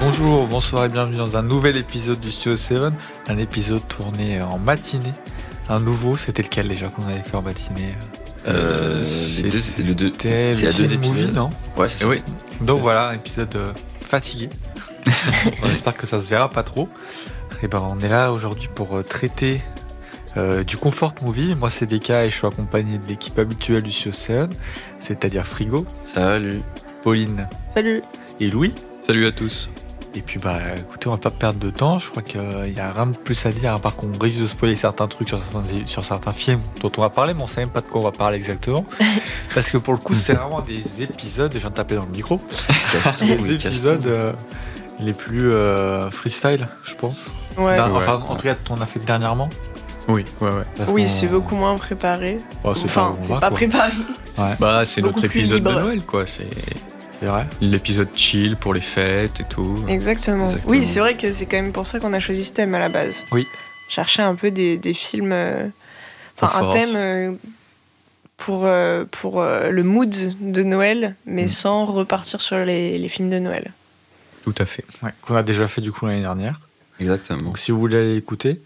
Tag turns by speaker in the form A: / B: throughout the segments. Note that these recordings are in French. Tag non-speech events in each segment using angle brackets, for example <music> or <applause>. A: Bonjour, bonsoir et bienvenue dans un nouvel épisode du Studio 7, un épisode tourné en matinée. Un nouveau, c'était lequel déjà qu'on avait fait en matinée
B: Euh, les deux-
A: C'est-
B: le deux-
A: C'était
B: c'est
A: le
B: la Eh deux
A: film movie,
B: épisodes.
A: non
B: Ouais, c'est ça.
C: Oui.
A: Donc voilà, un épisode euh,
B: <laughs>
A: fatigué. on espère que ça se verra pas trop. Et ben on est là aujourd'hui pour euh, traiter euh, du comfort movie. Moi c'est Deka et je suis accompagné de l'équipe habituelle du Studio 7, c'est-à-dire Frigo,
B: Salut.
A: Pauline
D: Salut.
A: et Louis.
C: Salut à tous.
A: Et puis bah écoutez, on va pas perdre de temps, je crois qu'il y a rien de plus à dire à part qu'on risque de spoiler certains trucs sur certains, sur certains films dont on va parler, mais on sait même pas de quoi on va parler
D: <laughs>
A: exactement. Parce que pour le coup, c'est vraiment des épisodes, je viens de taper dans le micro,
B: Gaston,
A: des
B: oui,
A: épisodes
B: Gaston.
A: euh, les plus euh, freestyle, je pense.
D: Ouais.
A: D'un-
C: Ouais.
A: Enfin, en tout cas, on a fait dernièrement.
C: Oui, ouais, ouais.
A: parce
D: Oui,
A: qu'on-
D: c'est beaucoup moins préparé.
A: Ouais, Oh, c'est
D: enfin,
A: pas, on
D: c'est
A: va,
D: pas,
A: quoi. <laughs>
D: préparé.
C: Bah, c'est
D: Beaucoup
C: notre
D: plus
C: épisode de
D: libre.
C: Noël, quoi. C'est
A: C'est vrai.
C: l'épisode chill pour les fêtes et tout.
D: Exactement.
C: Exactement.
D: Oui, c'est vrai que c'est quand même pour ça qu'on a choisi ce thème à la base.
A: Oui.
D: Chercher un peu des, des films. euh, Enfin, un
C: Confort.
D: thème euh, pour, euh, pour euh, le mood de Noël, mais
C: Mm.
D: sans repartir sur les, les films de Noël.
C: Tout à fait.
A: Ouais, qu'on a déjà fait du coup l'année dernière.
B: Exactement.
A: Donc si vous voulez aller écouter,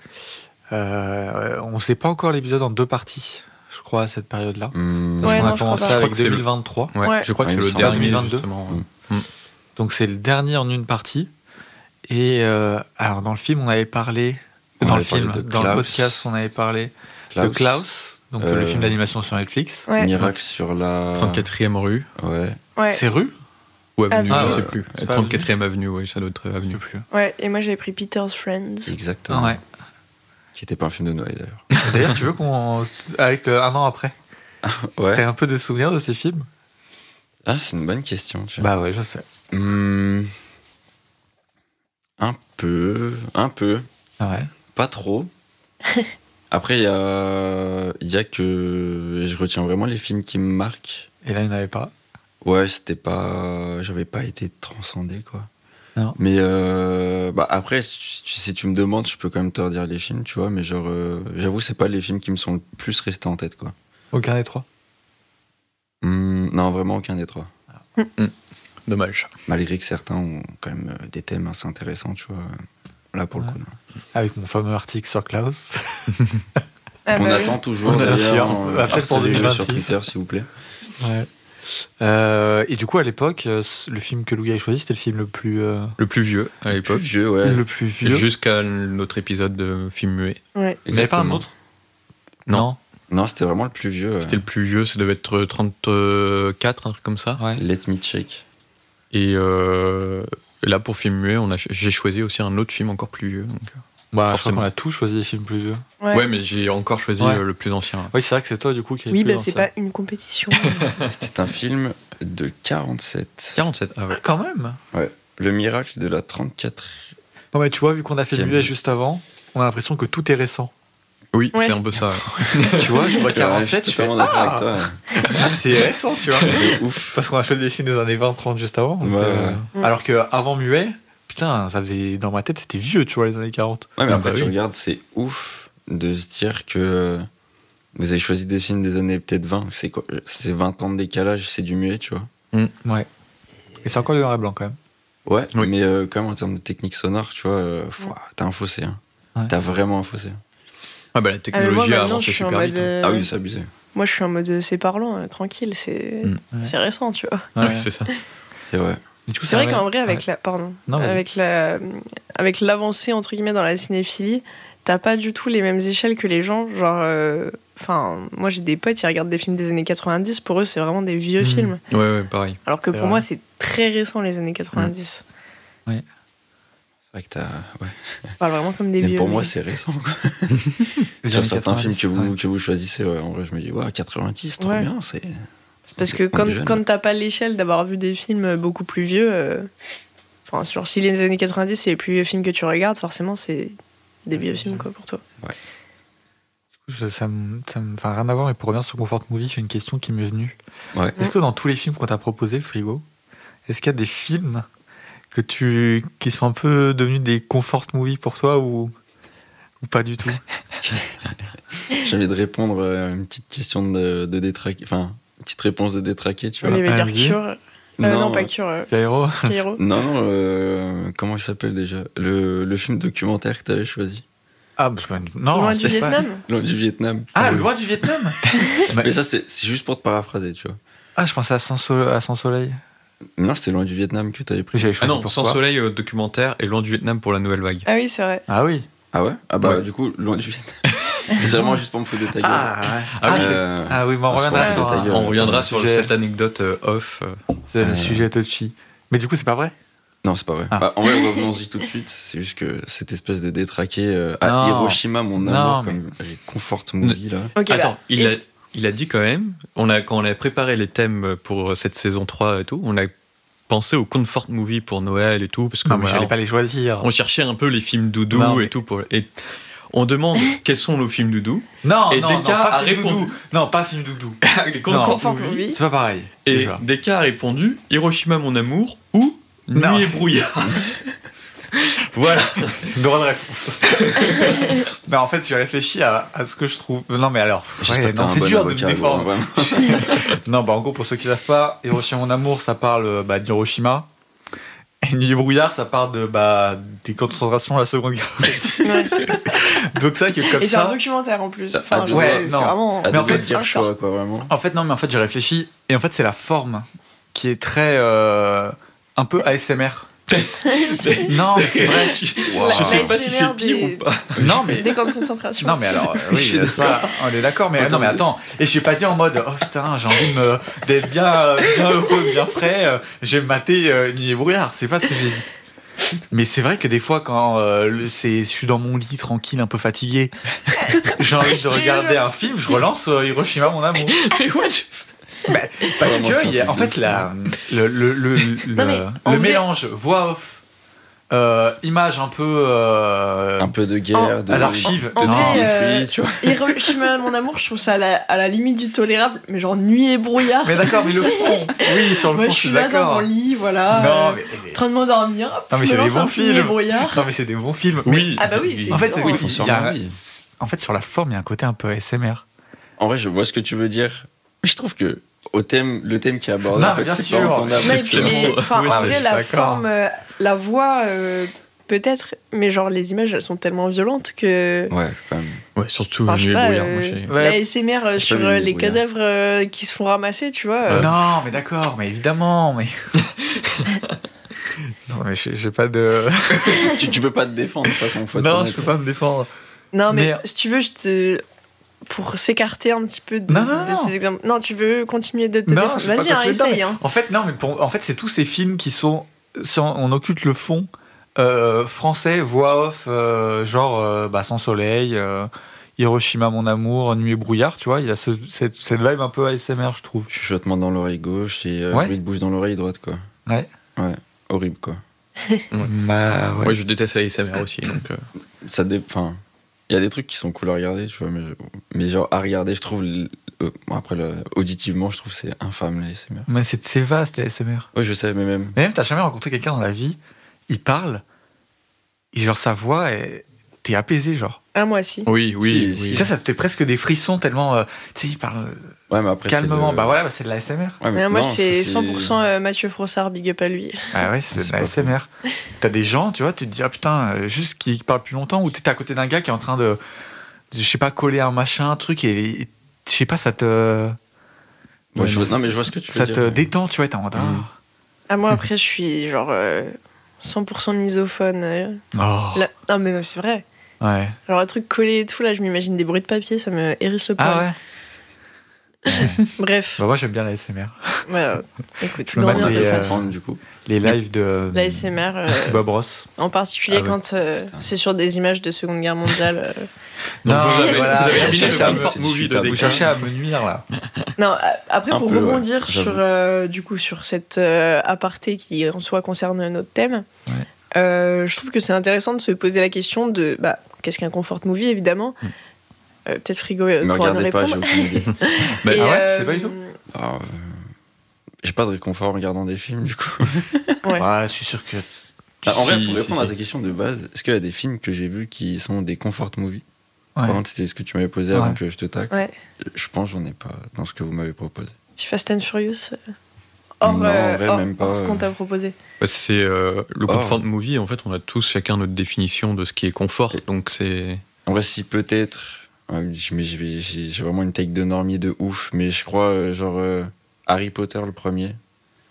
A: euh, on sait pas encore l'épisode en deux parties, je crois, à cette période-là.
B: Hum,
A: Parce
D: Ouais,
A: qu'on
D: non,
A: a
D: je crois
A: commencé
D: pas. Je
C: crois
A: avec
C: que c'est le-
A: 2023.
C: Ouais,
D: Ouais.
C: je crois que
B: Ouais, il
C: c'est le
B: me semble.
C: dernier.
A: 2022.
C: justement. euh,
B: Mm.
A: Donc c'est le dernier en une partie. Et euh, alors dans le film, on avait parlé,
B: On
A: dans
B: avait
A: le film,
B: parlé de
A: dans le
B: Klaus.
A: podcast, on avait parlé de Klaus, donc
B: Euh,
A: le film d'animation sur Netflix.
D: Ouais.
B: Miracle sur la.
C: 34e rue
B: Ouais.
D: Ouais.
A: C'est rue
C: ou avenue,
A: Ah,
C: je
A: ouais.
C: sais plus.
A: C'est pas
C: 34e avenue, oui, ça doit être
A: Je
C: avenue.
A: sais plus.
D: ouais. Et moi, j'avais pris Peter's Friends.
B: Exactement.
A: Ah Ouais.
B: Qui était pas un film de Noël
C: <laughs>
B: d'ailleurs.
A: D'ailleurs, tu veux qu'on avec le un an après,
B: Ouais.
A: t'as un peu de souvenirs de ces films
B: Ah, c'est une bonne question. tu vois.
A: Bah ouais, je sais.
B: Hum, un peu. Un peu.
A: Ah Ouais. <laughs>
B: Pas trop. Après, il y a... il y a que. Je retiens vraiment les films qui me marquent.
A: Et là, il n'y en avait pas.
B: Ouais, c'était pas. J'avais pas été transcendé, quoi.
A: Non.
B: Mais euh, bah après, si tu, si tu me demandes, je peux quand même te redire les films, tu vois. Mais genre, euh, j'avoue, c'est pas les films qui me sont le plus restés en tête, quoi.
A: Aucun des trois.
B: Hum, non, vraiment aucun des trois.
C: Dommage.
B: Malgré que certains ont quand même euh, des thèmes assez intéressants, tu vois. euh, Là, pour
A: Ouais.
B: le coup. non.
A: Avec mon fameux article sur Klaus.
D: Ah,
B: on
D: bah oui.
B: attend toujours.
A: On
B: d'ailleurs,
A: assure.
B: euh,
A: Bah, peut-être pour
B: harcelez-le
A: 2026.
B: sur Twitter, s'il vous plaît.
A: Ouais. Euh, et du coup, à l'époque, euh, le film que Louis a choisi, c'était le film le plus, euh,
C: Le plus vieux à
B: Plus
C: l'époque.
B: vieux, ouais.
A: le plus vieux.
C: Jusqu'à notre épisode de film muet.
D: Ouais.
A: Vous n'avez pas un
B: Exactement.
A: autre
C: Non.
B: Non, c'était vraiment le plus vieux. ouais.
C: C'était le plus vieux, ça devait être 34, un truc comme ça.
A: Non Ouais.
B: euh, Let Me Check.
C: Et euh, là, pour film muet, on a ch- j'ai choisi aussi un autre film encore plus vieux. donc, euh.
A: Bah, je crois
C: Forcément.
A: qu'on a tous choisi les films plus vieux.
D: Ouais.
C: Ouais, mais j'ai encore choisi
A: Ouais.
C: euh, le plus ancien.
A: Oui, c'est vrai que c'est toi du coup qui est
D: Oui,
A: plus hein,
D: bah c'est
A: ancien.
D: pas une compétition.
B: C'était un film de 47.
C: 47, ah ouais.
A: Bah, Quand même
B: Le miracle de la 34.
A: Non, mais tu vois, vu qu'on a fait le
B: Tiens.
A: muet juste avant, on a l'impression que tout est récent.
C: Oui, Ah,
D: Ouais.
C: c'est un peu ça.
A: <laughs> tu vois, je vois 47, je
B: je suis
A: fais
B: totalement
A: Ah,
B: d'accord avec
A: ah, c'est récent, tu
B: <laughs>
A: vois.
B: toi.
A: <laughs>
B: De ouf.
A: Parce qu'on a fait des films des années 20, 30 juste avant. donc,
B: Ouais,
A: euh,
D: ouais.
A: Alors qu'avant muet, putain, ça faisait. Dans ma tête, c'était vieux, tu vois, les années 40.
B: Ouais, mais
C: Ah
B: après,
C: bah
B: tu
C: oui.
B: regardes, c'est ouf de se dire que vous avez choisi des films des années peut-être 20. C'est quoi C'est 20 ans de décalage, c'est du muet, tu vois.
A: Et c'est encore du noir et blanc quand même.
B: Ouais,
C: Oui.
B: mais euh, quand même en termes de technique sonore, tu vois, euh, pff, ouah, t'as un fossé. hein.
A: Ouais.
B: T'as vraiment un fossé.
C: Ah bah la
D: Ah, mais moi,
C: technologie a
D: maintenant, je
C: avancé
D: suis en
C: super
D: mode.
C: vite. hein.
D: euh,
B: Ah oui, c'est abusé.
D: Moi, je suis en mode euh, c'est parlant, euh, tranquille, c'est
C: Mm.
A: Ouais.
D: c'est récent, tu vois.
C: Ah
A: Ouais.
C: oui, c'est ça.
B: C'est vrai.
A: Mais du coup,
D: C'est vrai
A: un-
D: qu'en vrai, avec la pardon,
A: Non, vas-y.
D: avec la avec l'avancée entre guillemets dans la cinéphilie, t'as pas du tout les mêmes échelles que les gens. Genre, euh, enfin, moi j'ai des potes qui regardent des films des années 90. Pour eux, c'est vraiment des vieux
A: Mm.
D: films,
C: Ouais, ouais, pareil.
D: alors que
A: C'est
D: pour
A: vrai. Hmm.
D: moi, c'est très récent les années 90.
B: C'est vrai que t'as. Ouais.
D: Je parle vraiment comme des
B: Même
D: vieux.
B: pour moi,
D: mais-
B: c'est récent. Quoi.
A: Les
B: Sur
A: années
B: certains
A: 90,
B: films que vous,
A: ouais.
B: que vous choisissez, ouais, en vrai, je me dis, ouais, 90, trop
D: Ouais.
B: bien. C'est.
D: c'est parce que
B: on est
D: quand
B: jeune.
D: quand t'as pas l'échelle d'avoir vu des films beaucoup plus vieux, euh, enfin, genre si les années 90 c'est les plus vieux films que tu regardes, forcément c'est des vieux films quoi pour toi.
A: Je- ça me, ça me- enfin, rien à voir, mais pour revenir sur Comfort Movie, j'ai une question qui m'est venue.
B: Ouais.
A: Est-ce que dans tous les films qu'on t'a proposé, Frigo, est-ce qu'il y a des films que tu, qui sont un peu devenus des comfort movies pour toi ou, ou pas
D: <laughs>
A: du tout
B: J'ai envie de répondre euh, à une petite question de, de détraqué, enfin, une petite réponse de détraqué, tu
D: On
B: vois.
D: va dire
A: Vas-y.
D: cure. Euh, non, pas Cure, euh,
A: Cairo
D: Cairo.
B: Non, non, euh, comment il s'appelle déjà le, le film documentaire que t'avais choisi
A: Ah, bah, <laughs> non,
D: Loin
A: c'est
D: du
A: pas-
D: Vietnam
B: Loin du Vietnam.
A: Ah,
B: Oui.
A: loin du Vietnam Bah,
B: Mais ça, c'est c'est juste pour te paraphraser, tu vois.
A: Ah, je pensais à Sans, Sol- à Sans Soleil.
B: Non, c'était Loin du Vietnam que t'avais
A: Oui,
B: pris.
A: J'avais
C: Ah
A: choisi
C: non,
A: pour
C: Sans
A: toi.
C: Soleil euh, documentaire et Loin du Vietnam pour la nouvelle vague.
D: Ah oui, c'est vrai.
A: Ah oui.
B: Ah ouais Ah bah,
C: Ouais.
B: du coup, Loin du Vietnam. <laughs> Mais c'est vraiment juste pour me foutre de ta gueule.
A: ouais.
C: Ah
A: Ah,
C: oui.
A: c'est-
B: Euh,
A: Ah oui, mais on
B: on se
A: reviendra
D: prend
A: sur,
B: sur ta
A: un-
B: gueule.
C: On reviendra
A: ce
C: sur
A: sujet.
C: cette anecdote euh, off. euh.
A: C'est le
B: Euh.
A: sujet touchy. Mais du coup, c'est pas vrai
B: Non, c'est pas vrai.
A: Ah.
B: Bah, en vrai, revenons-y tout de suite. C'est juste que cette espèce de détraqué euh, à
A: Non.
B: Hiroshima, mon
A: Non,
B: amour,
A: mais-
B: comme j'ai confort movie là.
D: Ok,
C: Attends,
D: bah,
C: il, a,
D: est-ce-
C: il a dit quand même, on a, quand on a préparé les thèmes pour euh, cette saison 3 et tout, on a pensé au comfort movie pour Noël et tout, parce que
A: Non, mais
C: voilà,
A: j'allais
C: on-
A: pas les choisir.
C: on cherchait un peu les films doudou
A: Non, mais-
C: et tout. Pour, et on
D: <laughs>
C: demande quels sont nos films doudou.
A: Non,
C: Et
A: non, non,
C: Deka
A: pas
C: a
A: film
C: répondu.
A: doudou. Non, pas film doudou.
C: les
A: Non.
C: comfort
D: Comfort
C: movie.
A: <laughs>
D: movie.
A: C'est pas pareil.
C: Et
A: déjà.
C: Deka a répondu Hiroshima mon amour ou Nuit
A: Non.
C: et brouillard. voilà.
A: Droit de <laughs> réponse. non, Bah, en fait, je réfléchis à, à ce que je trouve. Non, mais alors,
B: J'espère
A: ouais,
B: que t'as
A: non,
B: un
A: c'est
B: bon
A: dur de me
B: avocat,
A: défendre.
B: vraiment.
A: non, bah en gros, pour ceux qui savent pas, Hiroshima mon amour, ça parle euh, bah, d'Hiroshima. Et Nuit et brouillard, ça parle de, bah, des concentrations à la Seconde Guerre
B: <laughs>
A: mondiale.
D: Ouais.
A: Donc, ça, qui est comme
D: Et c'est un
A: ça.
D: documentaire en plus.
B: Ah,
D: Enfin,
B: ah,
D: je-
A: ouais,
D: c'est c'est
A: non.
D: vraiment.
B: Ah,
A: Mais en
B: de
A: fait,
B: dire
D: <laughs>
B: choix, quoi, vraiment.
A: En fait, non, mais en fait, j'ai réfléchi. Et en fait, c'est la forme qui est très. euh, un peu
B: <laughs>
A: ASMR. Non, mais c'est vrai.
C: Je sais
D: La
C: pas si c'est
D: SMR
C: pire
D: des-
C: ou pas.
A: Non, mais.
D: Des camps de
A: <laughs>
D: concentration.
A: Non mais
D: <laughs>
A: alors euh, oui
B: Je suis
A: ça on est d'accord mais non mais attends et je suis pas dit en mode oh putain j'ai envie de me- d'être bien euh, bien heureux bien frais euh, je vais me mater euh, Nuit et brouillard c'est pas ce que j'ai dit mais c'est vrai que des fois quand euh, le- c'est je suis dans mon lit tranquille un peu fatigué <laughs> j'ai envie de
D: Je te
A: regarder
D: jure.
A: un film je relance euh, Hiroshima mon
D: <laughs>
A: amour
C: Mais what the-
A: parce
B: Vraiment, c'est
A: que
B: un
A: il y a, en
B: truc de
A: fait
B: fou.
A: la le le le, le-
D: Non, mais en
A: le
D: vrai-
A: mélange voix off euh, image un peu euh,
B: Un peu de guerre,
D: En-
B: de.
A: à l'archive
D: en- en
A: de-
D: vrai,
A: Non.
D: euh,
B: Oui, tu vois.
D: Hiroshima, mon amour, je trouve ça à la, à la limite du tolérable, mais genre nuit et brouillard.
A: mais d'accord
D: <laughs>
A: mais le fond oui sur le
D: Moi,
A: fond
D: je
A: je
D: suis
A: suis
D: là dans mon
A: d'accord
D: lit, voilà.
A: non
D: euh,
A: mais,
D: En train de m'endormir. hop,
A: Non, mais
D: je
A: c'est
D: me
A: des
D: lance
A: bons
D: un film
A: films.
D: et brouillard.
A: Non, mais c'est des bons films.
C: Oui.
D: Ah bah oui, c'est
A: En fait, c'est-
D: évident.
A: oui,
B: faut
A: il y a
B: sûrement,
A: un-
B: oui.
A: en fait, sur la forme, il y a un côté un peu SMR.
B: En vrai, je vois ce que tu veux dire. Mais je trouve que au thème, le thème qui est abordé,
A: Non,
B: en
A: mais
B: fait,
A: bien
B: c'est
A: sûr.
B: pas entendable.
D: Non, et puis,
C: clairement-
D: les- enfin,
C: oui,
D: en
C: ça, je
D: vrai,
A: suis
D: la
A: d'accord.
D: forme, euh, la voix, euh, peut-être, mais genre les images, elles sont tellement violentes que.
B: Ouais, quand même.
C: Ouais, surtout
D: Enfin, je sais
C: Nuit et
D: pas,
C: brouillard.
D: euh,
C: moi, j'ai-
A: Ouais.
D: La SMR euh, sur
B: Nuit
D: euh,
B: et
D: les
B: brouillard.
D: cadavres euh, qui se font ramasser, tu vois. euh,
A: Non, mais d'accord, mais évidemment, <laughs> mais. non, mais j'ai j'ai pas de.
B: tu, tu peux pas te défendre de toute façon. Faut être
A: non,
B: honnête.
A: je peux pas me défendre.
D: Non, mais,
A: Mais-
D: si tu veux, je te. Pour s'écarter un petit peu de,
A: Non, non,
D: de
A: non.
D: ces exemples. Non, tu veux continuer de te
A: Non,
D: défendre
A: je veux
D: Vas-y,
A: pas
D: hein,
A: continuer dedans,
D: essaye. hein.
A: En fait, non, mais pour- en fait, c'est tous ces films qui sont. Si on, on occulte le fond, euh, français, voix off, euh, genre euh, bah, Sans Soleil, euh, Hiroshima, Mon Amour, Nuit et Brouillard, tu vois, il y a ce- cette, cette vibe un peu ASMR, je trouve.
B: Chuchotement dans l'oreille gauche et euh,
A: Ouais.
B: bruit de bouche dans l'oreille droite, quoi.
A: Ouais.
B: Ouais. Horrible, quoi.
A: Bah,
C: Moi, je déteste la SMR aussi. Donc, euh,
B: Ça dépend. Il y a des trucs qui sont cool à regarder, tu vois, mais, mais genre à regarder, je trouve. l- euh, bon, après, le- auditivement, je trouve que c'est infâme, les SMR.
A: Mais c'est c'est vaste, la SMR.
B: Oui, je sais, mais même.
A: Mais même, t'as jamais rencontré quelqu'un dans la vie, il parle, et genre sa voix, est- t'es apaisé, genre.
D: Ah, moi, si.
C: Oui, oui.
B: Si,
C: oui.
A: Et ça, ça te fait presque des frissons tellement. euh, tu sais, il parle euh,
B: Ouais, mais après. c'est
A: calmement.
B: le-
A: Bah voilà, bah, c'est de la SMR.
B: Ouais, mais
D: Mais Ah, moi,
B: non, ça,
D: c'est 100% euh, Mathieu Frossard, big up à lui.
A: Ah ouais, c'est
B: C'est
A: de la
B: pas
A: SMR. T'as des gens, tu vois, tu te dis, ah putain, euh, juste qui parle plus longtemps, ou t'es à côté d'un gars qui est en train de. de, Je sais pas, coller un machin, un truc, et. et je sais pas, ça te.
B: Ouais, je vois- non, mais je vois ce que tu veux
A: ça
B: dire. euh,
A: te détend, tu vois, et t'es en mode. ah.
B: Mhm.
D: Ah, moi, après, je suis genre euh, 100% misophone. euh.
A: Oh.
D: Là- Non, mais non, c'est vrai.
A: Ouais.
D: Genre, un truc collé et tout, là, je m'imagine des bruits de papier, ça me hérisse le poil.
A: Ah ouais.
D: Bref,
A: Bah moi, j'aime bien la SMR.
D: voilà. Écoute,
A: Le
D: grand
A: matin,
D: bien
A: il
D: te
A: est,
D: fasse.
B: comprendre, du coup.
A: Les lives de.
D: La SMR, euh,
A: Bob Ross.
D: en particulier
B: Ah ouais.
D: quand euh, c'est sur des images de Seconde Guerre mondiale.
B: <laughs>
D: euh.
A: Non,
C: Donc, vous avez-
A: voilà,
C: vous avez
A: vous
C: terminé
A: cherchez
C: le
A: à me-
C: comfort
B: c'est
C: movie de
B: discutable.
A: Vous
C: Deka.
A: cherchez à me nuire là.
D: Non, a- après,
B: Un
D: pour
B: peu, ouais,
D: rebondir
B: j'avoue.
D: sur, euh, du coup, sur cette euh, aparté qui, en soi, concerne notre thème,
A: Ouais.
D: euh, je trouve que c'est intéressant de se poser la question de bah, qu'est-ce qu'un comfort movie, évidemment. Euh, Peut-être Frigo euh,
B: Me
D: pourra
B: Hmm.
D: nous
B: regardez pas,
D: répondre.
B: j'ai aucune
D: <laughs>
B: idée.
A: Bah,
D: Et,
A: ah ouais,
D: euh,
A: c'est pas du tout.
B: Alors, euh, J'ai pas de réconfort en regardant des films, du coup.
D: Ouais.
A: je suis sûr que.
B: Ah, en vrai, pour
C: Si, si,
B: répondre à
C: si.
B: ta question de base, est-ce qu'il y a des films que j'ai vus qui sont des comfort movies
A: Ouais.
B: Par contre, c'était ce que tu m'avais posé avant
A: Ouais.
B: que je te tacle.
D: Ouais.
B: Je pense que j'en ai pas dans ce que vous m'avez proposé.
D: Petit Fast and Furious. euh. Oh, hors,
B: Non, en
D: euh,
B: vrai,
D: hors-
B: même pas,
D: hors ce qu'on
B: euh.
D: t'a proposé.
C: Bah, C'est euh, le
B: Oh.
C: comfort movie. En fait, on a tous chacun notre définition de ce qui est confort.
B: Et-
C: Donc c'est
B: En vrai, si peut-être. ouais, je- Mais je vais- j'ai j'ai vraiment une take de normie de ouf. Mais je crois, euh, genre, euh, Harry Potter le premier.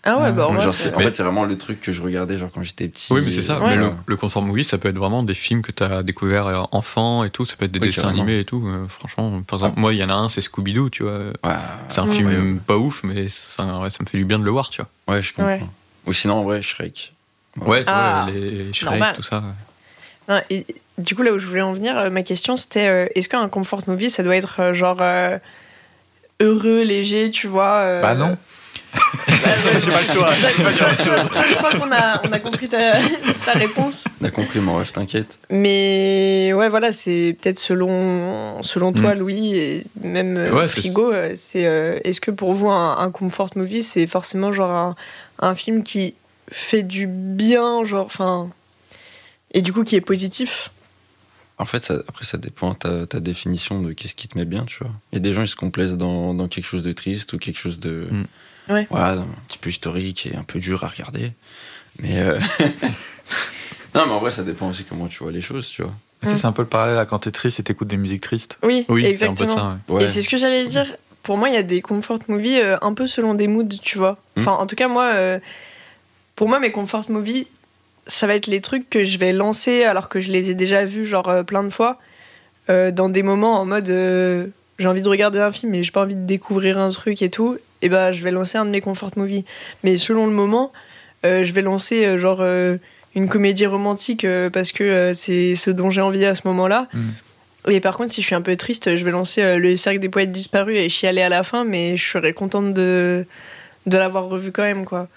D: Ah ouais,
A: Ah,
D: bah au
B: Genre,
D: moins,
B: c'est-
D: c'est-
B: en
C: Mais-
B: fait, c'est vraiment le truc que je regardais genre quand j'étais petit.
C: oui, mais c'est ça.
D: Ouais.
C: Mais le,
B: Voilà.
C: le comfort movie, ça peut être vraiment des films que tu as découvert euh, enfant et tout. Ça peut être des
B: Oui,
C: dessins
B: carrément.
C: animés et tout. Euh, franchement, par exemple, moi, il y en a un, c'est Scooby Doo. Tu vois,
B: Ouais,
C: c'est un
D: Mm.
C: film pas ouf, mais ça, ouais, ça me fait du bien de le voir. Tu vois.
B: ouais, je comprends.
D: Ouais.
B: Ou sinon, en vrai, Shrek.
C: Ouais, tu vois,
D: Ah,
C: les Shrek,
D: normal.
C: tout ça. ouais.
D: Non, et du coup, là où je voulais en venir, euh, ma question c'était euh, est-ce qu'un comfort movie, ça doit être euh, genre euh, heureux, léger, tu vois euh,
A: Bah
D: <laughs>
A: non.
D: J'ai pas le choix. Je crois qu'on a, on a compris ta, <laughs> ta réponse.
B: T'as compris mon rêve, t'inquiète.
D: Mais ouais, voilà, c'est peut-être selon, selon toi, Louis, et même euh,
C: Mm. Ouais, c'est-
D: Frigo, euh, c'est euh, est-ce que pour vous, un, un comfort movie, c'est forcément genre un, un film qui fait du bien, genre, enfin. Et du coup, qui est positif
B: En fait, ça- après, ça dépend ta, ta définition de qu'est-ce qui te met bien, tu vois. Il y a des gens, ils se complaisent dans, dans quelque chose de triste ou quelque chose de.
C: Mm.
D: Ouais.
B: Voilà, un petit peu historique et un peu dur à regarder. Mais. euh, <laughs> non, mais en vrai, ça dépend aussi comment tu vois les choses, tu vois.
A: Tu sais, <laughs> c'est un peu le parallèle à quand t'es triste et t'écoutes des musiques tristes.
D: Oui,
C: Oui, c'est un peu
D: exactement.
C: ça. ouais.
B: Ouais.
D: Et c'est ce que j'allais dire. Pour moi, il y a des comfort movies euh, un peu selon des moods, tu vois. Enfin, en tout cas, moi, euh, pour moi, mes comfort movies, ça va être les trucs que je vais lancer alors que je les ai déjà vus, genre euh, plein de fois, euh, dans des moments en mode euh, j'ai envie de regarder un film mais j'ai pas envie de découvrir un truc et tout. Et bah, je vais lancer un de mes comfort movies. Mais selon le moment, euh, je vais lancer euh, genre euh, une comédie romantique euh, parce que euh, c'est ce dont j'ai envie à ce moment-là.
A: Mm.
D: Et par contre, si je suis un peu triste, je vais lancer euh, le cercle des poètes disparus et chialer à la fin, mais je serais contente de, de l'avoir revu quand même, quoi.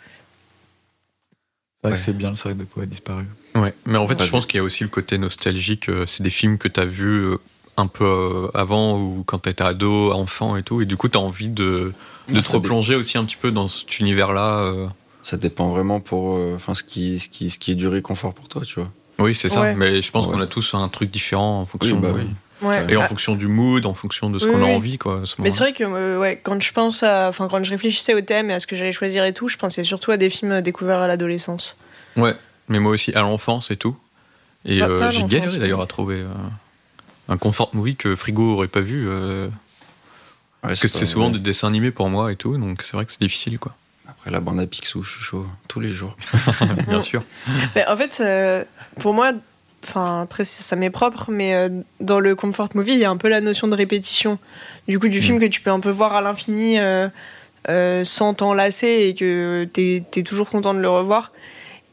A: C'est vrai
C: Ouais.
A: que c'est bien le cercle de poète disparu.
C: Ouais, mais en fait,
B: Pas
C: je pense qu'il y a aussi le côté nostalgique. euh, C'est des films que t'as vus euh, un peu euh, avant ou quand t'étais ado, enfant et tout. Et du coup, t'as envie de, de
B: Non,
C: te
B: ça dé-
C: replonger aussi un petit peu dans cet univers-là. euh.
B: Ça dépend vraiment pour. euh, Enfin, ce, qui, ce, qui, ce qui est du réconfort pour toi, tu vois.
C: Oui, c'est ça.
D: Ouais.
C: Mais je pense
B: Ouais.
C: qu'on a tous un truc différent en fonction.
B: bah
C: de-
B: oui.
D: Ouais.
C: Et en
D: Ah,
C: fonction du mood, en fonction de ce
D: Oui,
C: qu'on a
D: oui.
C: envie, quoi. à ce
D: mais c'est
C: moment-là.
D: vrai que euh, ouais, quand je pense à. Enfin, quand je réfléchissais au thème et à ce que j'allais choisir et tout, je pensais surtout à des films euh, découverts à l'adolescence.
C: Ouais, mais moi aussi, à l'enfance et tout. Et
D: Pas-
C: euh,
D: pas à
C: j'ai
D: l'enfance,
C: galéré
D: mais-
C: d'ailleurs à trouver euh, un comfort movie que Frigo aurait pas vu. euh,
B: Ouais,
C: parce que
B: pas
C: c'est souvent
B: vrai.
C: des dessins animés pour moi et tout. Donc c'est vrai que c'est difficile, quoi.
B: Après la bande à Picsou, je suis chaud tous les jours.
C: Bien
D: Mm.
C: sûr.
D: Mais en fait, euh, pour moi, enfin après ça ça m'est propre, mais euh, dans le comfort movie, il y a un peu la notion de répétition. Du coup, du
A: Mm.
D: film que tu peux un peu voir à l'infini euh, euh, sans t'en lasser et que t'es es toujours content de le revoir.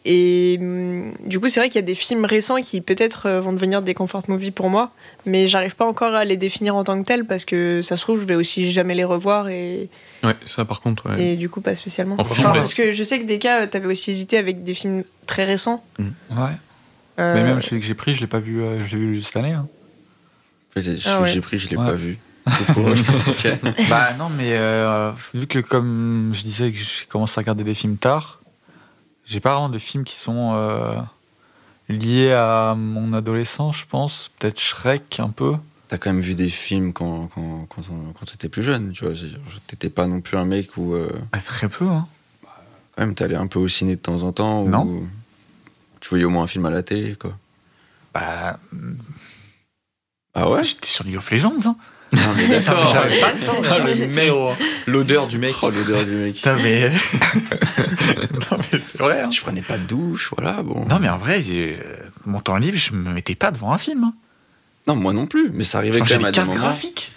D: Et hum, du coup, c'est vrai qu'il y a des films récents qui peut-être euh, vont devenir des comfort movies pour moi, mais j'arrive pas encore à les définir en tant que tels parce que ça se trouve, je vais aussi jamais les revoir et,
C: Ouais, ça par contre. ouais.
D: et du coup, pas spécialement.
C: Enfin,
D: Enfin,
C: mais-
D: parce que je sais que des cas, euh, t'avais aussi hésité avec des films très récents.
A: Ouais.
D: Euh,
A: Mais même celui que j'ai pris, je l'ai pas vu, euh, je l'ai vu cette année. hein.
B: Après, J'ai
D: Ah ouais.
B: j'ai pris, je l'ai
A: Ouais.
B: pas
C: <laughs>
B: vu. C'est pour- <laughs> Ok.
A: <laughs> bah non, mais euh, vu que comme je disais que j'ai commencé à regarder des films tard, j'ai pas vraiment de films qui sont euh, liés à mon adolescence, je pense. Peut-être Shrek un peu.
B: T'as quand même vu des films quand, quand, quand, on- quand t'étais plus jeune, tu vois. C'est-à-dire, T'étais pas non plus un mec où euh,
A: Ah, très peu, hein.
B: quand même t'allais un peu au ciné de temps en temps. Ou
A: Non.
B: Tu voyais au moins un film à la télé, quoi.
A: Bah,
B: Ah ouais
A: j'étais sur League of Legends, hein.
B: Non, mais d'accord.
A: J'avais pas le temps.
B: <laughs>
C: Ah, le méo, hein. L'odeur du mec.
B: Oh, l'odeur du mec.
A: Putain, mais. <laughs> non, mais c'est vrai, hein.
B: Je prenais pas de douche, voilà, bon.
A: Non, mais en vrai, j'ai- euh, mon temps libre, je me mettais pas devant un film. hein.
B: Non, moi non plus, mais ça
A: Je
B: arrivait quand
A: mangeais
B: même
A: des
B: à des
A: cartes
B: moments.
A: graphiques.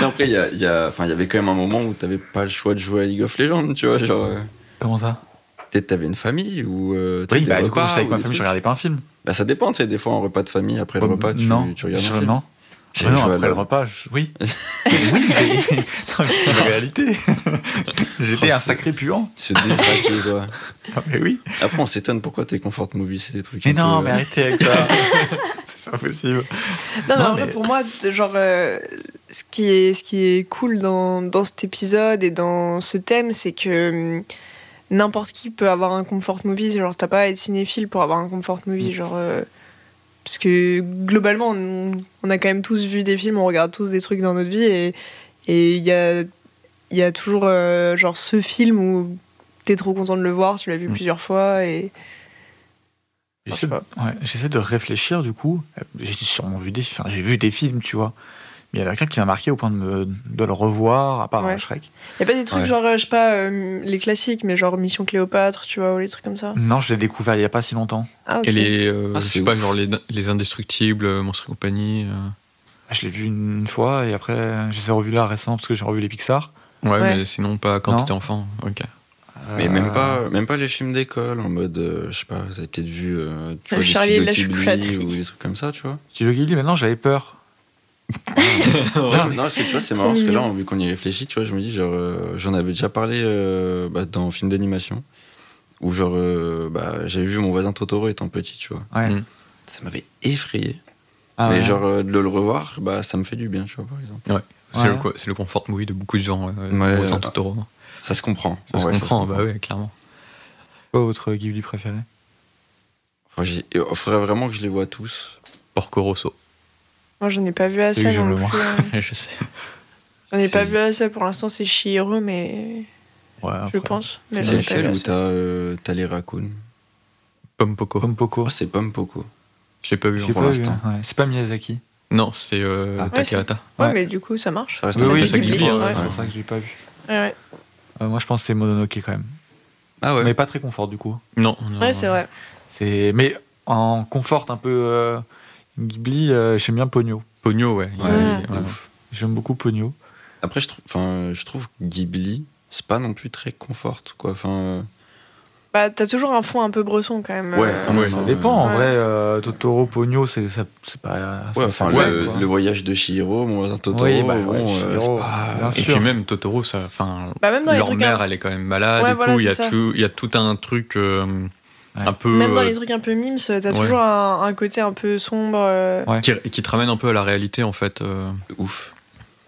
B: Non, après, il y, a- il y, a- enfin, il y avait quand même un moment où t'avais pas le choix de jouer à League of Legends, tu vois. Genre, euh,
A: Comment ça
B: peut-être t'avais une famille ou. euh, tu sais,
A: Oui,
B: des
A: bah, du coup,
B: repas
A: j'étais avec
B: ou
A: ma
B: des
A: famille, je
B: trucs.
A: regardais pas un film.
B: Bah, ça dépend, tu sais, des fois, en repas de famille, après le repas, tu,
A: non,
B: tu regardes
A: je-
B: un film.
A: Non,
B: J'ai
A: Ah non,
B: joué à
A: après le
B: LOL.
A: repas, je- <laughs> oui. oui, mais... <laughs> non, mais c'est la réalité. J'étais
B: Oh,
A: un
B: c'est-
A: sacré puant.
B: Se dépaquer, quoi.
A: Ah, mais oui.
B: Après, on s'étonne pourquoi t'es comfort movie, c'est des trucs.
A: Mais
B: un
A: non,
B: peu,
A: mais
B: euh,
A: arrêtez avec ça. c'est pas possible.
D: Non, mais
A: Non,
D: en vrai,
A: mais-
D: pour moi, de- genre, euh, ce, qui est, ce qui est cool dans, dans cet épisode et dans ce thème, c'est que hum, n'importe qui peut avoir un comfort movie. Genre, t'as pas à être cinéphile pour avoir un comfort movie. Genre, euh, parce que globalement, on, on a quand même tous vu des films, on regarde tous des trucs dans notre vie et et il y a il y a toujours euh, genre ce film où t'es trop content de le voir, tu l'as vu
A: Mm.
D: plusieurs fois et je
A: J'essaie
D: sais
A: de,
D: pas.
A: ouais, j'essaie de réfléchir du coup. J'ai sûrement vu des, enfin, j'ai vu des films, tu vois. Mais il y en a quelqu'un qui m'a marqué au point de, me- de le revoir, à part
D: Ouais.
A: euh, Shrek.
D: Y a pas des trucs
B: Ouais.
D: genre, euh, je sais pas, euh, les classiques, mais genre Mission Cléopâtre, tu vois, ou les trucs comme ça.
A: Non, je l'ai découvert il n'y a pas si longtemps.
D: Ah, ok.
C: Et les, euh,
B: Ah,
C: je
B: c'est
C: sais pas, genre les, les Indestructibles, euh, Monstres et compagnie. euh.
A: Je l'ai vu une fois et après, euh, je les ai revus là récemment parce que j'ai revu les Pixar.
C: Ouais,
D: Ouais.
C: mais sinon pas quand
A: Non.
C: t'étais enfant. Ok.
B: Mais
A: Euh,
B: même, pas, même pas les films d'école, en mode, euh, je sais pas, vous avez peut-être vu euh, tu
D: Le
B: vois, des
D: Charlie et
B: studios
D: la
B: Ghibli
D: chocolaterie.
B: ou des trucs comme ça, tu vois.
A: Studio Ghibli, maintenant j'avais peur.
B: non,
A: mais-
B: mais- non, parce que tu vois, c'est
D: Trop
B: marrant, parce que là,
D: mignon.
B: vu qu'on y réfléchit, tu vois, je me dis, genre, euh, j'en avais déjà parlé euh, bah, dans un film d'animation, où genre, euh, bah, j'avais vu mon voisin Totoro étant petit, tu vois.
A: Ouais.
C: Mm.
B: Ça m'avait effrayé.
A: Ah,
B: mais
A: ouais.
B: genre, euh, de le revoir, bah, ça me fait du bien, tu vois, par exemple.
C: C'est
A: Ouais.
C: le quoi- c'est le comfort movie de beaucoup de gens. Euh,
B: Ouais,
C: Mozart,
B: euh,
C: Totoro.
B: Ça se comprend.
C: Ça
B: En
C: se
B: vrai,
C: comprend,
B: se
C: bah ouais, clairement.
A: Quoi votre Ghibli préféré
B: Enfin, j'ai- Il faudrait vraiment que je les vois tous.
C: Porco Rosso.
D: Moi, j'en ai pas vu assez
A: Celui que j'aime
D: non
A: le
D: plus.
A: moins.
D: hein.
C: Je sais.
D: J'en ai pas
B: C'est-
D: vu assez pour l'instant, c'est Chihiro, mais
A: Ah, Ouais,
D: je
A: après.
D: pense.
B: C'est
D: Mais j'en ai pas
B: lequel
D: vu
B: où
D: assez.
B: t'as euh, t'as les raccoons
C: Pom Poco.
A: Comme Poco.
B: Oh, c'est Pomme Poco.
C: Je l'ai pas vu
A: Je
C: genre,
A: l'ai
C: pour
A: pas vu, hein.
C: l'instant.
A: ouais. C'est pas Miyazaki.
C: Non, c'est euh,
A: Ah.
D: Ouais,
C: Takahata.
D: Ouais,
A: Ouais.
D: mais du coup, ça marche.
B: Ça reste
D: Oui,
B: un
D: oui,
B: peu
D: c'est
B: Ghibli,
D: Ghibli,
B: hein,
D: ouais.
B: ouais.
A: C'est pour ça que je l'ai pas vu.
D: Ouais, ouais.
A: Euh, moi je pense que c'est Mononoke quand même.
B: Ah ouais.
A: Mais pas très confort du coup.
C: Non, non.
D: Ouais, c'est vrai.
A: C'est mais en confort un peu euh, Ghibli, euh, j'aime bien Pogno.
C: Pogno, ouais.
B: Ouais,
D: Ouais.
B: de
C: Ouais.
B: ouf.
A: J'aime beaucoup Pogno.
B: Après, je trouve, enfin, je trouve que Ghibli, c'est pas non plus très confort, quoi. Enfin, euh,
D: Bah, t'as toujours un fond un peu bresson quand même.
B: Ouais,
D: euh,
B: quand même.
A: ça
B: non,
A: dépend. En
D: ouais.
A: vrai, euh, Totoro, Pogno, c'est ça- c'est pas.
B: ouais,
A: ça- ça
B: enfin,
A: fait,
B: le,
A: quoi.
B: le voyage de Shihiro, mon voisin Totoro,
A: Oui, bah, ouais,
B: bon, euh,
A: Chihiro,
B: c'est pas-
A: bien
C: Et
A: sûr.
C: puis même Totoro, ça. Enfin,
D: Bah, même dans les
C: leur
D: trucs.
C: mère,
D: un-
C: elle est quand même malade
D: Ouais,
C: et
D: voilà,
C: tout. Il y, a
D: c'est ça.
C: tout- il y a tout un truc euh, un peu.
D: Même dans
C: euh,
D: les trucs un peu mimes, t'as
C: ouais.
D: toujours un, un côté un peu sombre. euh,
A: Ouais.
C: qui, qui te ramène un peu à la réalité en fait. euh.
B: <laughs> ouf.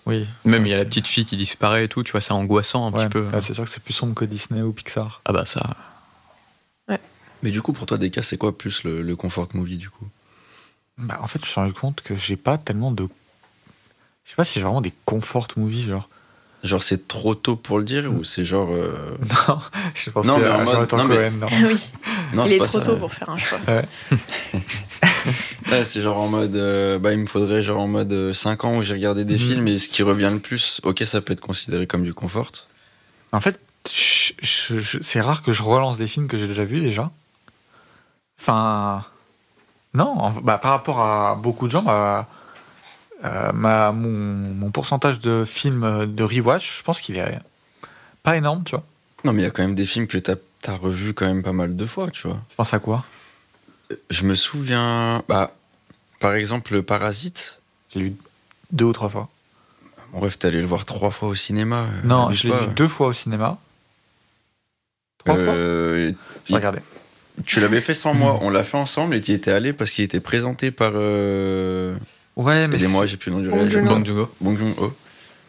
A: Oui.
C: même il y a la petite fille qui disparaît et tout, tu vois, c'est angoissant un
A: Ouais.
C: petit peu.
B: hein.
A: Ah, c'est sûr que c'est plus sombre que Disney ou Pixar.
C: Ah bah ça.
B: Mais du coup, pour toi, des cas, c'est quoi plus le, le comfort movie du coup
A: Bah, en fait, je me suis rendu compte que j'ai pas tellement de. Je sais pas si j'ai vraiment des comfort movies, genre. <laughs>
B: Genre, c'est trop tôt pour le dire ou c'est genre
D: <laughs>
B: euh,
A: Non, je pensais
B: Non, mais en
A: à
B: mode-
A: Jonathan
B: non, mais-
A: Cohen. non.
D: oui,
B: non,
D: il
B: c'est
D: est
B: pas
D: trop
B: ça.
D: tôt pour faire un choix.
B: Ouais, c'est genre en mode, euh, bah, il me faudrait genre en mode euh, 5 ans où j'ai regardé des
A: Mhm.
B: films et ce qui revient le plus, ok, ça peut être considéré comme du confort.
A: En fait, je- je- je- c'est rare que je relance des films que j'ai déjà vus déjà. Enfin, non, en- bah, par rapport à beaucoup de gens, bah, euh, ma, mon, mon pourcentage de films euh, de rewatch, je pense qu'il est pas énorme, tu vois.
B: Non, mais il y a quand même des films que t'as as revus quand même pas mal de fois, tu vois.
A: Tu penses à quoi
B: Je me souviens, bah, par exemple, Parasite.
A: Je l'ai vu deux ou trois fois.
B: Mon rêve, t'es allé le voir trois fois au cinéma. euh,
A: non,
B: abuse
A: je l'ai
B: pas.
A: vu deux fois au cinéma. Trois fois
B: Euh,
A: Je regardais.
B: Tu l'avais fait sans
A: <laughs>
B: moi, on l'a fait ensemble et tu étais allé parce qu'il était présenté par. Euh...
A: Ouais, mais.
B: Aidez-moi,
A: c'est-
B: j'ai plus le nom du
D: Bong
B: réalisateur.
D: Joon-ho.
B: Bong-
C: Bang Jungo.
B: Bong Joon-ho.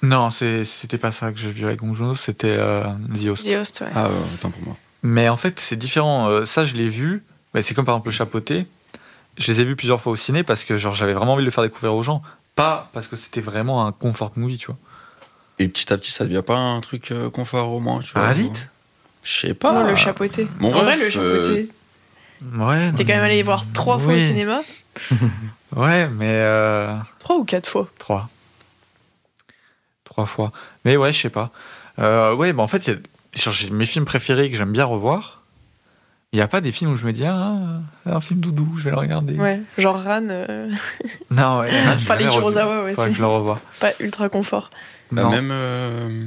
A: Non, c'est- c'était pas ça que j'ai vu avec Bong Joon-ho, c'était euh, The Host.
D: The Host, ouais.
B: Ah, euh, autant pour moi.
A: Mais en fait, c'est différent. Euh, ça, je l'ai vu. Mais c'est comme par exemple le chapeauté. Je les ai vus plusieurs fois au ciné parce que genre j'avais vraiment envie de le faire découvrir aux gens. Pas parce que c'était vraiment un comfort movie, tu vois.
B: Et petit à petit, ça devient pas un truc euh, confort au moins, tu vois.
A: Parasite
B: Je sais pas.
D: Non, le chapeauté.
B: Mon
D: en vrai,
B: ref,
D: le chapeauté.
A: Ouais.
D: T'es
A: non,
D: quand même allé
A: mais-
D: les voir trois fois au
A: Oui.
D: cinéma
A: Ouais, mais. euh,
D: Trois ou quatre fois
A: Trois. Trois fois. Mais ouais, je sais pas. Euh, ouais, bah en fait, il y a- genre, j'ai mes films préférés que j'aime bien revoir. Il n'y a pas des films où je me dis, ah, un film doudou, je vais le regarder.
D: Ouais, genre Ran, euh,
A: Non, ouais, là, je l'ai
D: Enfin, les
A: jamais revu.
D: Kurosawa, ouais,
A: Faudrait
D: c'est-
A: que je le revoie.
D: pas ultra confort.
B: Bah,
A: Non.
B: même. euh,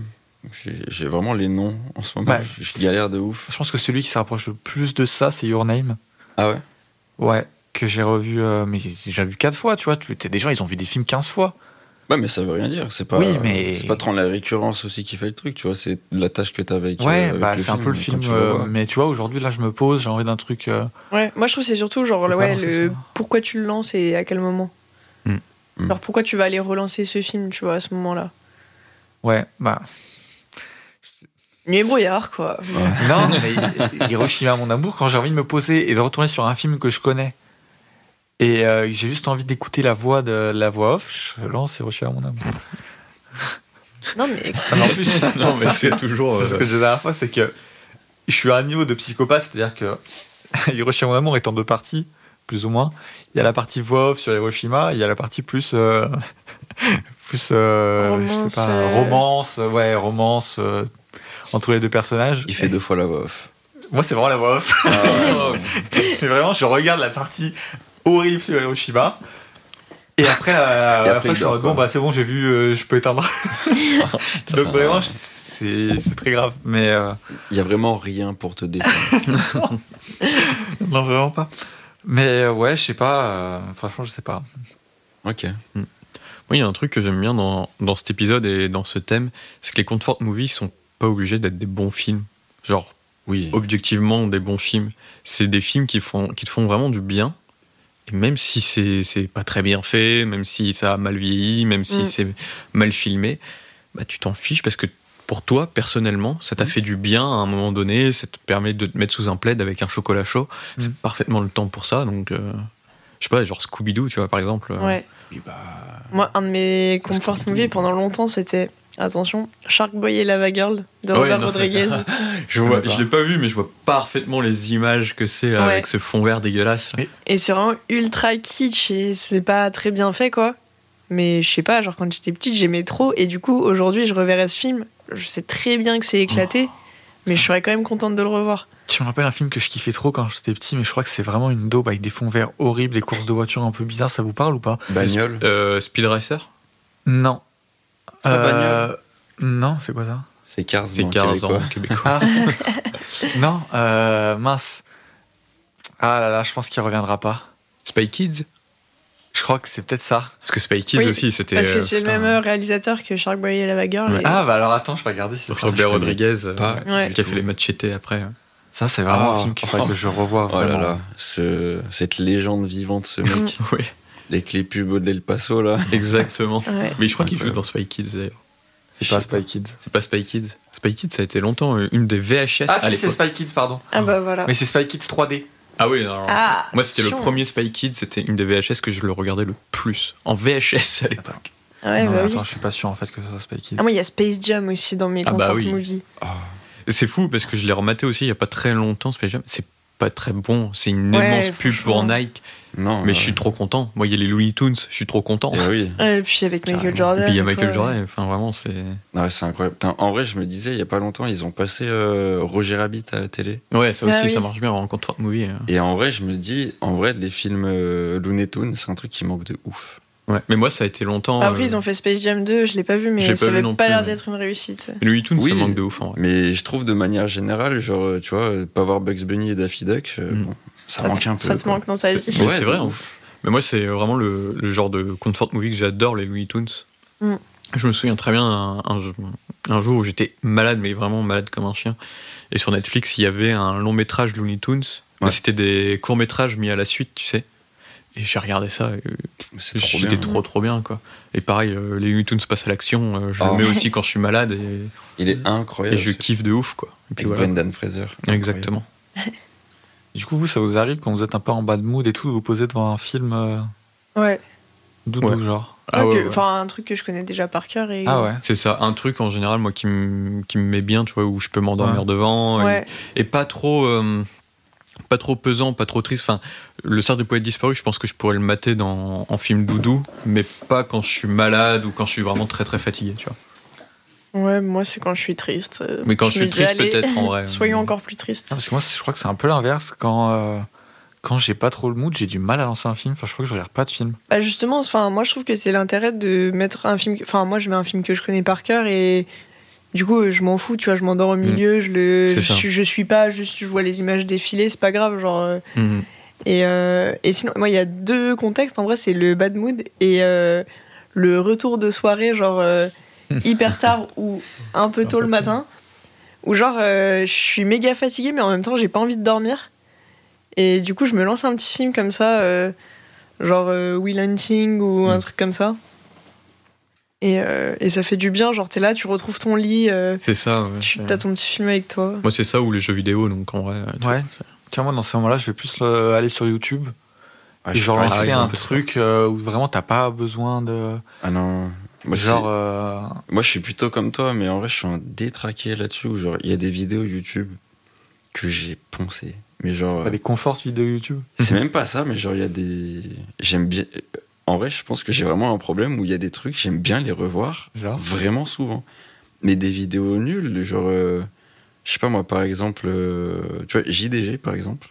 B: j'ai- J'ai vraiment les noms en ce moment.
A: Bah,
B: je je galère de ouf.
A: Je pense que celui qui se rapproche le plus de ça, c'est Your Name.
B: Ah ouais
A: Ouais, que j'ai revu, euh, mais j'ai déjà vu 4 fois, tu vois. Tu, t'as des gens, ils ont vu des films 15 fois.
B: Ouais, mais ça veut rien dire. C'est pas,
A: Oui, mais-
B: c'est pas trop la récurrence aussi qui fait le truc, tu vois. C'est la tâche que t'as avec. euh,
A: Ouais,
B: avec
A: bah c'est un peu le film.
B: quand tu
A: euh,
B: revois.
A: mais tu vois, aujourd'hui, là, je me pose, j'ai envie d'un truc. euh,
D: Ouais, moi je trouve que c'est surtout genre
A: Faut pas
D: ouais,
A: lancer
D: le
A: ça. Mm.
D: pourquoi tu le lances et à quel moment.
C: Hmm.
B: Hmm.
D: Alors pourquoi tu vas aller relancer ce film, tu vois, à ce moment-là.
A: Ouais, bah.
D: Nuit et brouillard, quoi.
A: Non, mais Hiroshima, mon amour, quand j'ai envie de me poser et de retourner sur un film que je connais et euh, que j'ai juste envie d'écouter la voix de la voix off, je lance Hiroshima, mon amour.
D: Non, mais
A: <laughs> Ah, en plus,
C: non, mais c'est toujours.
A: C'est ce
C: euh,
A: que j'ai la dernière fois, c'est que je suis à un niveau de psychopathe, c'est-à-dire que <laughs> Hiroshima Amour est en deux parties, plus ou moins. Il y a la partie voix off sur Hiroshima, il y a la partie plus. euh, <laughs> plus. euh, je
D: Romance,
A: sais pas,
D: euh.
A: romance, ouais, romance euh, entre les deux personnages.
B: Il fait deux fois la voix off.
A: Moi, c'est vraiment la voix off.
B: Ah
A: <laughs> c'est vraiment, je regarde la partie horrible sur Hiroshima. Et après, euh,
B: Et après,
A: après,
B: il
A: je suis en
B: dort,
A: mode, bon,
B: quoi. Oh,
A: bah c'est bon, j'ai vu, euh, je peux
B: <laughs>
A: éteindre.
B: Putain,
A: Donc
B: ça-
A: vraiment, je- c'est c'est très grave. Mais euh,
B: Il y a vraiment rien pour
A: <coughs>
B: te défendre.
A: non, vraiment pas. Mais euh, ouais, je sais pas. euh, franchement, je sais pas.
B: ok.
C: Oui, il y a un truc que j'aime bien dans, dans cet épisode et dans ce thème, c'est que les comfort movies sont pas obligés d'être des bons films. Genre,
B: Oui.
C: objectivement, des bons films. C'est des films qui, font, qui te font vraiment du bien. Et même si c'est c'est pas très bien fait, même si ça a mal vieilli, même si
D: Mm.
C: c'est mal filmé, bah tu t'en fiches parce que pour toi, personnellement, ça t'a fait du bien à un moment donné, ça te permet de te mettre sous un plaid avec un chocolat chaud.
A: Mm.
C: C'est parfaitement le temps pour ça. Donc, euh, je sais pas, genre Scooby-Doo, tu vois, par exemple. euh,
D: ouais.
B: Oui, bah,
D: Moi, un de mes
B: Parce
D: comfort
B: que-
D: movies pendant longtemps, c'était, attention, Shark Boy et Lava Girl de
C: Ouais,
D: Robert
A: <laughs>
C: non.
D: Rodriguez.
C: Je, vois, je l'ai pas vu, mais je vois parfaitement les images que c'est là,
D: Ouais.
C: avec ce fond vert dégueulasse. là.
D: Et c'est vraiment ultra kitsch et c'est pas très bien fait, quoi. Mais je sais pas, genre quand j'étais petite, j'aimais trop. Et du coup, aujourd'hui, je reverrai ce film. Je sais très bien que c'est éclaté,
A: Oh.
D: mais je serais quand même contente de le revoir.
A: Tu me rappelles un film que je kiffais trop quand j'étais petit, mais je crois que c'est vraiment une daube avec des fonds verts horribles, des courses de voitures un peu bizarres. Ça vous parle ou pas
B: bagnole.
C: Euh, Speed Racer
A: Non. Euh,
B: Pas
A: non, c'est quoi ça
B: C'est Cars. hein.
C: C'est
B: non,
C: 15
B: québécois.
C: ans
A: <laughs>
C: québécois.
A: Ah. Non, euh, mince. Ah là là, je pense qu'il reviendra pas.
C: Spy Kids
A: Je crois que c'est peut-être ça.
C: Parce que Spy Kids
D: Oui,
C: aussi, c'était.
D: Parce que
C: euh,
D: c'est le
C: putain,
D: même réalisateur que Shark Boy et Lava Girl.
C: Ouais.
D: et-
A: Ah bah alors attends, je vais regarder si c'est ça.
B: je connais
C: Robert Rodriguez, euh,
B: pas
D: Ouais.
B: du
C: qui a
B: tout.
C: fait les machete après. hein.
A: Ça, c'est vraiment
B: Ah.
A: un film qu'il faudrait que je revoie
B: Oh
A: vraiment.
B: là là, ce- cette légende vivante,
A: <laughs>
B: ce mec,
C: Oui,
B: avec les pubs d'El Paso là.
C: exactement.
D: Ouais.
C: Mais je crois qu'il joue
B: Incroyable.
C: dans Spy Kids d'ailleurs.
A: C'est
C: Je
A: pas
C: sais pas.
A: Spy Kids.
C: C'est pas Spy Kids. Spy Kids, ça a été longtemps euh, une des VHS
A: Ah
C: à
A: si, c'est
C: l'époque.
A: Spy Kids, pardon.
D: Ah bah voilà.
A: Mais c'est Spy Kids 3D.
C: Ah oui, non, non.
D: Ah,
C: Moi, c'était le
D: attention.
C: premier Spy Kids, c'était une des VHS que je le regardais le plus. En VHS à l'époque.
D: Ouais,
A: non,
D: bah
A: mais
D: oui.
A: attends, je suis pas sûr en fait que ce soit Spy Kids.
D: Ah, moi, il y a Space Jam aussi dans mes
C: Ah
D: comfort
C: bah oui.
D: movies.
C: C'est fou parce que je l'ai rematé aussi il y a pas très longtemps Space Jam. C'est pas très bon, c'est une
D: Ouais,
C: immense pub pour
D: franchement.
C: Nike,
B: Non.
C: mais
B: euh,
C: je suis trop content. Moi, il y a les Looney Tunes, je suis trop content.
B: eh oui.
D: Et puis avec Michael
B: Carrément.
D: Jordan.
C: Et puis il y a
D: quoi,
C: Michael
D: ouais.
C: Jordan, enfin vraiment, c'est.
B: Non, c'est incroyable. Putain, en vrai, je me disais, il y a pas longtemps, ils ont passé euh, Roger Rabbit à la télé.
C: Ouais, ça
D: Ah
C: aussi,
D: oui.
C: ça marche bien en comfort movie. hein.
B: Et en vrai, je me dis, en vrai, les films euh, Looney Tunes, c'est un truc qui manque de ouf.
C: Ouais. Mais moi, ça a été longtemps.
D: Après,
C: euh,
D: ils ont fait Space Jam 2, je l'ai pas vu,
C: J'ai
D: mais
C: pas
D: ça
C: vu
D: avait
C: non
D: pas
C: plus,
D: l'air
C: mais-
D: d'être une réussite.
C: les Looney Tunes,
B: Oui.
C: ça manque de ouf hein. en vrai.
B: Mais je trouve de manière générale, genre, euh, tu vois, euh, pas voir Bugs Bunny et Daffy Duck, euh,
C: Mm.
B: bon, ça,
D: Ça,
B: manque
D: te-
B: un peu.
D: ça te
B: quoi.
D: manque dans ta
C: C'est-
D: vie.
C: Mais
B: de
C: vrai, hein.
B: ouf.
C: Mais moi, c'est vraiment le, le genre de comfort movie que j'adore, les Looney Tunes.
D: Mm.
C: Je me souviens très bien un, un- un jour où j'étais malade, mais vraiment malade comme un chien. Et sur Netflix, il y avait un long métrage Looney Tunes. Mais
B: Ouais.
C: c'était des courts métrages mis à la suite, tu sais. Et j'ai regardé ça, et euh,
B: C'est trop
C: j'étais
B: bien.
C: trop, trop bien quoi. Et pareil, euh, les Looney Tunes passent à l'action, euh, je
B: Ah.
C: le mets aussi quand je suis malade et,
B: Il est
C: et
B: incroyable.
C: je kiffe de ouf quoi. Et puis
B: Avec
C: voilà.
B: Brendan Fraser.
C: Exactement.
A: Du coup, vous, ça vous arrive quand vous êtes un peu en bad mood et tout, vous vous posez devant un film euh,
D: Ouais.
A: doudou
C: Ouais.
A: genre.
C: Ah
D: Ouais,
C: ouais,
D: que-
C: ouais.
D: Enfin, un truc que je connais déjà par cœur. Et...
A: Ah ouais.
C: C'est ça, un truc en général, moi, qui me qui me met bien, tu vois, où je peux m'endormir
A: Ouais.
C: devant. et-
D: Ouais.
C: et, pas trop. euh, pas trop pesant, pas trop triste. Enfin, le cercle du poète disparu, je pense que je pourrais le mater dans, en film doudou, mais pas quand je suis malade ou quand je suis vraiment très très fatigué, tu vois.
D: Ouais, moi, c'est quand je suis triste. euh,
C: Mais quand je,
D: me
C: suis
D: dis,
C: triste,
D: allez,
C: peut-être euh, en
D: <laughs>
C: vrai.
D: Soyons encore plus tristes.
A: Non, Ah, parce que moi, c'est- je crois que c'est un peu l'inverse. Quand, euh, quand j'ai pas trop le mood, j'ai du mal à lancer un film. Enfin, je crois que je regarde pas de film.
D: Bah justement, enfin, moi, je trouve que c'est l'intérêt de mettre un film. que- Enfin, moi, je mets un film que je connais par cœur et. Du coup, euh, je m'en fous, tu vois, je m'endors au milieu, je le,
C: Mm. C'est
D: je,
C: ça.
D: suis- je suis pas, juste je vois les images défiler, c'est pas grave, genre. euh,
C: Mhm.
D: Et, euh, et sinon, moi, il y a deux contextes. En vrai, c'est le bad mood et euh, le retour de soirée, genre euh, hyper
C: <laughs>
D: tard ou un peu tôt le matin. Ou genre, euh, je suis méga fatiguée, mais en même temps, j'ai pas envie de dormir. Et du coup, je me lance un petit film comme ça, euh, genre euh, Will Hunting ou
C: Mm.
D: un truc comme ça. Et, euh, et ça fait du bien, genre, t'es là, tu retrouves ton lit, euh,
C: C'est ça. ouais.
D: tu as ton petit film avec toi.
C: Moi, c'est ça ou les jeux vidéo, donc en vrai. tu
A: Ouais. Tiens, moi, dans ces moments-là, je vais plus euh, aller sur YouTube
B: Ah,
A: et
B: je
A: genre
B: sais pas,
A: lancer
C: ah,
A: un
C: ouais,
A: truc euh, où vraiment t'as pas besoin de.
B: Ah non. Moi, c'est-
A: Genre, euh,
B: moi, je suis plutôt comme toi, mais en vrai, je suis un détraqué là-dessus. où Genre, il y a des vidéos YouTube que j'ai poncées. Mais genre,
A: t'as des conforts vidéo YouTube.
B: c'est même pas ça, mais genre, il y a des. J'aime bien. En vrai, je pense que j'ai vraiment un problème où il y a des trucs, j'aime bien les revoir
A: Genre,
B: vraiment souvent. Mais des vidéos nulles, genre. euh, Je sais pas, moi, par exemple. euh, Tu vois, JDG, par exemple.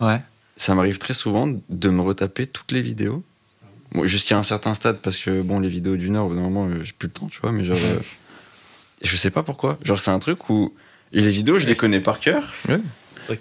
A: ouais.
B: ça m'arrive très souvent de me retaper toutes les vidéos. Bon, Jusqu'à un certain stade, parce que bon, les vidéos d'une heure, au bout d'un moment, euh, j'ai plus le temps, tu vois, mais genre. euh, je sais pas pourquoi. Genre, c'est un truc où. et les vidéos, je les connais par cœur,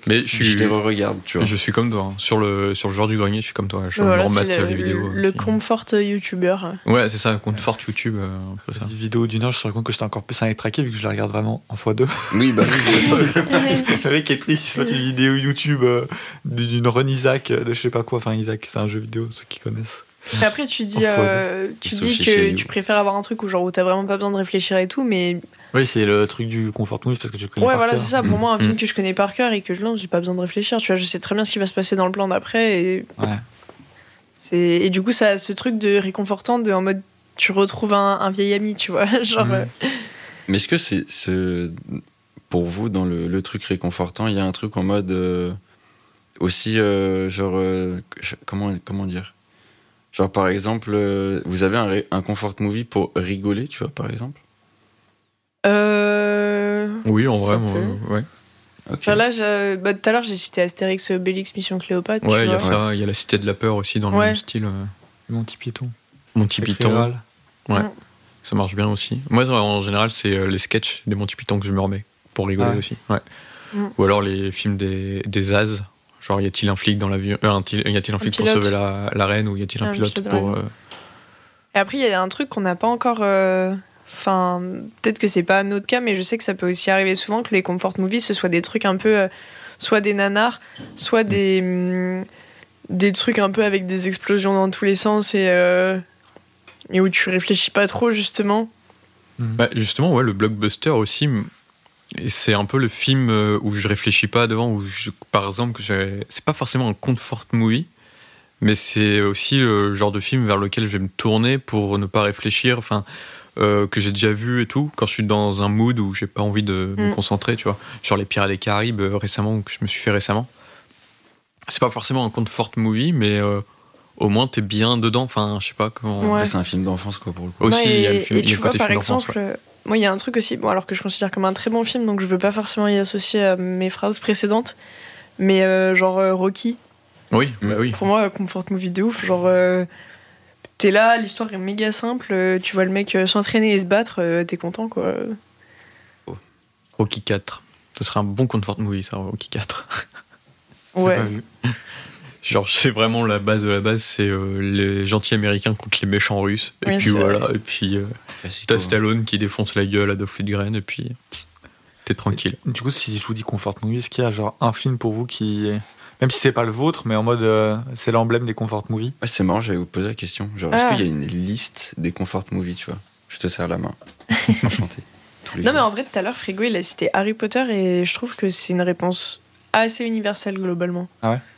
C: Mais je suis,
B: je les regarde tu vois.
C: je suis comme toi. hein. Sur, le, sur le genre du grenier, je suis comme toi. Je
D: Voilà,
C: me
D: c'est
C: remate
D: le,
C: les vidéos.
D: le
C: euh, qui-
D: comfort YouTuber.
C: Ouais, c'est ça, un compte fort YouTube, euh, un peu ça.
A: Des vidéos d'une heure, je me suis rendu compte que j'étais encore plus un étraqué vu que je la regarde vraiment en x2.
B: Oui, bah <laughs> oui,
A: Le mec est triste, il se met une vidéo YouTube euh, d'une run Isaac, euh, de je sais pas quoi. Enfin, Isaac, c'est un jeu vidéo, ceux qui connaissent.
D: Et après, tu dis,
A: Enfoiré.
D: euh, tu
B: Ils
D: dis
B: sont chez
D: que
B: You.
D: tu préfères avoir un truc où, genre, où t'as vraiment pas besoin de réfléchir et tout, mais
A: Oui, c'est le truc du confort movie parce que tu le connais
D: ouais,
A: par
D: voilà,
A: cœur.
D: c'est ça. Pour moi, un film
C: Mm.
D: que je connais par cœur et que je lance, j'ai pas besoin de réfléchir. Tu vois, je sais très bien ce qui va se passer dans le plan d'après. Et...
A: Ouais.
D: c'est Et du coup, ça a ce truc de réconfortant, de en mode tu retrouves un, un vieil ami, tu vois. <laughs> genre,
A: Mm.
D: euh,
B: Mais est-ce que c'est. c'est- Pour vous, dans le, le truc réconfortant, il y a un truc en mode. euh, aussi, euh, genre. euh, je- comment, comment dire Genre, par exemple, euh, vous avez un, ré- un comfort movie pour rigoler, tu vois, par exemple
D: euh,
C: Oui, en vrai,
D: Ça
C: moi,
D: peut.
C: ouais.
B: Ok.
D: enfin, là, j'ai- bah, tout à l'heure, j'ai cité Astérix, Obélix, Mission Cléopâtre.
C: Ouais,
D: tu
C: il y a
D: vois.
C: ça, il y a la cité de la peur aussi dans le
D: Ouais.
C: même style. euh,
A: Mon petit python.
C: Mon petit Python, ça marche bien aussi. Moi, ça, en général, c'est euh, les sketchs des Monty Python que je me remets pour rigoler
A: Ah ouais.
C: aussi. Ouais.
D: Mm.
C: Ou alors les films des, des As, genre y a-t-il un flic dans l'avion, euh, un til- y a-t-il un flic pour
D: pilote. Ah,
C: sauver la, la reine ou y a-t-il un,
D: Un
C: pilote
D: pilote dans
C: pour. euh,
D: Et après, il y a un truc qu'on n'a pas encore. euh, Enfin, peut-être que c'est pas notre cas, mais je sais que ça peut aussi arriver souvent que les comfort movies, ce soit des trucs un peu. euh, soit des nanars, soit des. hum, des trucs un peu avec des explosions dans tous les sens et. euh, et où tu réfléchis pas trop, justement.
C: Bah, justement, ouais, le blockbuster aussi, m- et c'est un peu le film euh, où je réfléchis pas devant, où je- par exemple, que j'ai- c'est pas forcément un comfort movie, mais c'est aussi euh, le genre de film vers lequel je vais me tourner pour ne pas réfléchir, enfin, euh, que j'ai déjà vu et tout, quand je suis dans un mood où j'ai pas envie de me
D: Mm.
C: concentrer, tu vois, genre les Pirates des Caraïbes euh, récemment, ou que je me suis fait récemment. C'est pas forcément un comfort movie, mais euh, au moins t'es bien dedans, enfin, je sais pas comment.
D: Ouais.
B: Ouais, C'est un film d'enfance, quoi, pour le coup.
C: Aussi,
D: Ouais,
C: il y a le
D: et-
C: film,
D: et
C: il y a
D: tu
C: le
D: vois,
C: côté
D: par
C: film d'enfance,
D: exemple, euh, moi, il y a un truc aussi, bon, alors que je considère comme un très bon film, donc je veux pas forcément y associer à mes phrases précédentes, mais euh, genre euh, Rocky.
C: ouais. Oui, bah oui.
D: Pour moi, comfort movie de ouf. Genre, euh, t'es là, l'histoire est méga simple. euh, tu vois le mec euh, s'entraîner et se battre, euh, t'es content quoi.
C: Rocky 4. Ce serait un bon comfort movie, ça, Rocky 4.
D: Ouais.
C: Genre, c'est vraiment la base de la base, c'est euh, les gentils américains contre les méchants russes. Et
D: Oui,
C: puis
D: c'est
C: voilà, et puis euh, t'as
B: Cool, hein.
C: Stallone qui défonce la gueule à deux flux de graines, et puis pff, t'es tranquille.
A: Du coup, si je vous dis Comfort Movie, est-ce qu'il y a genre un film pour vous qui. est- Même si c'est pas le vôtre, mais en mode euh, c'est l'emblème des Comfort Movie
B: Ouais, c'est marrant, j'allais vous poser la question. Genre,
D: Ah.
B: est-ce qu'il y a une liste des comfort movies, tu vois Je te serre la
D: <laughs>
B: main. Enchanté. Tous les
D: Non, mais
B: jours.
D: en vrai, tout à l'heure, Frigo il a cité Harry Potter et je trouve que c'est une réponse assez universelle globalement.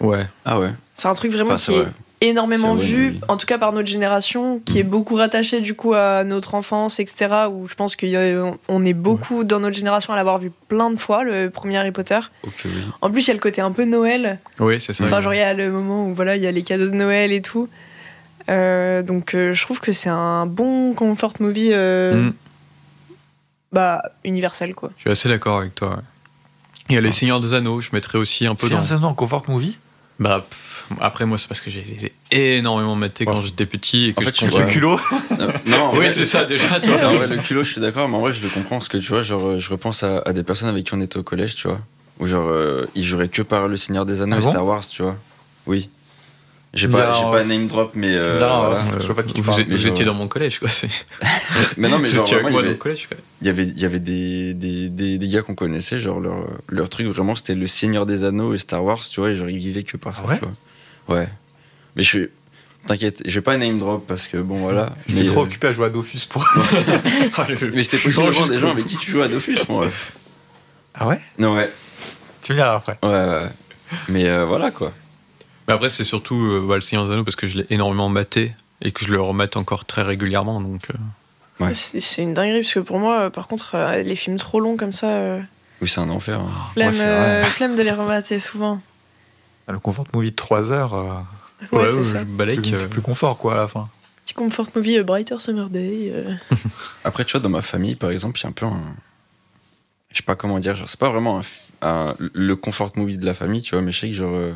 C: Ouais.
B: Ah ouais
D: C'est un truc vraiment
B: Enfin, c'est
D: qui
B: vrai.
D: est énormément
B: C'est vrai,
D: vu,
B: oui. Mm.
D: en tout cas par notre génération, qui est beaucoup rattaché du coup à notre enfance, etc. Où je pense qu'on est beaucoup dans notre génération à l'avoir vu plein de fois, le premier Harry Potter.
B: Ok, oui.
D: En plus, il y a le côté un peu Noël.
C: Oui, c'est ça.
D: Enfin, genre, il y a le moment où voilà, il y a les cadeaux de Noël et tout. Euh, donc, euh, je trouve que c'est un bon comfort movie euh,
C: Mm.
D: bah, universel, quoi.
C: Je suis assez d'accord avec toi. ouais. Il y a Les Seigneurs des Anneaux, je mettrais aussi un peu
A: C'est
C: dans.
A: en Comfort Movie
C: Bah, pff, après, moi, c'est parce que j'ai les ai énormément maté quand j'étais petit et que
B: En
C: je
B: fait, tu
C: comprends-
B: le cul-
A: culot
B: Non, non, en vrai,
C: Oui, c'est ça, déjà, toi.
B: En vrai, Ah, le culot, je suis d'accord, mais en vrai, je le comprends. Parce que tu vois, genre, euh, je repense à, à des personnes avec qui on était au collège, tu vois. Où genre, euh, ils joueraient que par Le Seigneur des Anneaux
A: Ah
B: et
A: bon
B: Star Wars, tu vois. Oui. J'ai
A: Bien,
B: pas, j'ai
A: euh,
B: pas name drop, mais. euh,
A: bien,
B: voilà.
A: ouais. Je vois pas de qui tu
C: vous
A: parles,
C: êtes-
B: mais
C: vous étiez
B: genre-
C: dans mon collège, quoi. c'est-
B: <laughs> Mais non, mais
C: Vous
B: genre,
C: étiez avec
B: vraiment, il y
C: moi
B: avait-
C: dans le collège, quoi.
B: il y avait, il y avait des, des, des, des gars qu'on connaissait, genre leur, leur truc vraiment c'était le Seigneur des Anneaux et Star Wars, tu vois, et genre ils vivaient que par ça,
A: Ah ouais
B: tu vois. Ouais. Mais je suis. T'inquiète, je vais pas name drop parce que bon voilà.
A: J'étais
B: mais,
A: trop
B: euh,
A: occupé à jouer à Dofus pour.
C: Ah, le-
B: mais c'était
C: Non,
B: possiblement
C: je-
B: des gens avec qui tu joues à Dofus, moi.
A: Ah ouais
B: Non, ouais.
A: Tu me diras après.
B: Ouais, ouais. ouais. Mais euh, voilà quoi.
C: Mais après, c'est surtout euh, bah, le Seigneur des Anneaux parce que je l'ai énormément maté et que je le remate encore très régulièrement. Donc, euh,
B: Ouais.
D: C'est c'est une dinguerie, parce que pour moi, euh, par contre, euh, les films trop longs comme ça, euh,
B: Oui, c'est un enfer. hein.
D: flemme,
A: c'est
D: euh,
A: vrai.
D: flemme de les remater souvent.
A: Ah, Le confort movie de 3 heures, euh,
D: Ouais, c'est
C: ouais,
D: ça.
C: Balek,
A: plus,
C: euh,
A: plus confort quoi à la fin.
D: Petit comfort movie, euh, Brighter Summer Day. euh.
B: Après, tu vois, dans ma famille, par exemple, j'ai un peu un. Je sais pas comment dire, genre, c'est pas vraiment un f- un- le comfort movie de la famille, tu vois, mais je sais que genre. euh,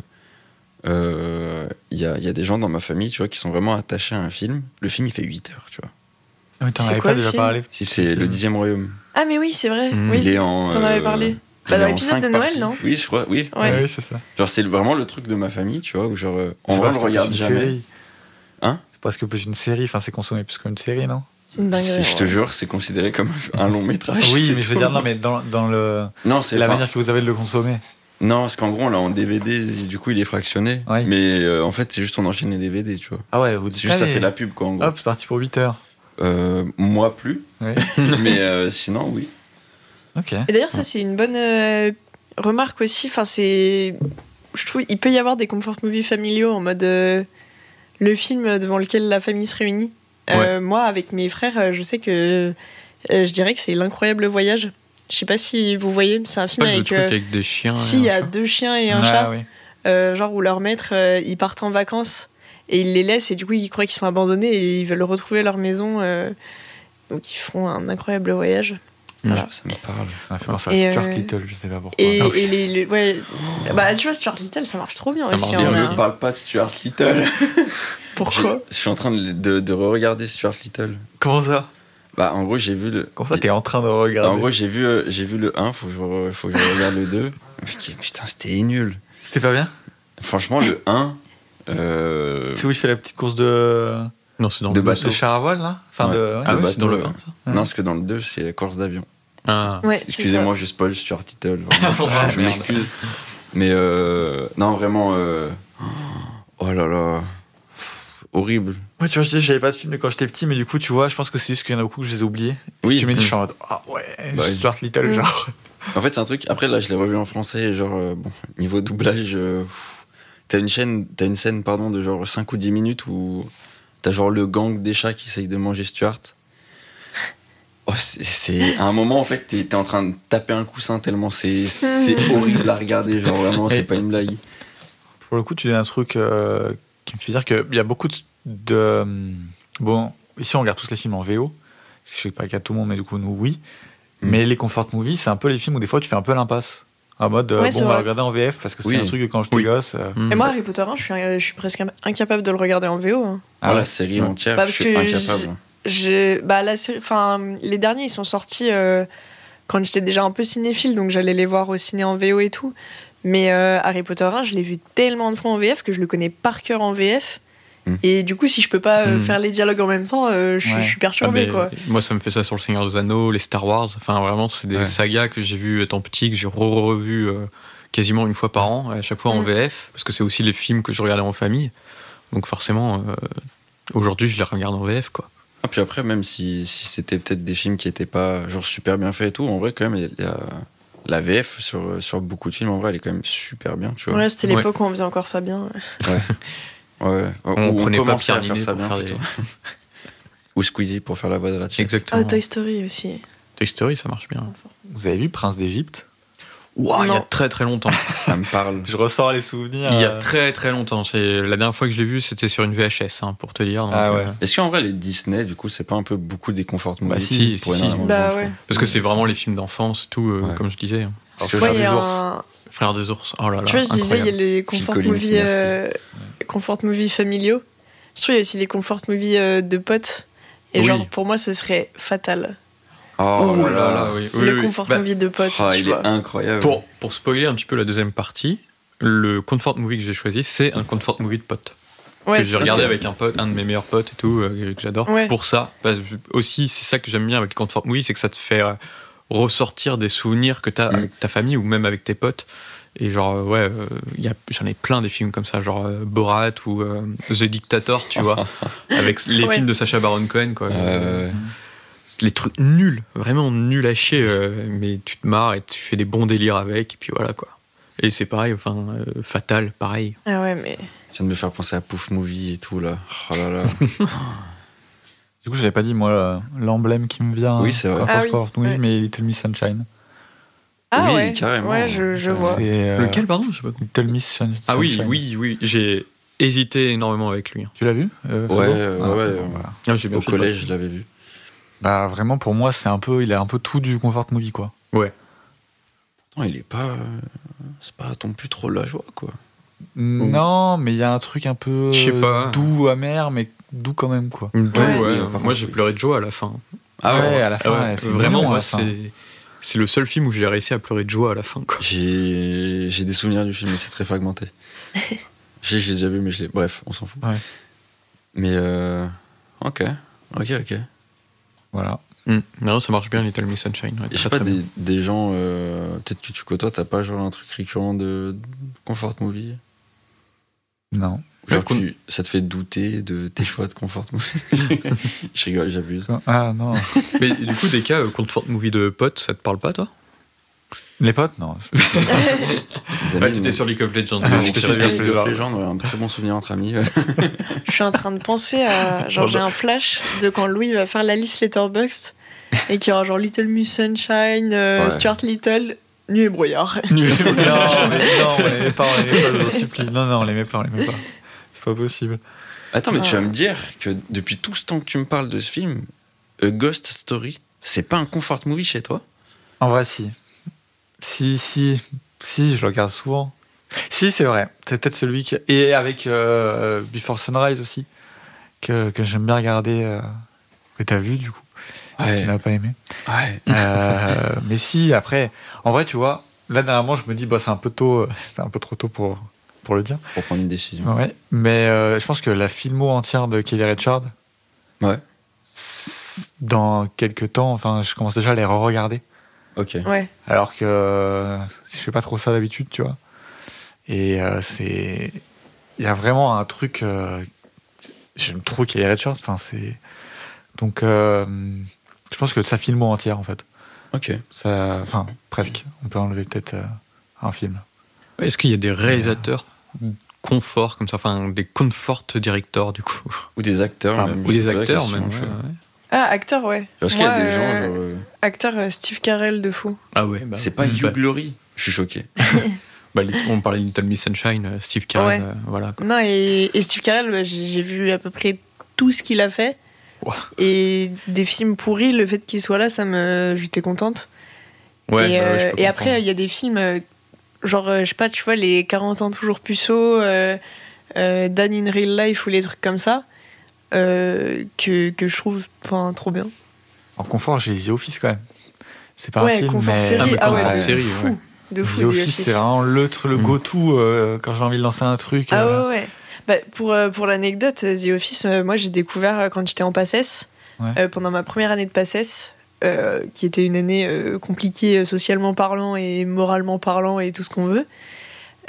B: euh, Il y, a, il y a des gens dans ma famille, tu vois, qui sont vraiment attachés à un film. Le film, il fait 8 heures, tu vois.
A: Ah, mais t'en
D: C'est
A: avais
D: quoi
A: pas
D: le
A: déjà
D: film
A: parlé
B: Si c'est Le Dixième Royaume.
D: Ah, mais oui, c'est vrai.
C: Mm.
D: Oui,
B: il est en. euh,
D: t'en avais parlé. Bah,
B: il
D: dans
B: est en
D: l'épisode
B: cinq
D: de Noël,
B: parties.
D: non
B: Oui, je crois, oui.
D: Ouais.
A: Ah Oui, c'est ça.
B: Genre, c'est vraiment le truc de ma famille, tu vois, où genre, euh, en
A: C'est
B: vrai, on
A: presque
B: le regarde
A: plus une
B: jamais.
A: série.
B: Hein
A: C'est presque plus une série, enfin c'est consommé plus comme une série, non
D: C'est une dinguerie.
B: Si je te
D: ouais.
B: jure, c'est considéré comme un long métrage.
A: Oui,
B: c'est
A: mais je
B: tout.
A: veux dire, non, mais dans, dans le,
B: Non, c'est
A: la
B: enfin,
A: manière que vous avez de le consommer.
B: Non, parce qu'en gros, on l'a en DVD, du coup, il est fractionné.
A: Ouais.
B: Mais euh, en fait, c'est juste on enchaîne les DVD, tu vois.
A: Ah ouais, vous
B: C'est juste ça fait la pub, quoi, en gros.
A: Hop, c'est parti pour 8 heures.
B: Euh, moi, plus.
A: Ouais.
B: <laughs> mais
A: <laughs>
B: euh, sinon, oui.
A: Ok.
D: Et d'ailleurs,
C: Ah.
D: ça, c'est une bonne euh, remarque aussi. Enfin, c'est. Je trouve il peut y avoir des comfort movies familiaux en mode euh, le film devant lequel la famille se réunit. Euh, moi, avec mes frères, euh, je sais que euh, je dirais que c'est l'incroyable voyage. Je sais pas si vous voyez, mais c'est un film
C: pas le
D: avec.
C: truc
D: euh,
C: avec des chiens.
D: si, il
C: et
D: y
C: un
D: a
C: chat.
D: deux chiens et un
A: Ah
D: chat,
A: oui.
D: euh, genre où leur maître, euh, ils partent en vacances et ils les laissent et du coup ils croient qu'ils sont abandonnés et ils veulent retrouver leur maison. euh, donc ils font un incroyable voyage. Voilà.
B: Ça me parle.
A: Ça m'a fait penser
D: Et,
A: à Stuart
D: euh,
A: Little, je sais pas pourquoi.
C: Ah
D: Et, et les, les- ouais. Bah, tu vois, Stuart Little, ça marche trop bien
C: Ça
D: aussi.
C: marche
B: Et
D: en
C: bien,
B: on
D: vrai.
B: ne parle pas de Stuart Little.
D: Pourquoi
B: Je suis en train de, de, de re-regarder Stuart Little.
A: <laughs> Comment ça
B: Bah, en gros, j'ai vu le.
A: Comment ça, t'es en train de regarder
B: En gros, j'ai vu, euh, j'ai vu le 1, faut que je, re- faut que je regarde le 2. Putain, c'était nul.
A: C'était pas bien
B: Franchement, le 1. euh,
A: C'est où il fait la petite course de,
C: Non, c'est dans
B: de
C: le-
B: bateau.
A: de char à voile, là Enfin,
B: Ouais.
A: de. ouais.
C: Ah
B: Le
C: ouais, c'est dans le
B: bateau,
C: 1.
B: Non, parce que dans le 2, c'est la course d'avion.
D: <laughs>
C: Ah.
D: Ouais, c'est
B: Excusez-moi, je spoil Stuart Little. vraiment,
A: Ah,
B: je je
A: merde.
B: m'excuse. Mais euh, non, vraiment. euh, Oh là là. Pff, Horrible.
A: Ouais, tu vois, je disais, j'avais pas de film de quand j'étais petit, mais du coup, tu vois, je pense que c'est juste qu'il y en a beaucoup que je les ai oubliés. Et
B: Oui.
A: Si tu m'as dit,
C: Mm.
A: je suis en mode, ah ouais,
B: Bah oui.
A: Stuart Little,
D: Mm.
A: genre.
B: En fait, c'est un truc. Après, là, je l'ai revu en français. et Genre, euh, bon, niveau doublage, euh, pff, t'as une chaîne, t'as une scène, pardon, de genre 5 ou 10 minutes où t'as genre le gang des chats qui essaye de manger Stuart. Oh, c'est- c'est à un moment en fait t'es t'es en train de taper un coussin tellement c'est
D: <laughs>
B: c'est horrible à regarder genre vraiment c'est pas une blague
A: Pour le coup, tu dis un truc euh, qui me fait dire qu'il y a beaucoup de, de- euh, Bon, ici, on regarde tous les films en VO. Je sais pas le cas de tout le monde, mais du coup, nous, oui.
B: Mm.
A: Mais les comfort movies, c'est un peu les films où des fois, tu fais un peu l'impasse. En mode, euh, bon,
D: Ouais, c'est
A: on va
D: vrai.
A: regarder en VF parce que c'est
B: Oui.
A: un truc que quand j'étais
C: Oui.
A: gosse. euh,
C: Hmm.
D: Et moi, Harry Potter 1, je suis, euh, je suis presque incapable de le regarder en VO. hein.
B: Ah,
A: voilà.
B: la série
A: Ouais.
B: entière,
D: Bah,
B: je
D: parce
B: suis
D: que
B: incapable.
D: J'ai- Bah, la série- enfin, les derniers, ils sont sortis euh, quand j'étais déjà un peu cinéphile, donc j'allais les voir au ciné en VO et tout. Mais euh, Harry Potter 1, je l'ai vu tellement de fois en VF que je le connais par cœur en VF.
C: Hmm.
B: Mm.
D: Et du coup, si je peux pas euh,
C: Mm.
D: faire les dialogues en même temps, euh, je, suis-
A: Ouais.
D: je suis
C: Ah,
D: perturbée,
C: mais
D: quoi.
C: Moi, ça me fait ça sur le Seigneur des Anneaux, les Star Wars. Enfin, vraiment, c'est des
B: Ouais.
C: sagas que j'ai vues étant petit, que j'ai re-revues euh, quasiment une fois par an, à chaque fois en
D: Mm.
C: VF, parce que c'est aussi les films que je regardais en famille. Donc, forcément, euh, aujourd'hui, je les regarde en VF, quoi.
B: Ah, puis après, même si, si c'était peut-être des films qui étaient pas genre super bien faits et tout, en vrai, quand même, il y a- la VF sur, sur beaucoup de films, en vrai, elle est quand même super bien, tu vois.
D: Ouais, c'était
C: Ouais.
D: l'époque où on faisait encore ça bien.
B: Ouais.
C: On,
B: Ou
C: prenait pas
B: commençait
C: Pierre Niney pour faire des...
B: plutôt. Ou Squeezie pour faire la voix de Ratchet.
D: Oh,
C: Exactement.
D: Toy Story aussi.
C: Toy Story, ça marche bien.
A: Vous avez vu Prince d'Égypte
C: Ouah, il y a
D: Non.
C: très très longtemps.
D: <laughs>
B: Ça me
C: <laughs>
B: parle.
A: Je ressors les souvenirs.
C: Il y a
A: euh,
C: très très longtemps. C'est la dernière fois que je l'ai vu, c'était sur une VHS, hein, pour te dire. donc,
A: Ah ouais.
C: euh,
B: Est-ce qu'en vrai, les Disney, du coup, c'est pas un peu beaucoup des comfort movies
C: Bah, si,
B: pour
C: si, si.
B: énormément de gens,
D: Bah
B: je
D: ouais.
B: trouve.
C: Parce que c'est vraiment les films d'enfance, tout, euh,
B: Ouais.
C: comme je disais. hein.
A: alors,
B: Tu
A: Frère
D: Ouais, il y
A: des
D: a
A: ours.
D: un-
C: Frères des ours. Oh là là.
D: Tu vois, je disais, il y a
C: incroyable.
D: les comfort
B: Collins,
D: movies,
B: merci.
D: euh, comfort movies familiaux. Je trouve il y a aussi les comfort movies euh, de potes. Et
C: Oui.
D: genre, pour moi, ce serait fatal.
B: Oh, là là.
C: oui.
D: le comfort
C: Bah,
D: movie de potes,
B: Ah,
D: tu
B: il est
D: vois.
B: incroyable.
C: pour, pour spoiler un petit peu la deuxième partie, le comfort movie que j'ai choisi, c'est un comfort movie de potes.
D: Ouais,
C: que j'ai
D: c'est-
C: regardé avec un pote, un de mes meilleurs potes et tout, euh, que j'adore.
D: Ouais.
C: Pour ça, bah, je- aussi, c'est ça que j'aime bien avec le comfort movie, c'est que ça te fait euh, ressortir des souvenirs que t'as
B: Mm.
C: avec ta famille ou même avec tes potes. Et genre, euh, ouais, euh, il y a- j'en ai plein des films comme ça, genre euh, Borat ou euh, The Dictator, tu vois, avec les
D: Ouais.
C: films de Sacha Baron Cohen, quoi.
B: Euh,
C: les trucs nuls, vraiment nuls à chier, euh, mais tu te marres et tu fais des bons délires avec, et puis voilà quoi. Et c'est pareil, enfin, euh, Fatal, pareil.
D: Ah ouais, mais.
C: <laughs>
B: Je viens de me faire penser à Pouf Movie et tout là. Oh là là.
A: Du coup, j'avais pas dit, moi, euh, l'emblème qui me vient.
B: Oui, c'est vrai.
A: quand
D: Ah
A: je
D: oui,
A: porte, oui,
D: ouais.
A: mais Little Miss Sunshine.
D: Ah
B: Oui,
D: ouais,
B: carrément.
D: ouais, je, je vois.
A: C'est euh,
C: Lequel, pardon Je sais pas.
A: Little Miss Sun- Sunshine.
C: Ah oui, oui, oui. J'ai hésité énormément avec lui. hein.
A: Tu l'as vu euh,
B: Ouais,
A: Fabo
B: euh,
A: Ah,
B: ouais, ouais.
A: voilà.
C: Ah, j'ai bien
B: Au
C: fait de pas-
B: collège, je l'avais vu.
A: Bah vraiment pour moi c'est un peu il a un peu tout du comfort movie quoi.
B: Pourtant, il est pas. euh, C'est pas non plus trop la joie, quoi.
A: Non mais il y a un truc un peu
C: Je sais pas.
A: doux amer mais doux quand même quoi.
C: D'où,
D: Ouais.
C: ouais.
B: Oui, par contre,
C: Moi, j'ai
B: oui.
C: pleuré de joie à la fin.
A: à la fin
C: Ah ouais,
A: ouais, c'est
C: vraiment,
A: mignon, à
C: moi,
A: la fin.
C: c'est c'est le seul film où j'ai réussi à pleurer de joie à la fin. Quoi.
B: J'ai j'ai des souvenirs du film, mais c'est très fragmenté. j'ai j'ai déjà vu, mais je l'ai. Bref, on s'en fout.
A: Ouais.
B: Mais. euh, Ok, ok, ok.
A: voilà.
C: Mm. Non, ça marche bien, Little Miss Sunshine. ouais,
B: Je sais
C: très,
B: pas,
C: très
B: des, des gens, euh, peut-être que tu côtoies, t'as pas genre un truc récurrent de comfort movie
A: Non.
B: Genre,
C: Ouais, qu'on-
B: tu- ça te fait douter de tes choix de comfort movie <laughs> Je rigole, j'abuse.
A: Ah non.
C: bien. Mais du coup, des cas, euh, comfort movie de potes, ça te parle pas, toi
A: Les potes non.
B: Les amis,
C: Ouais, t'étais
B: nous-
C: sur League of Legends.
A: Ah,
C: on
A: j'étais
B: J'étais
C: s'est
B: sur
A: sur
C: réveillé.
A: League
B: League
A: of
B: of
A: Legends.
B: Legends, ouais, un très bon souvenir entre amis.
D: Je suis en train de penser
B: <laughs>
D: à. Genre, j'ai un flash de quand Louis va faire la liste Letterboxd et qu'il y aura genre Little Miss Sunshine, euh,
B: Ouais.
D: Stuart Little, Nuit et Brouillard.
A: <laughs> non, mais non, on les met pas, on les met pas, je vous supplie. Non non, on les met pas, on les met pas. C'est pas possible.
B: Attends, mais tu
D: Ah.
B: vas me dire que depuis tout ce temps que tu me parles de ce film, A Ghost Story, c'est pas un comfort movie chez toi
A: En vrai si. Si si si, je le regarde souvent. Si, c'est vrai. C'est peut-être celui qui et avec euh, Before Sunrise aussi que, que j'aime bien regarder euh, que t'as vu du coup. Tu n'as pas aimé.
B: ouais.
A: Euh, mais si, après, en vrai, tu vois, là dernièrement, je me dis, bah, c'est un peu tôt, euh, <laughs> c'est un peu trop tôt pour, pour le dire.
B: Pour prendre une décision.
A: Ouais. Mais euh, je pense que la filmo entière de Kelly Richard,
B: Ouais.
A: s- dans quelques temps, enfin, je commence déjà à les re-regarder.
B: Ok.
D: Ouais.
A: Alors que euh, je fais pas trop ça d'habitude, tu vois. Et euh, c'est. Il y a vraiment un truc. euh, J'aime trop Kelly Richard, enfin, c'est. Donc, euh, je pense que sa filmo entière, en fait.
B: Ok.
A: Ça, enfin, presque. On peut enlever peut-être euh, un film.
C: Ouais, Est-ce qu'il y a des réalisateurs confort comme ça, enfin des comfort directors du coup
B: Ou des acteurs.
C: Enfin,
B: même,
C: Ah, Ou
B: je
C: des
B: sais pas la
C: acteurs
B: question,
C: même.
B: je
C: ouais,
B: sais pas.
C: ouais.
D: Ah, acteur, ouais.
B: Parce qu'il y a
D: Moi,
B: des gens,
D: euh,
B: genre, euh,
D: Acteur euh, Steve Carell de fou.
C: Ah ouais, bah,
B: c'est pas
C: bah,
B: You Glory. Je suis choqué.
C: bah, les- on parlait de Little Miss Sunshine, euh, Steve Carell, euh, voilà. quoi.
D: Non, et, et Steve Carell, bah, j'ai j'ai vu à peu près tout ce qu'il a fait.
C: Ouah.
D: Et des films pourris, le fait qu'il soit là, ça me. J'étais contente.
C: Ouais,
D: et,
C: bah ouais, je
D: euh,
C: peux
D: et
C: comprendre.
D: après, il y a des films, euh, genre, euh, je sais pas, tu vois, les 40 ans toujours puceaux, euh, euh, Dan in Real Life ou les trucs comme ça, euh, que, que je trouve enfin, trop bien.
A: En confort, j'ai The Office quand même. C'est pas un
D: ouais,
A: film,
D: confort
A: mais
D: série.
C: Ah, mais
D: Ah,
C: confort
D: ouais, de
C: série,
D: fou.
C: ouais.
D: De fou,
A: The Office, c'est vraiment le, tr- le
C: Mm.
A: go-to euh, quand j'ai envie de lancer un truc.
D: Ah
A: euh,
D: ouais, ouais. Bah, pour euh, pour l'anecdote, The Office, euh, moi j'ai découvert euh, quand j'étais en PACES,
A: Ouais.
D: euh, pendant ma première année de PACES, euh, qui était une année euh, compliquée euh, socialement parlant et moralement parlant et tout ce qu'on veut.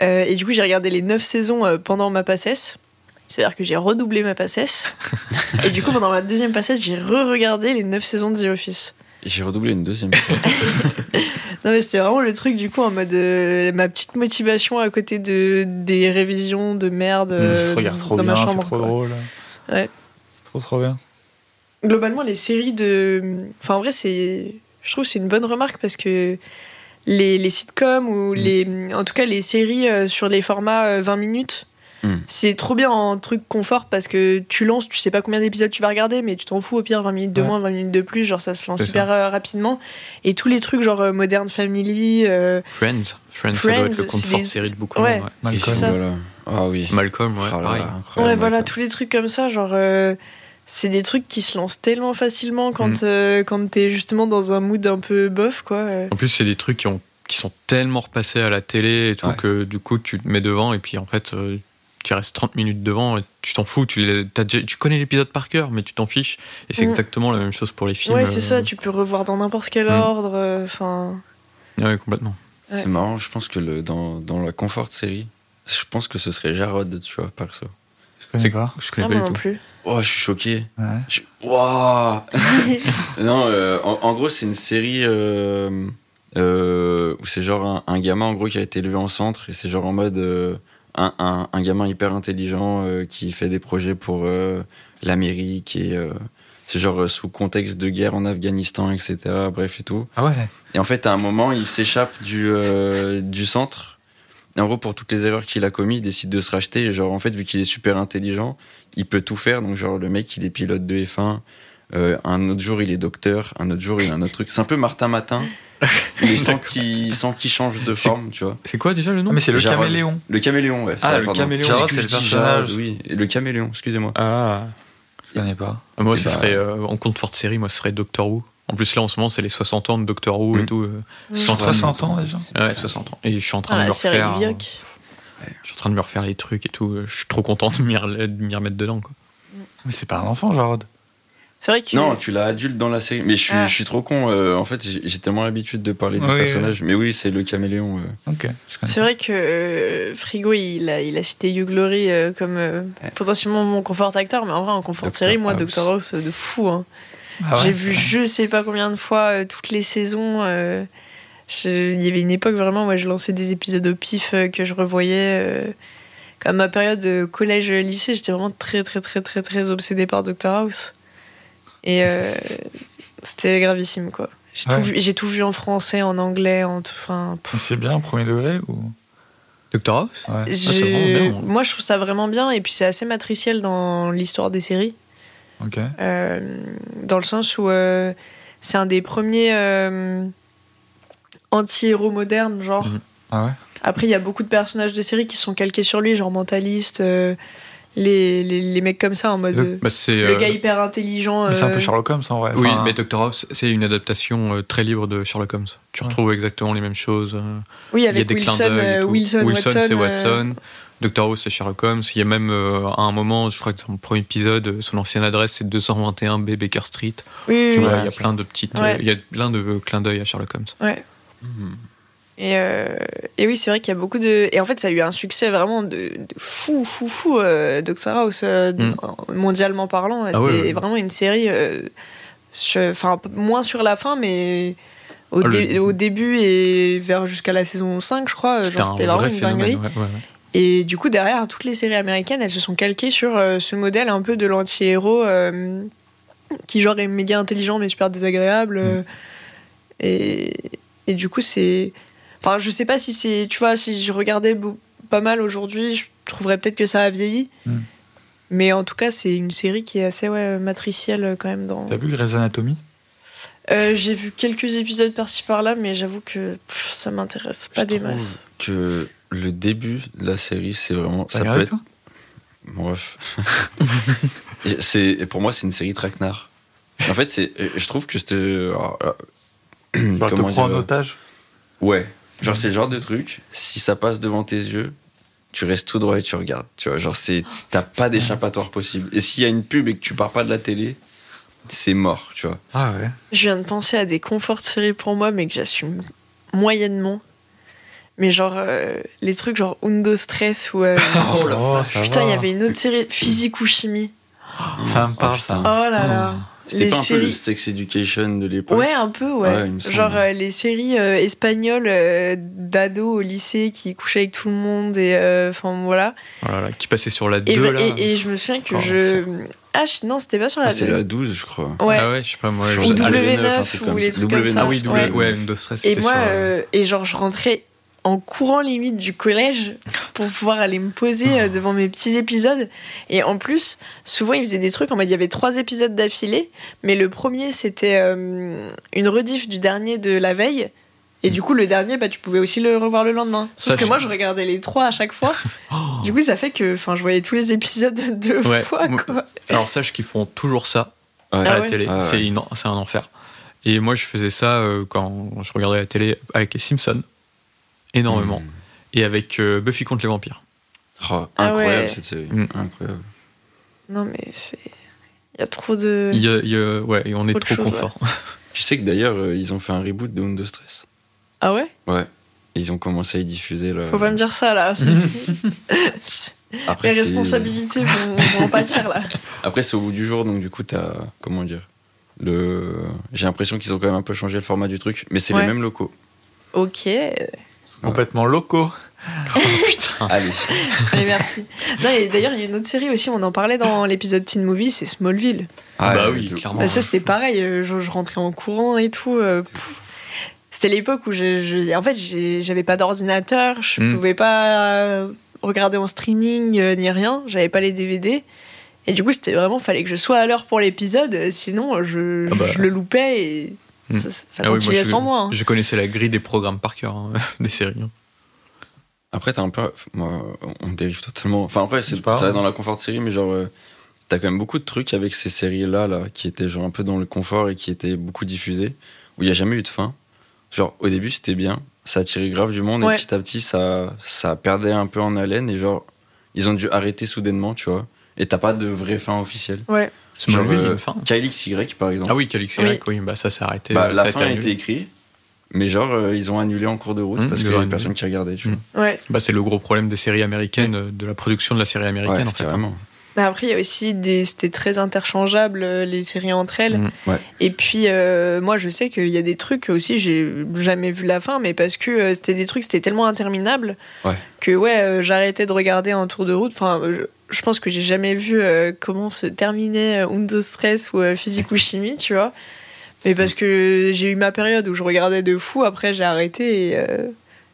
D: Euh, et du coup, j'ai regardé les 9 saisons euh, pendant ma PACES. C'est-à-dire que j'ai redoublé
A: <laughs>
D: ma PACES. et du coup, pendant ma deuxième PACES, j'ai re-regardé les 9 saisons de The Office.
B: Et J'ai redoublé une
C: <laughs>
B: deuxième.
D: Non, mais c'était vraiment le truc, du coup, en mode euh, ma petite motivation à côté de, des révisions de merde
A: ça Mmh, se
D: euh,
A: regarde trop
D: dans
A: bien,
D: ma chambre.
A: c'est trop
D: quoi.
A: drôle.
D: Ouais.
A: C'est trop trop bien.
D: globalement les séries de enfin en vrai c'est je trouve que c'est une bonne remarque parce que les, les sitcoms ou les en tout cas les séries euh, sur les formats euh, 20 minutes
B: Mm.
D: c'est trop bien en truc confort parce que tu lances tu sais pas combien d'épisodes tu vas regarder mais tu t'en fous au pire 20 minutes de
A: Ouais.
D: moins 20 minutes de plus genre ça se lance
C: C'est
D: hyper euh, rapidement et tous les trucs genre euh, Modern Family euh,
C: Friends. Friends, ça doit être le
D: Friends, c'est
C: comfort
D: des-
C: série de beaucoup de
D: Ouais.
C: monde, ouais.
A: Malcolm.
B: Malcolm.
D: ça.
B: Voilà. Ah oui.
C: Malcolm, ouais,
B: Ah là là,
C: pareil.
D: ouais,
B: incroyable,
D: voilà
B: Malcolm.
D: tous les trucs comme ça genre euh, c'est des trucs qui se lancent tellement facilement
C: Mm.
D: quand euh, quand t'es justement dans un mood un peu bof quoi euh.
C: En plus, c'est des trucs qui, ont, qui sont tellement repassés à la télé et tout
B: Ouais.
C: que du coup, tu te mets devant et puis en fait, euh, tu restes 30 minutes devant et tu t'en fous. Tu, les- t'as déjà- tu connais l'épisode par cœur, mais tu t'en fiches. Et c'est
D: Mm.
C: exactement la même chose pour les films.
D: Ouais, c'est
C: euh,
D: ça, tu peux revoir dans n'importe quel
C: Mm.
D: ordre. euh, Enfin,
C: ouais, complètement.
D: Ouais.
B: C'est marrant, je pense que le, dans, dans la confort série, je pense que ce serait Jarod, tu vois, perso.
A: Je connais
C: C'est-
A: pas.
C: Je
D: ah,
C: connais
D: moi
C: pas
D: non
C: du tout.
D: plus.
B: Oh, je suis choqué.
A: Ouais.
B: Je- Wouah Non, euh, en, en gros, c'est une série euh, euh, où c'est genre un, un gamin, en gros, qui a été élevé en centre, et c'est genre en mode euh, un, un- un gamin hyper intelligent euh, qui fait des projets pour euh, l'Amérique et euh, C'est genre euh, sous contexte de guerre en Afghanistan, etc. Bref et tout.
A: Ah ouais.
B: Et en fait, à un moment, il s'échappe du, euh, du centre. Et en gros, pour toutes les erreurs qu'il a commises, il décide de se racheter. Et genre, en fait, vu qu'il est super intelligent, il peut tout faire. Donc, genre, le mec, il est pilote de F1. Euh, un autre jour, il est docteur. Un autre jour, il a un autre truc. C'est un peu
A: <laughs>
B: Martin Matin, mais sans qu'il sans qu'il change de
C: C'est-
B: forme, tu vois.
C: C'est quoi déjà le nom
A: Ah, mais c'est le
B: Jarod.
A: caméléon.
B: Le caméléon, ouais.
A: Ah,
B: ça,
A: le
B: pardon.
A: caméléon,
B: Jarod,
A: c'est le
B: je dis
A: personnage.
B: Jarod, Oui, Et le caméléon, excusez-moi.
C: Ah.
A: Je connais pas.
C: Ah, Moi,
B: Et
C: ce
B: bah-
C: serait euh, en compte forte série, moi, ce serait Doctor Who. En plus, là, en ce moment, c'est les 60 ans de Doctor Who et
B: Mm.
C: tout. euh.
D: Mm.
C: Je suis en train de-
A: 60 ans déjà.
C: Ouais, 60 ans. Et je suis en train
D: Ah,
C: de me
D: la série
C: refaire. euh,
D: Bioc.
C: Je suis en train de me refaire les trucs et tout. euh, Je suis trop content de m'y re- de m'y remettre dedans. Quoi.
A: Mais c'est pas un enfant, Jarod.
D: C'est vrai que.
B: Non, tu l'as adulte dans la série. Mais je suis,
D: Ah.
B: je suis trop con. euh, en fait, j'ai j'ai tellement l'habitude de parler du
A: Oui,
B: personnage. Mais oui, c'est le caméléon. euh.
A: Ok. je connais.
D: C'est vrai que euh, Frigo, il a, il a cité Hugh Glory euh, comme euh, potentiellement mon confort acteur, mais en vrai, en confort
B: Dr.
D: série, moi,
B: House.
D: Doctor House, euh, de fou. hein.
A: Ah ouais.
D: J'ai
C: <laughs>
D: vu je sais pas combien de fois euh, toutes les saisons. euh, je- Il y avait une époque vraiment, moi, je lançais des épisodes au pif euh, que je revoyais. euh, à ma période de collège-lycée, j'étais vraiment très, très, très, très, très obsédée par Doctor House. Et
C: <laughs>
D: euh, c'était gravissime, quoi. J'ai
A: Ouais.
D: tout, vu- j'ai tout vu en français, en anglais, en tout. Enfin,
A: Mais C'est bien, premier degré ou
C: Doctor House
A: ouais.
D: Je-
C: Ah, c'est vraiment bien.
D: Moi, je trouve ça vraiment bien, et puis c'est assez matriciel dans l'histoire des séries,
A: Ok.
D: euh, dans le sens où euh, c'est un des premiers euh, anti-héros modernes, genre.
C: Mhm.
A: Ah ouais.
D: Après, il y a beaucoup de personnages de séries qui sont calqués sur lui, genre mentaliste, euh, les, les, les mecs comme ça, en mode euh,
C: Bah, c'est,
D: le
C: euh,
D: gars hyper intelligent.
A: Mais c'est un peu
D: euh,
A: Sherlock Holmes en vrai.
C: Oui,
A: Enfin,
C: mais Doctor House, c'est une adaptation euh, très libre de Sherlock Holmes. Tu
A: Ouais.
C: retrouves exactement les mêmes choses. euh,
D: Oui,
C: Il y a
D: avec
C: des clins
D: Wilson,
C: d'œil et
D: euh,
C: tout.
D: Wilson, Watson.
C: c'est
D: euh,
C: Watson. Doctor Who, c'est Sherlock Holmes. Il y a même, euh, à un moment, je crois que dans le premier épisode, euh, son ancienne adresse, c'est 221B Baker Street.
D: oui, oui,
C: Tu
D: oui.
C: vois, il y a
A: ok.
C: plein de petites.
D: Ouais.
C: euh, il y a plein de euh, clins d'œil à Sherlock Holmes.
D: Ouais. Et, euh, et oui, c'est vrai qu'il y a beaucoup de. Et en fait, ça a eu un succès vraiment de, de fou, fou, fou, euh, Doctor House, euh,
C: Mm. Ah
D: en- mondialement parlant. C'était
C: ouais, ouais, ouais.
D: vraiment une série, euh, sur- enfin, p- moins sur la fin, mais au,
C: Ah, le-
D: dé- au début et vers jusqu'à la saison 5, je crois. euh,
C: C'était
D: genre,
C: un
D: C'était vraiment
C: vrai
D: une dinguerie.
C: phénomène. ouais, ouais, ouais.
D: Et du coup, derrière, toutes les séries américaines, elles se sont calquées sur euh, ce modèle un peu de l'anti-héros euh, qui, genre, est méga intelligent mais super désagréable. euh, Et, et du coup, c'est. Enfin, je sais pas si c'est. Tu vois, si je regardais beau- pas mal aujourd'hui, je trouverais peut-être que ça a vieilli.
A: Mm.
D: Mais en tout cas, c'est une série qui est assez ouais, matricielle euh, quand même. Dans...
A: T'as vu Grey's Anatomy
D: Euh, J'ai vu quelques épisodes par-ci par-là, mais j'avoue que pff, ça m'intéresse pas
B: Je
D: des
B: trouve
D: masses.
B: Que le début de la série, c'est vraiment.
A: T'as
B: Ça peut
A: regardé,
B: être.
A: toi
B: Bref. <laughs> Et c'est et pour moi, c'est une série traquenard. En fait, c'est. et Je trouve que c'était. <clears throat> alors, euh,
A: Genre, elle te
B: comment
A: prend en
B: dire, euh,
A: otage.
B: Ouais.
A: Mm.
B: Genre, c'est le genre de truc, si ça passe devant tes yeux, tu restes tout droit et tu regardes. Tu vois, genre, c'est, t'as pas d'échappatoire possible. Et s'il y a une pub et que tu pars pas de la télé, c'est mort, tu vois.
A: Ah ouais.
D: Je viens de penser à des conforts séries pour moi, mais que j'assume moyennement. Mais genre, euh, les trucs genre Undo Stress
B: <laughs>
D: ou. euh,
B: Ah,
A: Oh là
D: Putain, il y avait une autre série, Physique ou Chimie.
A: Ça me parle,
B: Oh,
A: ça.
B: putain.
D: Oh là là.
B: C'était
D: Les
B: pas un peu le
D: séries-
B: sex education de l'époque.
D: Ouais, un peu, ouais.
B: Ouais, il me semble.
D: Genre euh, les séries euh, espagnoles euh, d'ados au lycée qui couchaient avec tout le monde et euh, enfin voilà.
C: Voilà, Oh qui passait sur la
D: Et,
C: 2 là.
D: et- et je me souviens que
C: Oh,
D: je. Ah, je- non, c'était pas sur la
B: Ah, c'est
D: deux.
B: la 12, je crois.
D: Ouais.
C: Ah ouais, je sais pas, moi.
B: Ou
C: je-
D: Ou
B: Ah,
C: Allez.
B: W9,
D: W9
B: un truc
D: ou
B: comme
D: les
B: ça.
D: trucs comme
B: W9,
D: ça.
C: Ah oui,
D: ouais.
C: double, ouais, Windows Stress.
D: Et
C: c'était
D: moi,
C: sur, euh,
D: euh, et genre, je rentrais en courant limite du collège pour pouvoir aller me poser euh, devant mes petits épisodes. Et en plus, souvent, ils faisaient des trucs en mode il y avait trois épisodes d'affilée, mais le premier, c'était euh, une rediff du dernier de la veille. Et du coup, le dernier, bah, tu pouvais aussi le revoir le lendemain. Sauf
C: Ça,
D: que
C: je- Oh.
D: moi, je regardais les trois à chaque
C: <laughs>
D: fois. Du coup, ça fait que enfin, je voyais tous les épisodes <laughs> deux
C: Ouais.
D: fois.
C: Moi-
D: Quoi.
C: Alors, sache qu'ils font toujours ça.
B: Ouais.
C: à
D: Ah
C: la
D: ouais.
C: télé.
B: Ah ouais.
C: C'est une- c'est un enfer. Et moi, je faisais ça euh, quand je regardais la télé avec les Simpsons, énormément,
B: Mm.
C: et avec euh, Buffy contre les vampires.
B: Oh,
D: Ah
B: incroyable
D: ouais.
B: cette série.
C: Mm.
B: Incroyable.
D: Non, mais c'est. Il y a trop de.
C: Il y a- il y a- ouais, et on est
D: Autre
C: trop
D: chose,
C: confort.
B: Tu sais que d'ailleurs, euh, ils ont fait un reboot de Windows Stress.
D: Ah ouais
B: Ouais. Et Ils ont commencé à y diffuser. Là.
D: Faut pas me dire ça
C: <laughs>
D: là. <laughs>
B: Après,
D: Les
B: c'est-
D: responsabilités vont, vont en pâtir
C: <laughs>
D: là.
B: Après, c'est au bout du jour, donc du coup, t'as. Comment dire le... J'ai l'impression qu'ils ont quand même un peu changé le format du truc, mais c'est
D: Ouais.
B: les mêmes locaux.
D: Ok.
A: Complètement locaux.
C: Oh, putain.
B: Allez.
D: Allez, merci. Non, et D'ailleurs, il y a une autre série aussi, on en parlait dans l'épisode Teen Movie, c'est Smallville.
C: Ah, <laughs> bah
B: ouais,
C: oui,
B: de-
C: clairement.
D: Bah, ça, c'était pareil, euh, je, je rentrais en courant et tout. euh, pff. c'était l'époque où je, je- en fait, j'ai- j'avais pas d'ordinateur, je
C: Mm.
D: pouvais pas euh, regarder en streaming euh, ni rien, j'avais pas les DVD. Et du coup, c'était vraiment, fallait que je sois à l'heure pour l'épisode, euh, sinon je,
C: Ah bah.
D: je le loupais et
C: Mm.
D: ça, ça- ça
C: Ah oui,
D: continuait
C: je-
D: sans moi. hein.
C: Je connaissais la grille des programmes par cœur, hein, <laughs> des séries. hein.
B: Après, t'as un peu. Moi, on dérive totalement. Enfin, après, c'est
A: C'est pas
B: ça
A: grave.
B: dans la confort série, mais genre, euh, t'as quand même beaucoup de trucs avec ces séries-là, là, qui étaient genre un peu dans le confort et qui étaient beaucoup diffusées, où il n'y a jamais eu de fin. Genre, au début, c'était bien, ça attirait grave du monde,
D: Ouais.
B: et petit à petit, ça, ça perdait un peu en haleine, et genre, ils ont dû arrêter soudainement, tu vois. Et t'as pas de vraie fin officielle. Genre,
C: Smallville,
B: euh,
C: enfin.
B: KLXY, par exemple.
C: Ah oui, Calix
D: Oui.
C: oui, bah ça s'est arrêté.
B: Bah,
C: euh, ça
B: la
C: a été
B: fin a
C: annulé.
B: été écrite, mais genre, euh, ils ont annulé en cours de route
C: Mmh,
B: parce
C: ils
B: qu'il y
C: l'ont
B: avait
C: annulé.
B: personne qui regardait, tu
C: Mmh.
B: vois.
D: Ouais.
C: Bah, c'est le gros problème des séries américaines, euh, de la production de la série américaine,
B: Ouais,
C: en fait. hein.
B: carrément.
D: Mais Bah, après, il y a aussi des. C'était très interchangeable, euh, les séries entre elles.
C: Mm,
B: ouais.
D: Et puis, euh, moi, je sais qu'il y a des trucs aussi, j'ai jamais vu la fin, mais parce que euh, c'était des trucs, c'était tellement interminable
B: Ouais.
D: que, ouais, euh, j'arrêtais de regarder en tour de route. Enfin, euh, je, je pense que j'ai jamais vu euh, comment se terminait euh, Undo Stress ou euh, Physique ou Chimie, tu vois. Mais parce que j'ai eu ma période où je regardais de fou, après, j'ai arrêté et euh,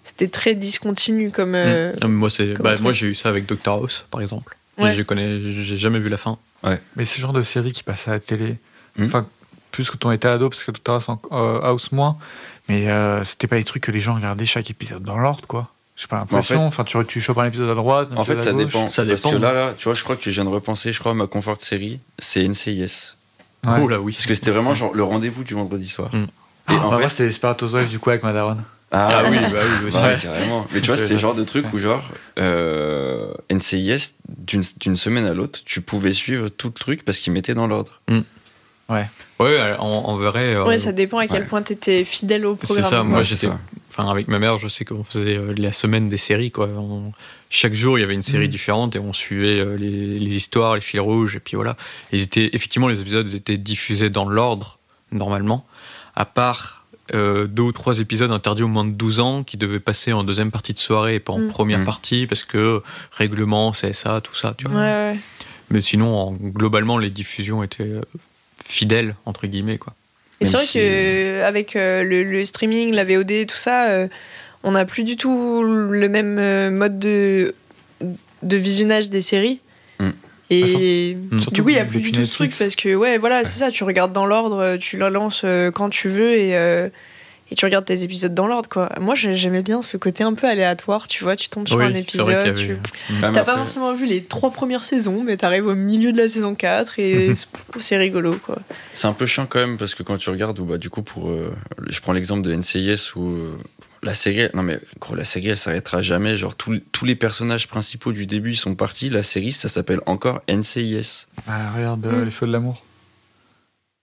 D: c'était très discontinu comme. euh,
C: Mm. Ah, mais Moi, c'est,
D: comme
C: bah,
D: truc.
C: moi, j'ai eu ça avec Doctor House, par exemple.
D: Ouais.
C: Je connais, j'ai jamais vu la fin.
A: Mais ce genre de série qui passe à la télé,
B: Hmm.
A: enfin, plus quand on était ado, parce que tout à l'heure, c'est en- euh, House moins, mais euh, c'était pas les trucs que les gens regardaient chaque épisode dans l'ordre, quoi. J'ai pas l'impression. Enfin, tu, tu chopes un épisode à droite, un
B: En fait,
A: épisode à
B: ça
A: gauche.
B: dépend.
C: Ça
B: parce
C: dépend.
B: que là, là, tu vois, je crois que je viens de repenser, je crois, ma confort série, c'est NCIS.
A: Ouais.
C: Oh là, oui.
B: Parce que c'était vraiment genre le rendez-vous du vendredi soir.
C: Mm.
B: Et
A: Ah,
B: en
A: bah,
B: fait-
A: Moi, c'était les Spiritus Wives, du coup, avec ma daronne.
C: Ah oui, bah oui, aussi.
B: bah ouais,
A: Ouais.
B: carrément. Mais tu vois, c'est le genre de truc où, genre, euh, NCIS, d'une d'une semaine à l'autre, tu pouvais suivre tout le truc parce qu'ils mettaient dans l'ordre.
C: Ouais, on, on verrait. euh,
D: Ouais, ça dépend à quel
B: ouais.
D: point t'étais fidèle au
C: c'est
D: programme.
C: ça, moi
B: Ouais, c'est
C: j'étais.
B: ça.
C: Enfin, avec ma mère, je sais qu'on faisait euh, la semaine des séries, quoi. On- Chaque jour, il y avait une série
B: Mm.
A: Mhm.
C: différente et on suivait euh, les, les histoires, les fils rouges, et puis voilà. Et ils étaient- effectivement, les épisodes étaient diffusés dans l'ordre, normalement, à part euh, deux ou trois épisodes interdits au moins de 12 ans qui devaient passer en deuxième partie de soirée et pas en
D: Mhm.
C: première
B: Mhm.
C: partie parce que règlement, CSA, tout ça, tu
D: Ouais,
C: vois.
D: ouais.
C: Mais sinon, en- globalement, les diffusions étaient euh, fidèles, entre guillemets, quoi.
D: Et c'est
B: Même
D: vrai
B: si-
D: que euh, avec euh, le, le streaming, la VOD, tout ça, euh, on n'a plus du tout le même euh, mode de, de visionnage des séries.
B: Mm.
D: Et Mm. du
A: surtout
D: coup, il n'y a
A: que
D: plus du
A: depuis
D: tout ce truc
A: Netflix.
D: parce que, ouais, voilà, c'est ça, tu regardes dans l'ordre, euh, tu la lances euh, quand tu veux et, euh, et tu regardes tes épisodes dans l'ordre, quoi. Moi, j'ai- j'aimais bien ce côté un peu aléatoire, tu vois, tu tombes sur
C: Oui,
D: un
C: c'est vrai
D: épisode.
C: qu'il y
D: tu-
C: avait-
B: Ah, mais
D: T'as pas
B: après-
D: forcément vu les trois premières saisons, mais t'arrives au milieu de la saison 4 et c'est rigolo, quoi.
B: C'est un peu chiant quand même parce que quand tu regardes, ou bah du coup pour, euh, je prends l'exemple de NCIS où euh, la série, elle- non mais gros la série elle s'arrêtera jamais. Genre tous tous les personnages principaux du début ils sont partis. La série ça s'appelle encore NCIS.
A: Ah, regarde euh,
D: Mm.
A: les feux de l'amour.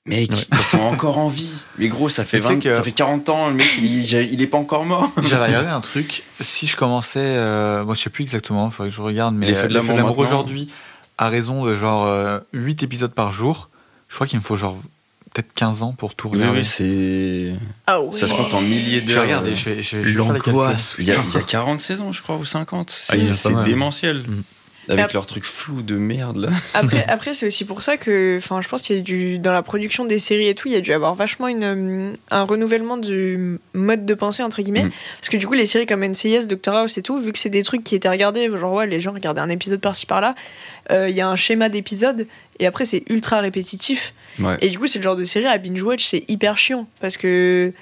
B: Mec, ils sont encore en vie. Mais gros ça fait
A: Tu sais
B: 20,
A: que-
B: ça fait 40 ans. Le mec il, il- il est pas encore mort.
A: J'avais regardé un truc. Si je commençais, euh, moi je sais plus exactement, il faudrait que je regarde, mais
B: Les Feux de
A: euh,
B: l'amour maintenant.
A: aujourd'hui, à raison de genre 8 épisodes par jour, je crois qu'il me faut genre peut-être 15 ans pour tout
B: Oui,
A: regarder.
B: oui, c'est
D: Ah ouais.
B: ça se compte en milliers
A: Je vais
B: d'heures. euh,
A: regarder, je vais, je vais- je vais faire les calculs.
B: Il y, a, il y a 40 saisons, je crois, ou 50.
C: Ah, il y en
B: C'est
C: a pas
B: c'est
C: mal.
B: démentiel.
C: Mm.
B: Avec
D: Ah.
B: leur truc flou de merde, <laughs> là.
D: Après, après c'est aussi pour ça que, enfin, je pense qu'il y a du dans la production des séries et tout, il y a dû avoir vachement une, euh, un renouvellement du mode de pensée entre guillemets,
B: Mhm.
D: parce que du coup, les séries comme NCIS, Doctor House et tout, vu que c'est des trucs qui étaient regardés, genre ouais, les gens regardaient un épisode par-ci par-là, euh, il y a un schéma d'épisodes et après c'est ultra répétitif.
B: Ouais.
D: Et du coup, c'est le genre de série à binge watch, c'est hyper chiant parce que,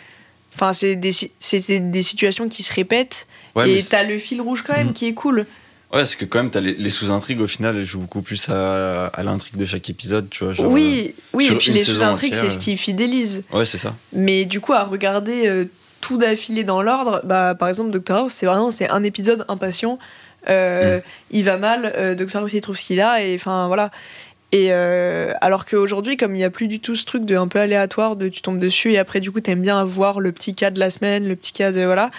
D: enfin, c'est des si- c'est c'est des situations qui se répètent
B: Ouais, mais Mm.
D: et t'as le fil rouge quand même
C: Mhm.
D: qui est cool.
B: Ouais, parce que quand même, t'as les, les sous-intrigues, au final, elles jouent beaucoup plus à, à l'intrigue de chaque épisode, tu vois. genre, euh,
D: oui, oui,
B: sur
D: et puis
B: une
D: les
B: saison
D: sous-intrigues, c'est
B: entière,
D: ce qui fidélise.
B: euh, Ouais, c'est ça.
D: Mais du coup, à regarder euh, tout d'affilée dans l'ordre, bah, par exemple, Doctor House, c'est vraiment c'est un épisode impatient. Euh,
B: Mm.
D: Il va mal, euh, Doctor House, il trouve ce qu'il a, et enfin voilà. Et euh, alors qu'aujourd'hui, comme il n'y a plus du tout ce truc de un peu aléatoire, de tu tombes dessus et après, du coup, t'aimes bien voir le petit cas de la semaine, le petit cas de. Voilà.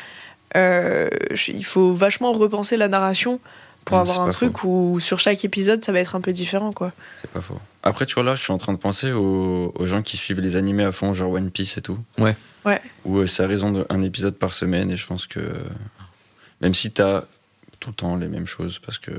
D: euh, je- il faut vachement repenser la narration pour
B: Mm, c'est
D: avoir un
B: pas
D: truc où sur chaque épisode, ça va être un peu différent, quoi.
B: C'est pas faux. Après, tu vois, là, je suis en train de penser aux, aux gens qui suivent les animés à fond, genre One Piece et tout.
C: Ouais.
D: Ouais.
B: Où euh, c'est à raison d'un épisode par semaine, et je pense que. Même si t'as tout le temps les mêmes choses parce que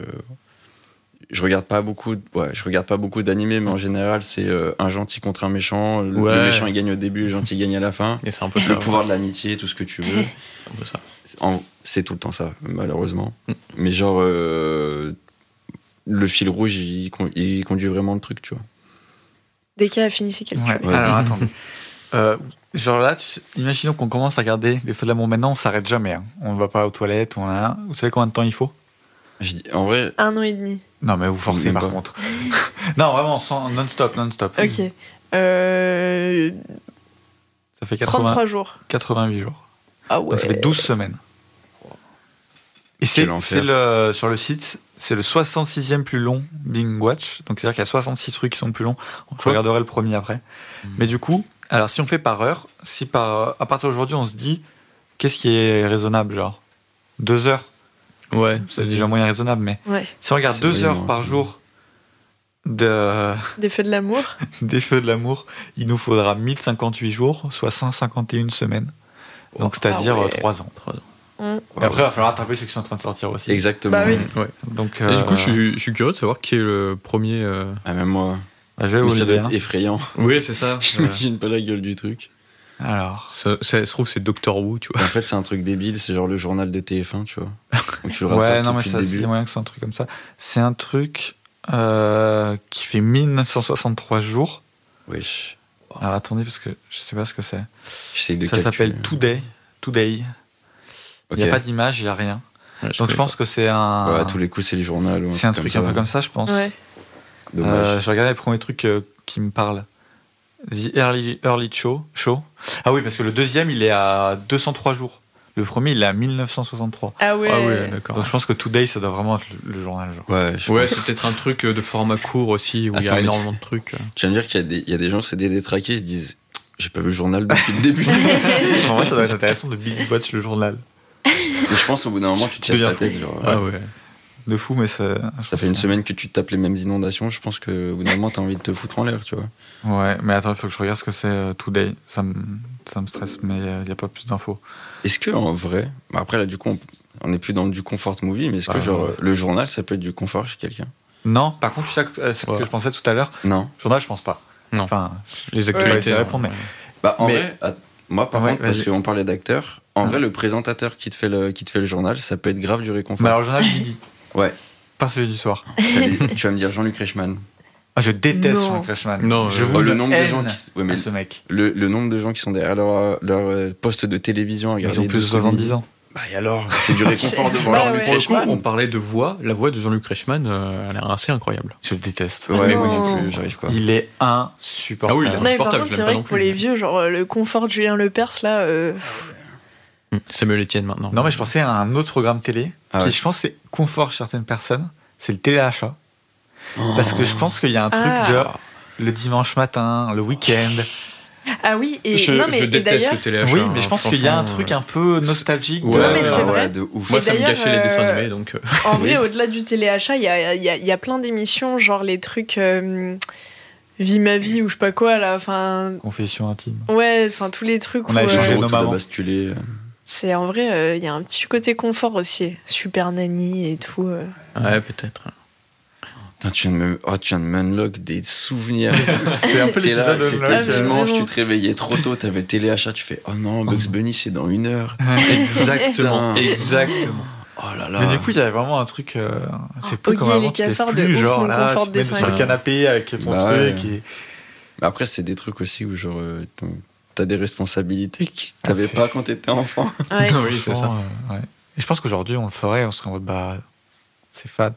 B: je regarde pas beaucoup. de- Ouais, je regarde pas beaucoup d'animés, mais en général, c'est euh, un gentil contre un méchant. Le, le
C: Ouais.
B: méchant il gagne au début, le gentil il gagne à la <laughs> fin.
C: Et c'est un peu ça.
B: Le pouvoir de l'amitié, tout ce que tu veux.
C: c'est un peu ça.
B: En- C'est tout le temps ça, malheureusement. Mais genre, euh, le fil rouge, il, con- il conduit vraiment le truc, tu vois.
D: Dès qu'il a fini ses calculs.
A: Ouais,
B: Ouais.
A: alors attendez. Euh, genre là, tu- imaginons qu'on commence à regarder les feux de l'amour maintenant, on s'arrête jamais. hein. On ne va pas aux toilettes, on a... Vous savez combien de temps il faut
B: Je dis- en vrai,
D: Un an et demi.
A: Non, mais vous forcez
B: Même
A: par
B: pas.
A: contre. non, vraiment, sans- non-stop, non-stop.
C: Hmm.
D: Ok. Euh,
A: Ça fait 80,
D: 33 jours.
A: 88 jours.
D: Ah ouais.
A: Donc ça fait 12 semaines. Et c'est
B: Quel enfer.
A: c'est le sur le site, c'est le 66e plus long Bing Watch. Donc c'est-à-dire qu'il y a 66 trucs qui sont plus longs. Je
B: Quoi
A: regarderai le premier après.
B: Hmm.
A: Mais du coup, alors si on fait par heure, si par à partir d'aujourd'hui on se dit qu'est-ce qui est raisonnable genre deux heures.
C: Ouais.
A: c'est c'est déjà moyen raisonnable. Mais
D: Ouais.
A: si on regarde
B: C'est
A: deux
B: moyen,
A: heures
B: hein.
A: par jour de
D: Des feux de l'amour.
A: des feux de l'amour, il nous faudra 1058 jours, soit 151 semaines. Donc c'est-à-dire
D: Ah ouais.
A: 3 ans.
C: Trois ans.
D: Mm.
A: Et après, il va falloir attraper ceux qui sont en train de sortir aussi.
B: exactement.
D: Bah oui.
C: Ouais.
A: Donc,
C: Et
A: euh,
C: du coup, je suis, je suis curieux de savoir qui est le premier. euh,
B: Ah, même moi.
A: bah, je vais
B: Mais
A: vous le
B: ça doit
A: dire.
B: être effrayant.
C: Oui, c'est ça.
B: <laughs> J'imagine pas la gueule du truc.
A: Alors,
C: ça, ça se trouve, c'est Doctor Who, tu vois.
B: En fait, c'est un truc débile, c'est genre le journal de TF1, tu vois. Donc tu le
A: <laughs> ouais,
B: rattrapes
A: non,
B: tout
A: mais
B: depuis
A: ça,
B: le
A: c'est
B: début.
A: moyen que ce soit un truc comme ça. C'est un truc euh, qui fait 1963 jours.
B: Wesh.
A: Alors, attendez, parce que je sais pas ce que c'est.
B: J'essaye de
A: Ça s'appelle
B: calculer.
A: Today. Today. Il
B: Ok.
A: n'y a pas d'image, il n'y a rien.
C: Ouais,
A: Donc, je pense que c'est un.
B: Ouais, à tous les coups, c'est les journaux. ou
A: c'est un truc un peu comme ça, je pense.
D: Ouais.
B: Dommage.
A: Euh, je regardais les premiers trucs euh, qui me parlent. The Early, early show, show. Ah oui, parce que le deuxième, il est à 203 jours. Le premier, il est à 1963.
D: Ah ouais.
C: Ah ouais, d'accord.
A: Donc je pense que Today, ça doit vraiment être le, le journal. genre.
B: Ouais, je-
C: Ouais, c'est peut-être un truc euh, de format court aussi, où il y
B: Attends,
C: a
B: mais-
C: énormément de trucs. euh.
B: Tu vas me dire qu'il y a des, il y a des gens, c'est des détraqués, ils se disent J'ai pas vu le journal depuis
A: <laughs>
B: le début.
A: en vrai, ça doit être intéressant de Big Watch le journal.
B: Mais je pense au bout d'un moment, tu te
A: Tu
B: casses la
A: deviens
B: tête. Genre, ouais.
C: Ah ouais.
A: De fou, mais ça. je
B: Ça
A: pense
B: fait une
A: que-
B: semaine que tu te tapes les mêmes inondations, je pense que au bout d'un moment, t'as envie de te foutre en l'air, tu vois.
A: Ouais, mais attends, il faut que je regarde ce que c'est euh, Today. Ça me, ça me stresse, mais il n'y a pas plus d'infos.
B: Est-ce que en vrai, bah après là, du coup, on- on n'est plus dans du comfort movie, mais est-ce que
A: Ah,
B: genre
A: ouais.
B: le journal, ça peut être du confort chez quelqu'un
A: Non, par contre, ça, euh, ce
C: Ouais.
A: que je pensais tout à l'heure,
B: Non.
A: journal, je pense pas.
C: Non.
A: Enfin,
C: Les
A: je vais
C: actualités.
A: essayer de
C: hein.
A: répondre, mais.
B: Bah, en
A: Mais-
B: vrai, att- moi par
A: Ouais,
B: contre, parce
A: vas-y.
B: qu'on parlait d'acteur, en
A: Ah.
B: vrai, le présentateur qui te, fait le, qui te fait le journal, ça peut être grave du
A: Mais
B: réconfort.
A: Bah, alors, journal du midi.
B: Ouais.
A: Pas celui du soir. <laughs>
B: T'as des- tu vas me dire Jean-Luc Reichmann.
A: Ah, je déteste
D: Non.
A: Jean Crashman.
C: Non,
A: je
C: euh,
A: vous
B: Oh,
A: le
B: le nombre de gens
A: haine
B: qui. s- ouais, mais
A: à ce mec.
B: le, le nombre de gens qui sont derrière leur, leur, euh, poste de télévision à regarder.
A: Ils ont plus de 70 ans.
B: Bah et alors, c'est
A: <laughs>
B: du réconfort
D: C'est-
B: devant
D: Bah
B: Jean-Luc
D: ouais.
C: Pour le coup,
B: Reichmann.
C: on parlait de voix. La voix de Jean-Luc Reichmann, euh, elle est assez incroyable.
A: Je le déteste.
B: Ah Ouais, moi
D: Non.
B: non plus, j'arrive pas.
A: Ah Il est insupportable.
C: Ah oui, il a-
D: Non,
C: Ouais,
D: mais par
C: supportable,
D: contre,
C: je
D: c'est vrai
C: l'aime pas
D: que
C: non
D: pour
C: plus.
D: les vieux, genre euh, le confort de Julien Lepers, là. euh,
C: Samuel Etienne maintenant.
A: Mm. Non, mais je pensais à un autre programme télé
B: Ah
A: qui,
B: ouais.
A: je pense, c'est confort chez certaines personnes. C'est le téléachat. Parce que je pense qu'il y a un truc
D: Ah.
A: de le dimanche matin, le week-end.
D: Ah oui, et
C: Je,
D: non, mais
C: je
D: et
C: déteste
D: d'ailleurs.
C: le téléachat.
A: oui, mais je
C: hein,
A: pense qu'il y a un
C: franchement,
A: truc
C: euh,
A: un peu nostalgique.
C: Ouais,
A: de-
D: Non, mais c'est
B: ah
D: vrai.
B: ouais, de ouf.
C: Moi, ça me
D: d'ailleurs,
C: gâchait les dessins
D: euh,
C: animés, donc. euh,
D: En
B: Oui.
D: vrai, au-delà du téléachat, il y a, il y a- il y a plein d'émissions, genre les trucs euh, Vie ma vie ou je sais pas quoi, là. Enfin,
A: Confession intime.
D: ouais, enfin, tous les trucs.
A: On
D: où,
A: a
D: euh,
A: échangé.
B: Changer
A: nos
B: nos
A: mamans.
B: basculer.
D: C'est en vrai, euh, il y a un petit côté confort aussi. Super nanny et tout.
C: <laughs>
D: euh. <laughs>
C: Ouais, peut-être.
B: Putain, tu viens de me, oh, tu viens de m'unlock des souvenirs.
A: <laughs> C'est un peu
B: T'es là,
A: l'épisode euh, de
B: c'était
D: Unlock.
B: dimanche,
D: Vraiment.
B: tu te réveillais trop tôt, t'avais le téléachat, tu fais oh non, Bugs Bunny c'est dans
A: <laughs>
B: une heure.
C: Exactement.
B: Putain.
C: Exactement.
B: Oh là là.
A: Mais du coup, il y avait vraiment un truc. euh, c'est
D: Oh,
A: plus comme
D: Oggy et
A: avant.
D: les
A: tu t'es
D: cafards de
A: plus,
D: ouf,
A: genre
D: mon
A: là,
D: confort
A: tu te mets
D: dessin
A: sur le
D: animé.
A: canapé avec ton
B: Bah
A: truc.
B: ouais.
A: et-
B: Mais après, c'est des trucs aussi où genre euh, ton- t'as des responsabilités que t'avais
A: Ah, c'est-
B: pas quand t'étais enfant.
D: Ouais.
C: oui, c'est ça.
A: Franchement, euh, ouais. Et je pense qu'aujourd'hui, on le ferait, on serait en mode bah, c'est fat.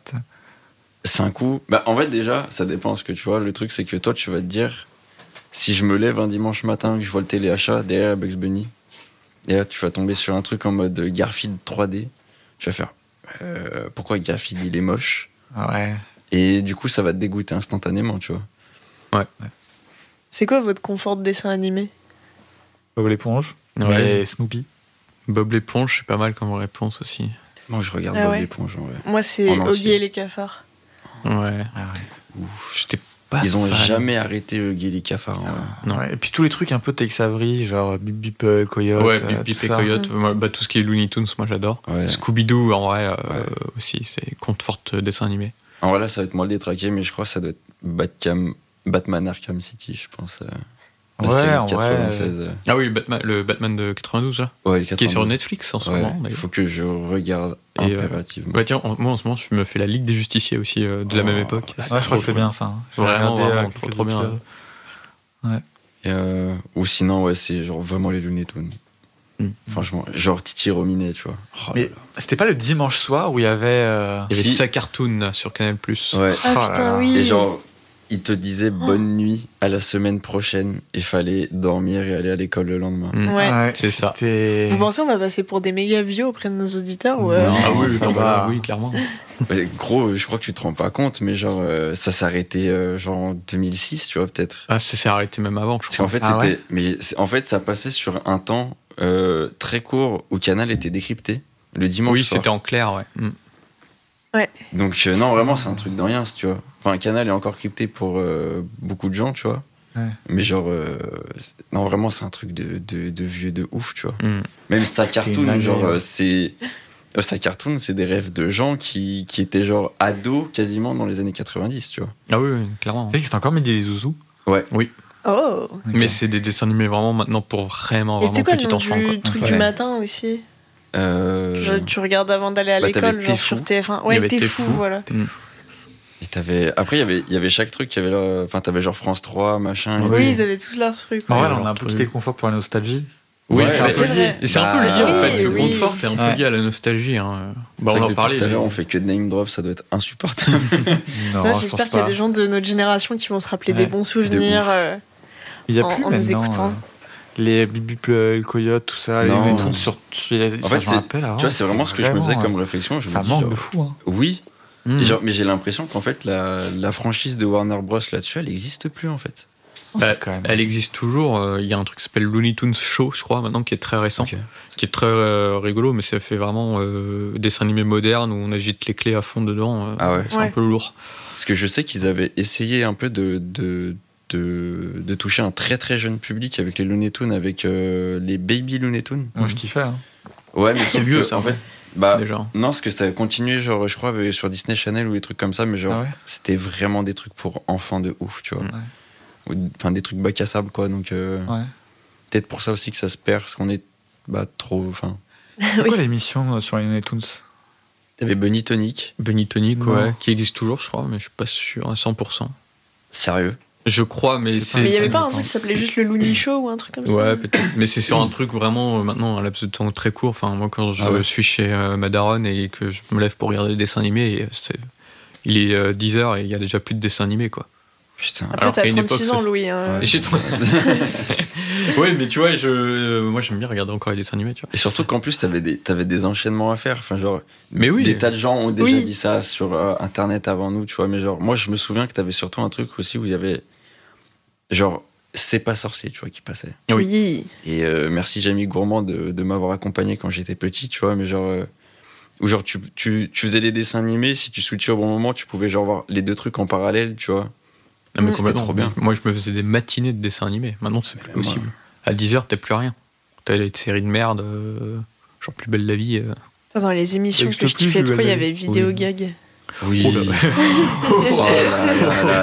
B: C'est un coup. Bah en fait déjà, ça dépend parce que tu vois. Le truc c'est que toi, tu vas te dire si je me lève un dimanche matin que je vois le téléachat derrière Bugs Bunny, et là tu vas tomber sur un truc en mode Garfield 3D. Tu vas faire euh, pourquoi Garfield il est moche.
A: Ouais.
B: Et du coup, ça va te dégoûter instantanément, tu vois.
D: C'est quoi votre confort de dessin animé
A: Bob l'éponge.
C: Ouais.
A: Et Snoopy.
C: Bob l'éponge, c'est pas mal comme réponse aussi.
B: Moi, je regarde
D: Ah
B: Bob
D: ouais.
B: l'éponge, en vrai.
D: Moi, c'est
B: En entier.
D: Oggy et les cafards.
C: Ouais.
A: Ah ouais.
C: J'étais
A: pas
B: Ils ont
A: fan.
B: jamais arrêté euh, Guy Cafard.
C: Non.
A: Ouais, et puis tous les trucs un peu Tex Avery, genre Bip Bip euh, Coyote.
C: Ouais,
A: euh,
C: Bip
A: tout
C: Bip et
A: ça.
C: Coyote, moi, bah, tout ce qui est Looney Tunes, moi j'adore.
B: Ouais.
C: Scooby-Doo, en vrai, euh,
B: Ouais.
C: aussi, c'est compte forte euh, dessin animé.
B: En vrai, là, ça va être moins le détraqué, mais je crois que ça doit être Batcam- Batman Arkham City, je pense. euh, la
A: Ouais,
B: série
A: en vrai,
B: 96. euh.
C: Ah oui, le Batman, le Batman de 92, là,
B: Ouais, le
C: qui est sur
B: 92.
C: Netflix en ce
B: Ouais,
C: moment.
B: Il
C: d'ailleurs.
B: faut que je regarde
C: Et, euh,
B: impérativement.
C: Ouais, tiens, en- moi en ce moment, je me fais la Ligue des Justiciers aussi euh, de la
B: Oh,
C: même époque.
A: Ouais, je crois que c'est
C: trop
A: bien
C: cool.
A: ça. hein. J'ai
C: Vraiment,
A: regardé, euh,
C: vraiment,
A: quelques
C: trop, trop bien.
A: épisodes.
B: Et, euh, ou sinon, ouais, c'est genre vraiment les Looney Tunes.
C: Mm.
B: Franchement, genre Titi Rominet, tu vois. Oh là
A: Mais- C'était pas le dimanche soir où il y avait. euh,
C: Il y avait
B: Si.
C: sa cartoon là, sur Canal.
B: là. Ouais.
D: Ah
A: Oh là
D: putain,
A: là.
D: oui.
B: Et genre, il te disait bonne nuit à la semaine prochaine et fallait dormir et aller à l'école le
C: <laughs>
B: lendemain.
C: Mm.
D: Ouais.
C: c'est ça.
A: c'était-
D: Vous pensez on va passer pour des méga vieux auprès de nos auditeurs ou euh,
B: Non.
C: Ah oui, oui,
A: ça
C: non,
A: va.
C: bah, oui, clairement.
B: Ouais, Gros, je crois que tu te rends pas compte, mais genre, euh, ça s'arrêtait euh, genre en 2006, tu vois, peut-être.
C: Ah, c'est c'est arrêté même avant, je
B: Parce
C: crois.
B: qu'en fait,
A: Ah
B: c'était. Mais c'est- en fait, ça passait sur un temps euh, très court où Canal était décrypté le dimanche
C: Oui,
B: soir.
C: c'était en clair, ouais. Mm.
B: Donc, euh, non, vraiment, c'est un truc de rien, si tu vois. Enfin, Canal est encore crypté pour euh, beaucoup de gens, tu vois.
A: Ouais.
B: Mais genre, euh, c'est- non, vraiment, c'est un truc de, de, de vieux de ouf, tu vois.
C: Mm.
B: Même
A: C'était
B: sa
A: une
B: cartoon,
A: dinguerie,
B: genre,
A: ouais.
B: euh, c'est. euh, Sa cartoon, c'est des rêves de gens qui, qui étaient genre ados quasiment dans les années 90, tu vois.
C: Ah oui, oui, clairement.
A: Tu sais que c'était encore Midi les Zouzous.
D: Oh
C: Mais c'est des dessins animés vraiment maintenant pour vraiment,
D: Et
C: vraiment
D: c'était quoi le
C: petit
D: nom
C: enfant. quoi.
D: du truc du
B: Ouais.
D: matin aussi
B: Euh,
D: Genre, Tu regardes avant d'aller à
B: bah,
D: l'école,
B: t'avais T'es
D: genre sur
B: fou.
D: TF1.
C: Il y
D: Ouais,
C: avait
D: t'es
C: T'es
D: fou,
C: fou.
D: voilà.
B: Et t'avais... Après, il y avait- il y avait chaque truc. Il y avait leur- Enfin, t'avais genre France 3, machin.
A: Oui.
D: Oui, ils avaient tous leurs trucs.
A: En
D: ouais.
A: vrai,
C: Ouais,
A: là, on a un
C: alors,
A: peu
C: truc.
A: quitté le confort pour la nostalgie.
B: Oui,
C: Ouais,
B: c'est
C: mais
B: un peu
D: c'est
B: lié.
D: vrai.
C: Et c'est un
B: Bah,
C: peu lié en
D: oui,
C: fait. Le
D: oui.
C: compte fort est un peu
A: Ouais.
C: lié à la nostalgie. hein. Bah,
B: C'est
C: on
B: vrai que
C: en
B: depuis
C: parlait.
B: Tout à
C: mais-
B: l'heure, on fait que de name drop, ça doit être insupportable.
A: Non,
D: Ouais,
A: je
D: J'espère
A: pense
D: qu'il y a
A: pas.
D: des gens de notre génération qui vont se rappeler
A: Ouais,
D: des bons souvenirs.
B: ouf.
D: euh,
A: Il y a
D: en-
A: plus
D: en nous
A: maintenant,
D: écoutant.
A: euh, les Bibi le Coyote, tout ça,
B: Non.
A: les Looney Tunes sur. En
B: fait, c'est-
A: Ah
B: tu vois, c'est vraiment ce que je me faisais comme réflexion. Je
A: euh, Ça
B: me dis,
A: manque
B: genre,
A: de fou. hein.
B: Oui,
C: Mm.
B: Et genre, mais j'ai l'impression qu'en fait, la, la franchise de Warner Bros. là-dessus, elle n'existe plus en fait.
A: Oh, C'est
C: Bah,
A: quand même-
C: Elle existe toujours. euh, Il y a un truc qui s'appelle Looney Tunes Show, je crois, maintenant, qui est très récent,
B: Ok.
C: qui est très euh, rigolo, mais ça fait vraiment euh, dessin animé moderne où on agite les clés à fond dedans. euh,
B: Ah ouais.
C: C'est
D: Ouais.
C: un peu lourd.
B: Parce que je sais qu'ils avaient essayé un peu de, de, de, de toucher un très très jeune public avec les Looney Tunes, avec euh, les Baby Looney Tunes.
A: Moi, je kiffais. hein.
B: Ouais, mais sauf
C: vieux,
B: que,
C: ça,
B: En fait, bah,
C: déjà.
B: non, parce que ça a continué, genre, je crois, avec- sur Disney Channel ou des trucs comme ça, mais genre,
A: Ah ouais
B: c'était vraiment des trucs pour enfants de ouf, tu vois.
C: Ouais.
B: Ou- Enfin, des trucs bac à sable, quoi. Donc, euh,
A: Ouais.
B: peut-être pour ça aussi que ça se perd, parce qu'on est bah, trop. Enfin,
A: C'est quoi l'émission euh, sur les Looney Tunes
B: t'avais Bunny Tonic,
C: Benny Tonic, ouais,
A: Non.
C: qui existe toujours, je crois, mais je suis pas sûr à 100%.
B: sérieux.
C: Je crois, mais
A: C'est
C: c'est.
D: Mais il y avait
A: je
D: pas un truc
A: pense.
D: qui s'appelait juste le Looney Show ou un truc comme ça
C: Ouais, peut-être. Mais c'est <clears throat> sur un truc vraiment euh, maintenant un laps de temps très court. Enfin, moi, quand je
B: Ah ouais.
C: suis chez euh, ma daronne et que je me lève pour regarder des dessins animés, et, euh, c'est- il est 10h et il y a déjà plus de dessins animés, quoi.
B: Putain.
D: Après,
C: alors qu'à
D: t'as
C: une
D: 36
C: époque,
D: ans,
C: ça-
D: Louis. hein.
B: Ouais.
C: Et Euh, j'ai trop- ouais, mais tu vois, je, euh, moi, j'aime bien regarder encore les dessins animés, tu vois.
B: <laughs> Et surtout qu'en plus, t'avais des, t'avais des enchaînements à faire. Enfin, genre,
C: Mais oui.
B: des tas de gens ont déjà
D: Oui.
B: dit ça sur euh, Internet avant nous, tu vois. Mais genre, moi, je me souviens que t'avais surtout un truc aussi où il y avait, genre, c'est pas sorcier, tu vois, qui passait.
C: oui.
D: Oui.
B: Et euh, merci Jamie Gourmand de, de m'avoir accompagné quand j'étais petit, tu vois, mais genre... euh, ou genre tu, tu, tu faisais les dessins animés, si tu switchais au bon moment, tu pouvais genre voir les deux trucs en parallèle, tu vois.
C: Ah, mais
D: Mm.
C: complètement.
B: C'était trop bien.
C: Moi, je me faisais des matinées de dessins animés. Maintenant, c'est plus
B: moi-
C: possible. À 10h, t'as plus rien. T'as les séries de merde, euh, genre plus belle la vie. euh.
D: Putain, Dans les émissions
A: Existe
D: que je
A: plus,
D: kiffais
A: je
D: trop, il y
A: l'avais.
D: avait Vidéo
C: Oui.
D: Gag.
B: Oui.
C: Oh là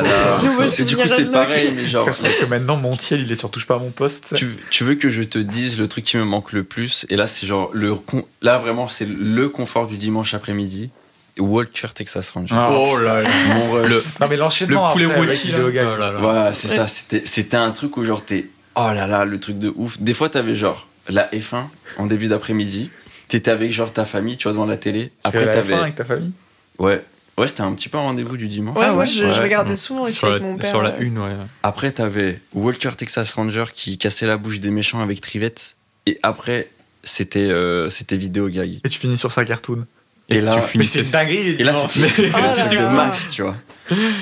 C: là.
D: <laughs> Nouveau
B: Parce que du coup
D: souvenir
B: c'est
D: unlock.
B: pareil, mais genre...
A: Parce que maintenant, mon tiel, il est sur touche pas à mon poste.
B: Tu, tu veux que je te dise le truc qui me manque le plus Et là, c'est genre le con- là vraiment c'est le confort du dimanche après-midi. Walker Texas Ranger.
A: Ah,
C: Oh là là.
B: Mon ref.
C: Le,
A: Non, mais
C: le
A: l'enchaînement.
C: poulet
A: après, avec
C: Wilkie, là.
A: Vidéo Gag.
C: Oh là là.
B: Voilà, c'est
D: Ouais.
B: ça. C'était, c'était un truc où genre t'es. Oh là là, le truc de ouf. Des fois, t'avais genre la F1 en début d'après-midi. T'étais avec genre ta famille, tu vois, devant la télé.
A: Après,
B: Après,
A: la fin
B: t'avais.
A: avec ta famille
B: Ouais. Ouais, c'était un petit peu un rendez-vous du dimanche.
D: Ouais, moi, je, je
B: Ouais.
D: regardais souvent aussi
C: sur,
D: avec
C: la,
D: mon père.
C: sur la
D: euh.
C: une, ouais.
B: Après, t'avais Walker Texas Ranger qui cassait la bouche des méchants avec Trivette. Et après, c'était, euh, c'était vidéo gag.
A: Et tu finis sur sa cartoon.
B: Et là-
C: tu
A: Mais
C: finissais
A: c'était une dinguerie.
B: Et là,
A: évidemment.
B: c'est, Ah, c'est
D: Oh là
B: <laughs> le truc de
D: là.
B: max, tu vois.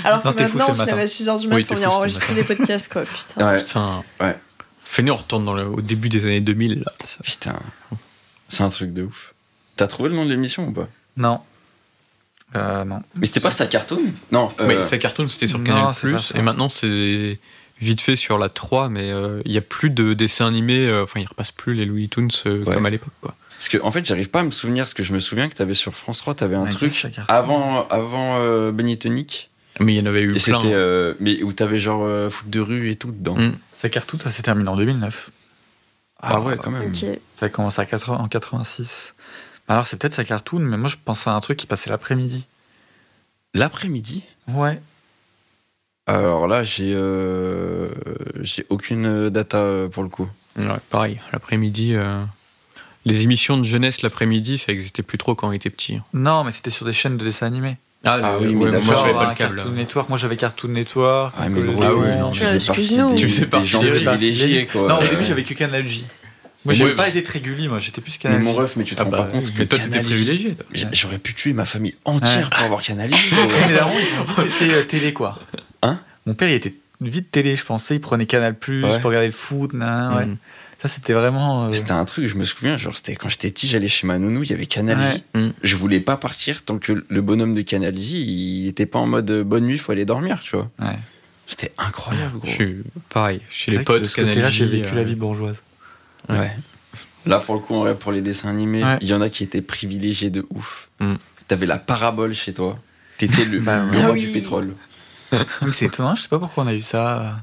D: Alors que
A: Non, t'es fou,
D: maintenant, on
A: c'est le
D: se lève à
A: matin.
D: 6h du matin
C: Oui, t'es
D: pour venir
C: fou, c'est le
D: enregistrer des podcasts, quoi. Putain.
B: Ouais.
C: Putain.
B: Ouais.
C: Fainé, on retourne dans le- au début des années 2000. Là.
B: Putain, c'est un truc de ouf. T'as trouvé le nom de l'émission ou pas
A: Non. Euh, non.
B: Mais c'était pas sa cartoon Non. euh,
C: Mais sa cartoon, c'était sur
A: non,
C: Canal+,
A: c'est pas ça.
C: et maintenant, c'est vite fait sur la 3, mais euh, il y n'y a plus de dessins animés, euh, enfin, ils repassent plus les Looney Tunes euh,
B: Ouais.
C: comme à l'époque, quoi.
B: Parce que, en fait, j'arrive pas à me souvenir, parce que je me souviens que t'avais sur France 3, t'avais un
A: Ouais,
B: truc
A: sa cartoon.
B: avant, avant euh, Benny Tonic.
C: Mais il y en avait eu
B: Et
C: plein. hein.
B: c'était. euh, mais où t'avais genre euh, foot de rue et tout dedans.
C: Mm.
A: Sa cartoon, ça s'est terminé en 2009.
B: Ah, ouais, quand même.
D: Ok.
A: Ça a commencé à 80 en 86. Bah alors, c'est peut-être sa cartoon, mais moi, je pensais à un truc qui passait l'après-midi.
B: L'après-midi
A: Ouais.
B: Alors là, j'ai. euh, j'ai aucune euh, data euh, pour le coup.
C: Ouais, pareil, l'après-midi. euh, Les émissions de jeunesse l'après-midi, ça existait plus trop quand on était petit. hein.
A: Non, mais c'était sur des chaînes de dessins animés.
B: Ah oui, mais
C: moi
B: d'accord.
C: j'avais pas
A: un
C: le câble.
A: euh,
C: hein.
A: Cartoon Network. Moi, j'avais Cartoon Network. euh,
B: Ah, mais
A: Nickelodeon.
B: gros,
C: Ah ouais, non,
B: tu
D: mais-
B: faisais partie
D: Excuse-nous.
B: des-
C: Tu faisais
B: des
C: partie
B: gens
C: des-
B: privilégiés, quoi.
A: Non, au
B: Ouais.
A: début, j'avais que Canal J. Moi,
C: Mais
A: j'avais
C: moi,
A: pas
C: je-
A: été très Gulli, moi, j'étais plus
B: Mais
A: Canal
B: mon
A: J.
B: ref, mais tu te
C: Ah
B: rends
C: bah
B: pas compte
C: oui,
B: que.
C: mais toi, t'étais
B: Canal+,
C: privilégié. toi.
B: j- J'aurais pu tuer ma famille entière pour avoir Canal. quoi.
A: <laughs> Mes darons, ils ont
C: <laughs>
A: vite été euh, télé, quoi.
B: Hein
A: Mon père, il était vite télé, je pensais. Il prenait Canal Plus
B: Ouais.
A: pour regarder le foot. nan, nan, ouais.
C: Mm.
A: Ça, c'était vraiment. euh,
B: C'était un truc, je me souviens, genre, c'était quand j'étais petit, j'allais chez ma nounou, il y avait Canal J.
C: Ouais. Mm.
B: Je voulais pas partir tant que le bonhomme de Canal J, il était pas en mode euh, bonne nuit, faut aller dormir, tu vois.
A: Ouais.
B: C'était incroyable, gros.
C: Je suis pareil, chez
A: c'est
C: les
A: vrai que
C: potes,
A: de ce
C: Canal
A: côté-là,
C: J,
A: j'ai vécu
C: euh,
A: la vie
C: <laughs>
A: bourgeoise.
C: Ouais.
B: Ouais. Là, pour le coup, en vrai, pour les dessins animés, il
A: Ouais.
B: y en a qui étaient privilégiés de ouf.
C: Mm.
B: T'avais la parabole chez toi. T'étais le,
A: Bah
B: le
A: ouais.
B: roi
D: Ah
B: du
D: oui.
B: pétrole.
A: Mais c'est étonnant, je sais pas pourquoi on a eu ça.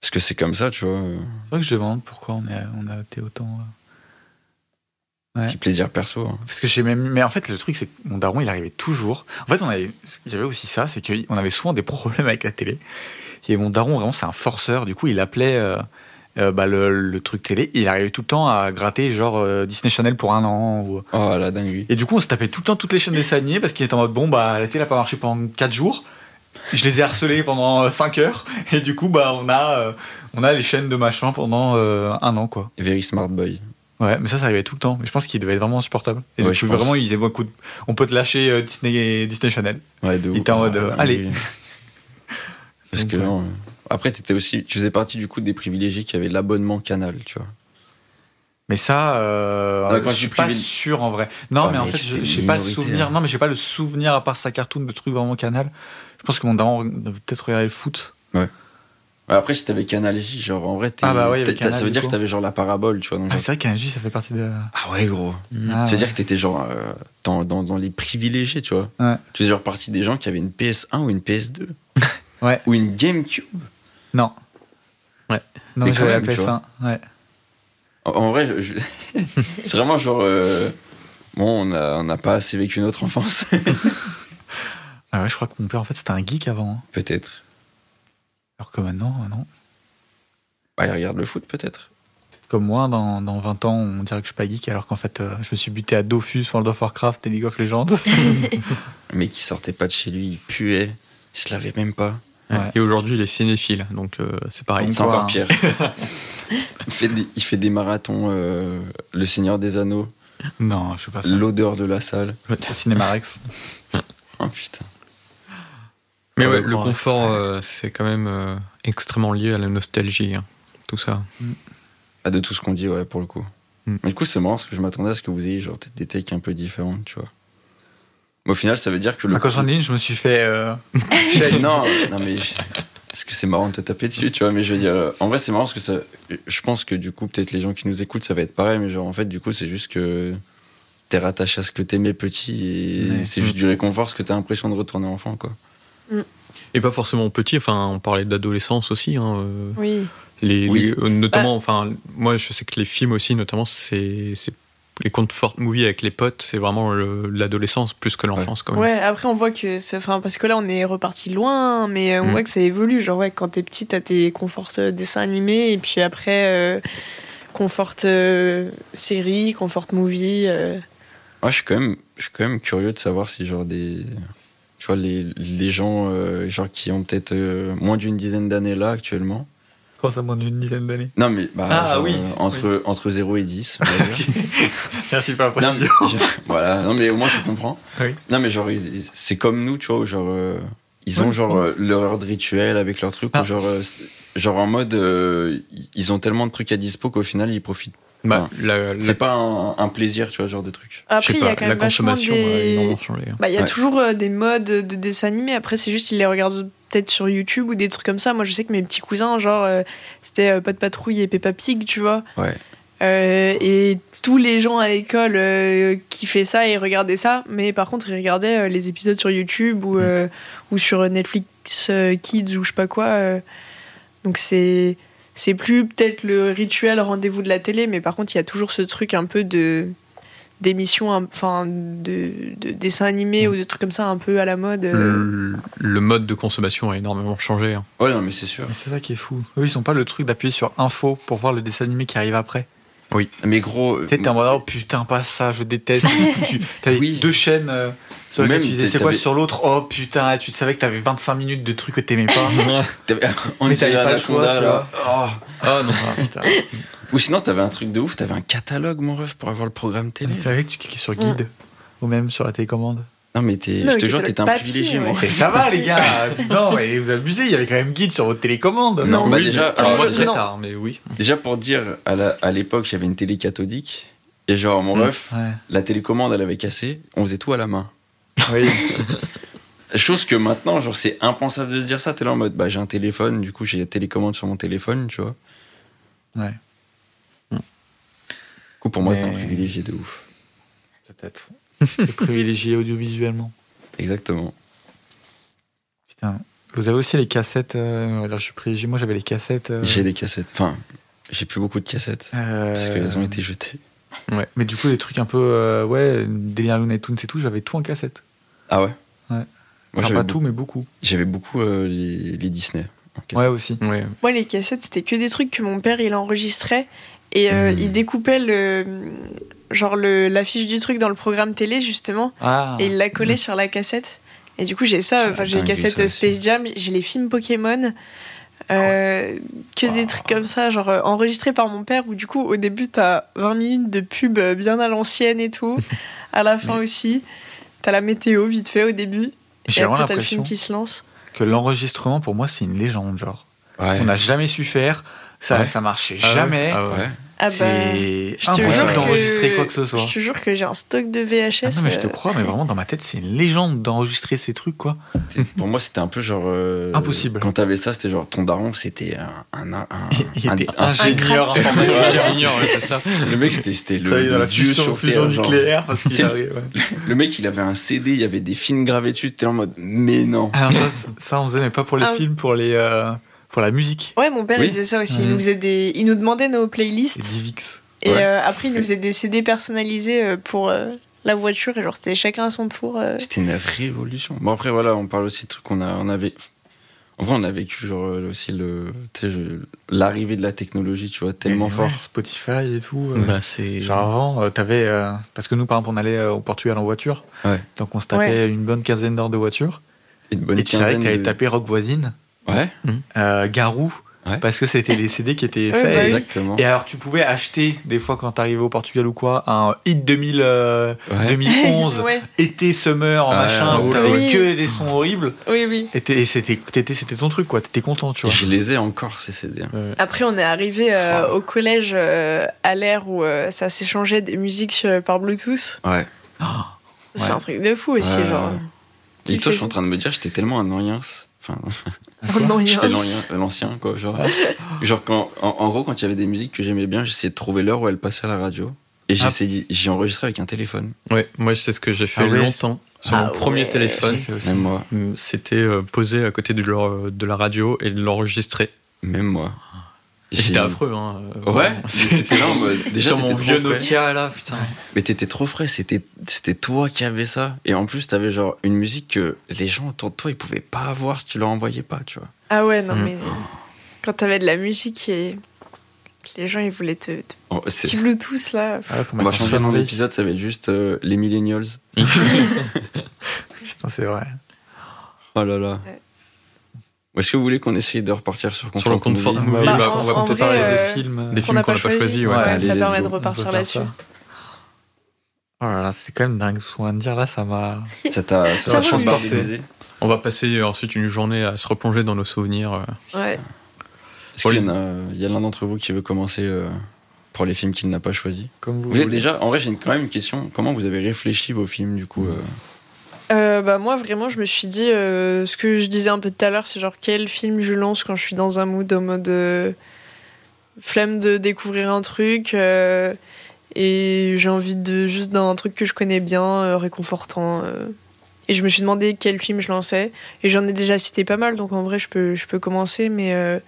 B: Parce que c'est comme ça, tu vois. euh,
A: C'est vrai que je me demande pourquoi on a, on a été autant. euh. Ouais.
B: Petit plaisir perso. hein.
A: Parce que j'ai même. Mais en fait, le truc, c'est que mon daron, il arrivait toujours. En fait, on avait. Il y avait aussi ça, c'est qu'on avait souvent des problèmes avec la télé. Et mon daron, vraiment, c'est un forceur. Du coup, il appelait euh, euh, bah, le, le truc télé. Et il arrivait tout le temps à gratter, genre, euh, Disney Channel pour un an. Ou...
B: Oh la dinguerie.
A: Et du coup, on se tapait tout le temps toutes les chaînes dessins animés parce qu'il était en mode, bon, bah, la télé a pas marché pendant 4 jours. Je les ai harcelés pendant 5 heures. Et du coup, bah, on a, euh, on a les chaînes de machin pendant euh, un an, quoi.
B: Very smart boy.
A: Ouais, mais ça, ça arrivait tout le temps. Mais je pense qu'il devait être vraiment insupportable. Et
B: Ouais,
A: du
B: je
A: coup,
B: pense.
A: vraiment, il disait, bon, écoute, on peut te lâcher euh, Disney, et- Disney Channel.
B: Ouais, de ouf.
A: était en mode,
B: Ah,
A: euh,
B: la
A: allez.
B: dinguerie. <laughs> Parce
A: Donc,
B: que
A: ouais.
B: non. euh, Après, t'étais aussi, tu faisais partie du coup des privilégiés qui avaient l'abonnement canal, tu vois.
A: Mais ça, euh,
B: Ouais, quand
A: je
B: tu
A: suis pas
B: privil-
A: sûr en vrai. Non,
B: Ouais,
A: mais en
B: mais
A: fait,
B: c'était
A: je-
B: une
A: j'ai pas le
B: minorité, hein.
A: souvenir. Non, mais j'ai pas le souvenir à part sa cartoon de trucs vraiment canal. Je pense que mon daron devait peut-être regarder le foot.
B: Ouais, Après, si t'avais Canal J, genre en vrai, t'es-
A: Ah bah ouais, il y avait
B: t'as- ça
A: Canal,
B: veut
A: du
B: dire que
A: coup.
B: t'avais genre la parabole, tu vois. donc
A: Ah,
B: genre-
A: c'est vrai qu'Angie, ça fait partie de.
B: Ah ouais, gros.
A: Ah,
B: C'est-à-dire
A: ouais.
B: que t'étais genre euh, dans, dans, dans les privilégiés, tu vois.
A: Ouais.
B: Tu faisais genre partie des gens qui avaient une PS1 ou une PS2.
A: <laughs> Ouais.
B: Ou une GameCube.
A: Non.
C: Ouais.
A: Non,
B: Mais
A: mais
B: quand
A: j'avais la
B: même, tu
A: PS1. Ouais.
B: En, en vrai, je- <laughs> je- c'est vraiment genre. euh, Bon, on n'a on n'a pas assez vécu notre enfance. <laughs>
A: Ah ouais, je crois que mon père, en fait, c'était un geek avant. hein.
B: peut-être.
A: Alors que maintenant, euh, non.
B: Bah, il regarde le foot, peut-être.
A: Comme moi, dans, dans 20 ans, on dirait que je suis pas geek, alors qu'en fait, euh, je me suis buté à Dofus, World of Warcraft et League of Legends.
B: Mais qui sortait pas de chez lui, il puait, il se lavait même pas.
A: Ouais.
C: euh, Et aujourd'hui, il est cinéphile, donc euh, c'est pareil.
A: Donc,
B: C'est encore
A: hein.
B: pire.
A: <laughs>
B: il, fait des, il fait des marathons, euh, Le Seigneur des Anneaux,
A: non, je sais pas Ah, ça.
B: l'odeur de la salle.
A: Au cinéma Rex.
B: Oh putain.
C: Mais
A: Ah
C: ouais,
A: ouais,
C: le
A: ouais,
C: confort,
A: c'est-
C: euh, c'est quand même euh, extrêmement lié à la nostalgie, hein, tout ça.
B: Ah, de tout ce qu'on dit, ouais, pour le coup.
A: Hmm.
C: Mm.
B: Mais du coup, c'est marrant parce que je m'attendais à ce que vous ayez genre peut-être des takes un peu différentes, tu vois. Mais au final, ça veut dire que le.
A: Ah, quand j'en ai une, je me suis fait. euh, <laughs> shame.
B: non, non, mais. je- Est-ce que c'est marrant de te taper dessus, tu vois Mais je veux dire, euh, en vrai, c'est marrant parce que ça. Je pense que du coup, peut-être les gens qui nous écoutent, ça va être pareil, mais genre, en fait, du coup, c'est juste que. T'es rattaché à ce que t'aimais petit et
A: Ouais.
B: c'est juste du réconfort parce que t'as l'impression de retourner enfant, quoi.
C: Et pas forcément petit, enfin, on parlait d'adolescence aussi. hein, euh,
D: Oui.
C: les,
B: Oui.
C: les- euh,
D: Ah.
C: notamment, enfin, moi, je sais que les films aussi, notamment, c'est c'est- les comfort movies avec les potes, c'est vraiment le- l'adolescence plus que l'enfance quand même.
D: Ouais, après on voit que ça- enfin parce que là on est reparti loin mais euh, on
C: Mm.
D: voit que ça évolue genre ouais quand t'es petit t'as tes conforts euh, dessins animés et puis après euh, confort euh, série, confort movie euh.
B: Moi, je suis quand même, je suis quand même curieux de savoir si genre des, tu vois, les, les gens euh, genre qui ont peut-être euh, moins d'une dizaine d'années là actuellement.
A: Quand ça moins d'une dizaine d'années.
B: Non mais bah,
A: Ah,
B: genre,
A: oui.
B: euh, entre entre 0 et 10.
A: <laughs>
B: on va dire.
A: Merci pour la
B: non, mais,
A: précision.
B: je- <laughs> voilà, non mais au moins tu comprends.
A: Oui.
B: Non mais genre ils- c'est comme nous, tu vois, où genre euh, ils ont
A: Oui,
B: genre
A: oui.
B: euh, leur heure de rituel avec leur truc,
A: Ah.
B: où genre euh, c'est- genre en mode euh, ils- ils ont tellement de trucs à dispo qu'au final ils profitent
C: Bah,
B: Enfin,
C: la, la-
B: C'est pas un, un plaisir, tu vois, ce genre de truc.
C: je sais
D: Après, il y a
C: pas,
D: quand
C: la
D: même vachement
C: consommation a
D: des...
C: énormément changé. hein.
D: Bah, il y a
B: Ouais.
D: toujours euh, des modes de dessins animés. Après, c'est juste ils les regardent peut-être sur YouTube ou des trucs comme ça. Moi, je sais que mes petits cousins, genre, euh, c'était euh, Pat Patrouille et Peppa Pig, tu vois.
B: Ouais.
D: Euh, et tous les gens à l'école euh, qui fait ça et regardaient ça. Mais par contre, ils regardaient euh, les épisodes sur YouTube ou, euh, ou sur Netflix euh, Kids ou je sais pas quoi. euh. Donc, c'est. C'est plus peut-être le rituel rendez-vous de la télé, mais par contre, il y a toujours ce truc un peu de d'émissions, hein, enfin de, de dessins animés ou de trucs comme ça un peu à la mode. euh.
C: Le, le mode de consommation a énormément changé. hein.
B: Ouais, non, mais c'est sûr.
A: Mais c'est ça qui est fou. Eux, ils ont pas le truc d'appuyer sur info pour voir le dessin animé qui arrive après.
B: Mais gros. euh,
A: Tu sais,
B: <laughs>
A: t'es en mode, oh putain, pas ça, je déteste. Tu- T'avais
B: Oui.
A: deux chaînes euh, sur lesquelles
B: Même,
A: tu disais c'est
B: t'avais-
A: quoi sur l'autre Oh putain, tu savais que t'avais 25 minutes de trucs que t'aimais
B: <laughs>
A: pas. <laughs>
B: t'avais- on
A: mais
B: était
A: t'avais
B: à
A: pas le choix,
B: Anaconda,
A: tu
B: là.
A: Ah non, putain.
B: Ou sinon, t'avais un truc de ouf, t'avais un catalogue, mon ref, pour avoir le programme télé.
A: T'as vu que tu cliquais sur guide
B: Ah.
A: ou même sur la télécommande.
B: Non, mais t'es-
D: Non,
B: je
D: mais
B: te jure,
D: catalogue
B: t'étais un
D: papier,
B: privilégié,
D: ouais.
B: moi.
A: Et ça va, les gars Non, mais vous abusez, il y avait quand même guide sur votre télécommande.
B: Non, bah
C: Oui,
B: déjà, alors
C: mais- alors,
B: moi,
C: très
B: déjà-
C: tard, mais oui.
B: Déjà pour dire, à la- à l'époque, j'avais une télé cathodique. Et genre,
A: Mm.
B: mon ref,
A: Ouais.
B: la télécommande, elle avait cassé. On faisait tout à la main.
A: Oui.
B: Chose que maintenant, genre, c'est impensable de dire ça. T'es là en mode, bah, j'ai un téléphone, du coup, j'ai la télécommande sur mon téléphone, tu vois.
A: Ouais.
B: Du coup, pour moi, t'es un
A: Mais-
B: privilégié de ouf.
A: Peut-être. <laughs> C'est privilégié audiovisuellement.
B: Exactement.
A: Putain. Vous avez aussi les cassettes. euh, on va dire, je suis privilégié. Moi, j'avais les cassettes. euh,
B: J'ai des cassettes. Enfin, j'ai plus beaucoup de cassettes.
A: euh,
B: Parce qu'elles ont été jetées.
A: Mais du coup, des trucs un peu. euh, ouais, délire Looney Tunes et tout, j'avais tout en cassette.
B: Ah ouais
A: Ouais.
B: Moi,
A: enfin,
B: j'avais
A: pas
B: beaucoup,
A: tout, mais beaucoup.
B: j'avais beaucoup euh, les, les Disney. en cassette.
A: Ouais, aussi.
C: Ouais.
D: Moi, les cassettes, c'était que des trucs que mon père il enregistrait et euh,
A: Hmm.
B: Mm.
D: il découpait le genre le l'affiche du truc dans le programme télé justement
A: Ah
D: et il la collait sur la cassette. Et du coup, j'ai ça. Enfin, j'ai les
B: dingue,
D: cassettes
B: ça aussi.
D: Space Jam, j'ai les films Pokémon.
A: Ah
D: euh, que des
B: Wow.
D: trucs comme ça, genre euh, enregistrés par mon père, où du coup au début t'as 20 minutes de pub euh, bien à l'ancienne
A: <laughs>
D: et tout, à la fin aussi, t'as la météo vite fait au début, et
A: J'ai vraiment
D: après t'as le film
A: l'impression
D: qui se lance.
A: que l'enregistrement, pour moi, c'est une légende. Genre,
B: Ouais.
A: on n'a jamais su faire. Ça,
C: Ouais.
A: ça marchait
C: Ah ouais,
A: jamais.
C: ah ouais.
B: Ouais.
D: Ah bah.
A: C'est
D: Je te jure
A: impossible
D: que-
A: d'enregistrer quoi que ce soit.
D: Je te jure que j'ai un stock de VHS.
A: Ah non, mais je te
D: euh,
A: crois, mais vraiment, dans ma tête, c'est une légende d'enregistrer ces trucs, quoi.
B: Pour moi, c'était un peu genre. euh,
A: Impossible.
B: Quand t'avais ça, c'était genre ton daron, c'était un. un, un, un-
A: <laughs> Il était
B: un-
A: ingénieur
D: crack.
A: informatique. <laughs>
C: J'ignore, Ah ouais, <laughs> c'est ça.
B: le mec, c'était c'était le,
A: Ça y est, dans
B: le
A: la
B: dieu
A: fusion,
B: sur
A: fusion
B: terre. genre.
A: nucléaire, parce <laughs> qu'il
B: C'est-
A: arrive. ouais.
B: Le mec, il avait un CD, il y avait des films gravés dessus, t'es en mode, mais non.
A: Alors ça, ça, on faisait, mais pas pour les
D: Ah.
A: films, pour les, euh, pour la musique.
D: Ouais, mon père
B: Oui.
D: il faisait ça aussi.
A: Mhm.
D: Il nous faisait des, il nous demandait nos playlists
A: Les Divix.
D: et
B: ouais.
D: euh, après il nous faisait des CD personnalisés euh, pour euh, la voiture et genre c'était chacun à son tour. euh.
B: C'était une révolution. Bon, après, voilà, on parle aussi de trucs qu'on a, on avait. En vrai, on a vécu genre euh, aussi le, tu sais, je- l'arrivée de la technologie, tu vois, tellement
A: Et
B: fort.
A: ouais, Spotify et tout. euh,
C: Bah, c'est.
A: Genre avant, euh, t'avais. euh, parce que nous, par exemple, on allait euh, au Portugal en voiture.
B: Ouais.
A: Donc on se tapait une bonne quinzaine d'heures de voiture.
B: Une bonne
A: et tu savais que t'allais
B: de-
A: taper Rock Voisine,
B: Ouais,
A: euh, Garou,
B: Ouais.
A: parce que c'était
D: <laughs>
A: les CD qui étaient
D: Ouais,
A: faits.
D: bah oui.
B: exactement.
A: Et alors, tu pouvais acheter, des fois, quand t'arrivais au Portugal ou quoi, un Hit 2000, euh,
B: Ouais.
A: 2011,
D: <laughs> Ouais,
A: été, summer,
B: Ah,
A: machin, où
B: oula,
A: t'avais
D: oui.
A: que des sons horribles.
D: oui, oui.
A: Et t'es- et c'était t'étais- c'était ton truc, quoi. T'étais content, tu vois.
B: Je les ai encore, ces CD. hein.
D: Après on est arrivé euh, au collège euh, à l'ère où euh, ça s'échangeait des musiques euh, par Bluetooth.
B: Ouais.
D: C'est un truc de fou aussi,
B: Ouais,
D: genre.
A: <laughs>
B: ouais.
D: Tu
B: Et toi,
D: fais
B: je suis en
D: ça.
B: train de me dire, j'étais tellement un ancien. Enfin,
D: Oh non, il y
B: <laughs>
D: a
B: j'étais
D: un-
B: l'orien- l'ancien, quoi. Genre, genre quand, en, en gros, quand il y avait des musiques que j'aimais bien, j'essayais de trouver l'heure où elles passaient à la radio. Et j'ai
A: Ah.
B: essayé- j'ai enregistré avec un téléphone.
C: Ouais, moi, c'est ce que j'ai fait
A: Ah ouais.
C: longtemps. Sur
D: Ah
C: mon premier
D: ouais.
C: téléphone,
A: J'ai fait aussi.
B: Même moi.
C: euh, c'était euh, posé à côté de, l'or- de la radio et de l'enregistrer.
B: Même moi.
C: Et
B: J'ai-
C: C'était affreux, hein. euh,
B: Ouais,
C: vraiment.
B: t'étais là en mode.
C: <laughs>
B: Déjà,
C: Sur
B: t'étais
C: mon
B: trop
C: vieux
B: frais.
C: Nokia, là, putain.
B: Mais t'étais trop frais, c'était c'était toi qui avais ça. Et en plus, t'avais genre une musique que les gens autour de toi, ils pouvaient pas avoir si tu leur envoyais pas, tu vois.
D: Ah ouais, non
A: Mm.
C: Mhm.
D: mais quand t'avais de la musique et que les gens ils voulaient te, te
B: Oh, c'est-
D: petit Bluetooth là.
A: Ah ouais, pour
B: On va
A: mettre un
B: changer
A: son
B: mon
A: dans les-
B: épisode, ça va être juste euh, les millennials.
A: Putain, c'est vrai.
B: Oh là là.
D: Ouais.
B: Est-ce que vous voulez qu'on essaye de repartir sur
C: Sur le
B: Comfort
C: compte
B: Movie
D: <laughs>
C: Fort- Oui,
A: Bah,
C: bah,
D: en-
C: on va
D: en
C: peut-être
D: vrai,
C: parler
D: euh,
A: des films.
C: des films qu'on n'a pas choisis, ouais.
D: Ouais,
A: allez,
D: ça
B: let's
D: permet
B: go.
D: de
B: On
A: On peut
B: peut
D: repartir
A: faire
D: là-dessus.
A: ça. Oh là là, c'est quand même dingue ce qu'on vient de dire là, ça m'a.
B: Ça t'a ça
D: Ça
B: t'a
D: vaut
A: le coup.
B: sensibilisé
C: On va passer euh, ensuite une journée à se replonger dans nos souvenirs. euh.
D: Ouais.
B: Est-ce qu'il y en a- il y a l'un d'entre vous qui veut commencer euh, pour les films qu'il n'a pas choisis
A: Comme vous,
B: Vous êtes
A: voulez.
B: déjà, en vrai, j'ai une- quand même une question. Comment vous avez réfléchi vos films du coup euh,
D: Euh, bah, moi, vraiment, je me suis dit, euh, ce que je disais un peu tout à l'heure, c'est genre quel film je lance quand je suis dans un mood en mode euh, flemme de découvrir un truc euh, et j'ai envie de juste d'un truc que je connais bien, euh, réconfortant. euh. Et je me suis demandé quel film je lançais et j'en ai déjà cité pas mal, donc en vrai, je peux, je peux commencer, mais. euh,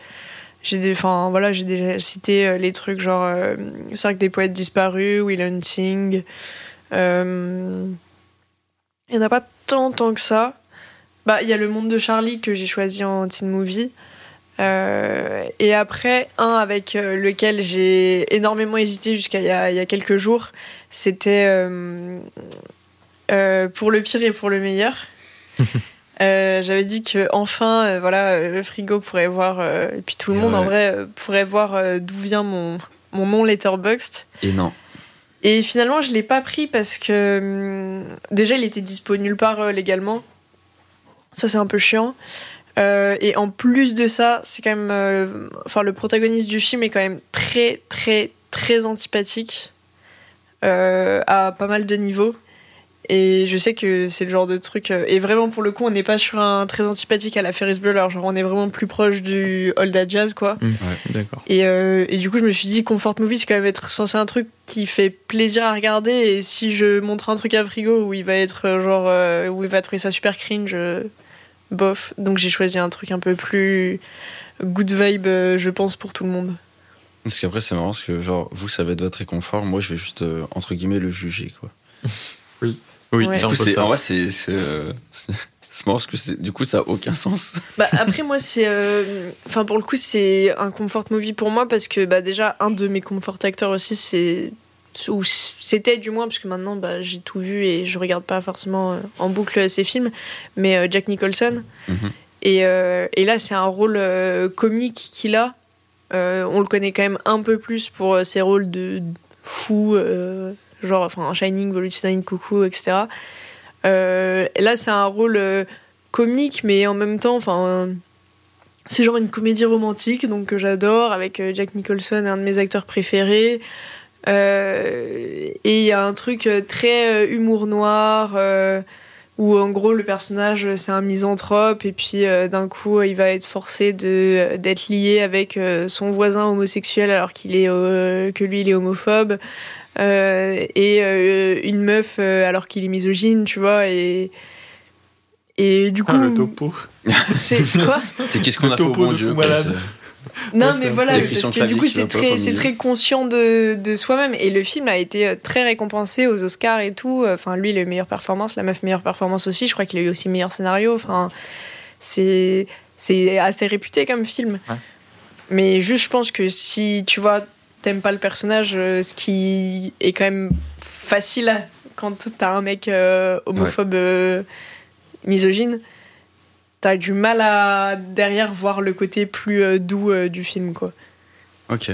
D: j'ai des- enfin, voilà, j'ai déjà cité euh, les trucs genre euh, Cercle des poètes disparus, Will Hunting, euh, il n'y en a pas tant, tant que ça. Bah, il y a le monde de Charlie que j'ai choisi en teen movie. Euh, et après, un avec euh, lequel j'ai énormément hésité jusqu'à il y, a- il y a quelques jours, c'était euh, euh, pour le pire et pour
B: <laughs>
D: le meilleur. Euh, J'avais dit que enfin, euh, voilà, euh, le frigo pourrait voir, euh, et puis tout le
B: Et
D: monde en
B: ouais.
D: vrai euh, pourrait voir euh, d'où vient mon, mon nom Letterboxd.
B: Et non.
D: Et finalement, je l'ai pas pris parce que hum, déjà, il était dispo nulle part euh, légalement. Ça, c'est un peu chiant. Euh, et en plus de ça, c'est quand même. euh, Enfin, le protagoniste du film est quand même très, très, très antipathique euh, à pas mal de niveaux. Et je sais que c'est le genre de truc. euh, et vraiment, pour le coup, on n'est pas sur un très antipathique à la Ferris Bueller. Genre, on est vraiment plus proche du Old Ad Jazz, quoi.
C: D'accord.
D: Et, euh, et du coup, je me suis dit, Comfort Movie, c'est quand même être censé un truc qui fait plaisir à regarder. Et si je montre un truc à frigo où il va être euh, genre. euh, où il va trouver ça super cringe, euh, bof. Donc j'ai choisi un truc un peu plus good vibe, euh, je pense, pour tout le monde.
B: Parce qu'après, c'est marrant parce que, genre, vous, ça va être votre réconfort. Moi, je vais juste, euh, entre guillemets, le juger, quoi.
C: Oui,
D: Ouais.
C: c'est
B: Du
C: un
B: coup,
C: peu
B: c'est,
C: ça.
B: en vrai, c'est, c'est, euh, <laughs> c'est- c'est marrant parce que c'est- du coup, ça a aucun sens.
D: Bah, après, moi, c'est. euh, Enfin, pour le coup, c'est un comfort movie pour moi parce que, bah, déjà, un de mes comfort acteurs aussi, c'est. Ou c'était du moins, parce que maintenant, bah, j'ai tout vu et je regarde pas forcément euh, en boucle ces films, mais euh, Jack Nicholson.
B: Mhm.
D: et, euh, et là, c'est un rôle euh, comique qu'il a. Euh, on le connaît quand même un peu plus pour euh, ses rôles de fou, euh, genre, enfin, Shining, Volunteering, Coucou, etc. Euh, et là, c'est un rôle. euh, comique, mais en même temps, enfin, c'est genre une comédie romantique, donc que j'adore, avec euh, Jack Nicholson, un de mes acteurs préférés. Euh, et il y a un truc euh, très euh, humour noir, euh, où en gros le personnage euh, c'est un misanthrope, et puis euh, d'un coup il va être forcé de euh, d'être lié avec euh, son voisin homosexuel alors qu'il est euh, que lui il est homophobe. Euh, et euh, une meuf euh, alors qu'il est misogyne, tu vois, et, et du coup.
A: Ah, le topo. <laughs>
D: C'est quoi
B: C'est qu'est-ce qu'on
A: Le
B: a fait au
A: topo
B: bon
A: de
B: Dieu,
A: fou
B: quoi,
A: malade.
B: c'est-
D: Non,
A: Ouais, c'est
D: mais
A: un
D: voilà,
B: peu-
D: parce
B: Christian
D: que du
B: Clavier
D: coup,
B: qui va
D: c'est
B: pas
D: très,
B: comme
D: c'est
B: il est.
D: très conscient de, de soi-même. Et le film a été euh, très récompensé aux Oscars et tout. Enfin, lui, le meilleure performance, la meuf meilleure performance aussi. Je crois qu'il a eu aussi meilleur scénario. Enfin, c'est, c'est assez réputé comme film.
A: Ouais.
D: Mais juste, je pense que si tu vois, t'aimes pas le personnage, euh, ce qui est quand même facile quand t'as un mec euh, homophobe euh, misogyne. T'as du mal à derrière voir le côté plus euh, doux euh, du film, quoi.
B: Ok.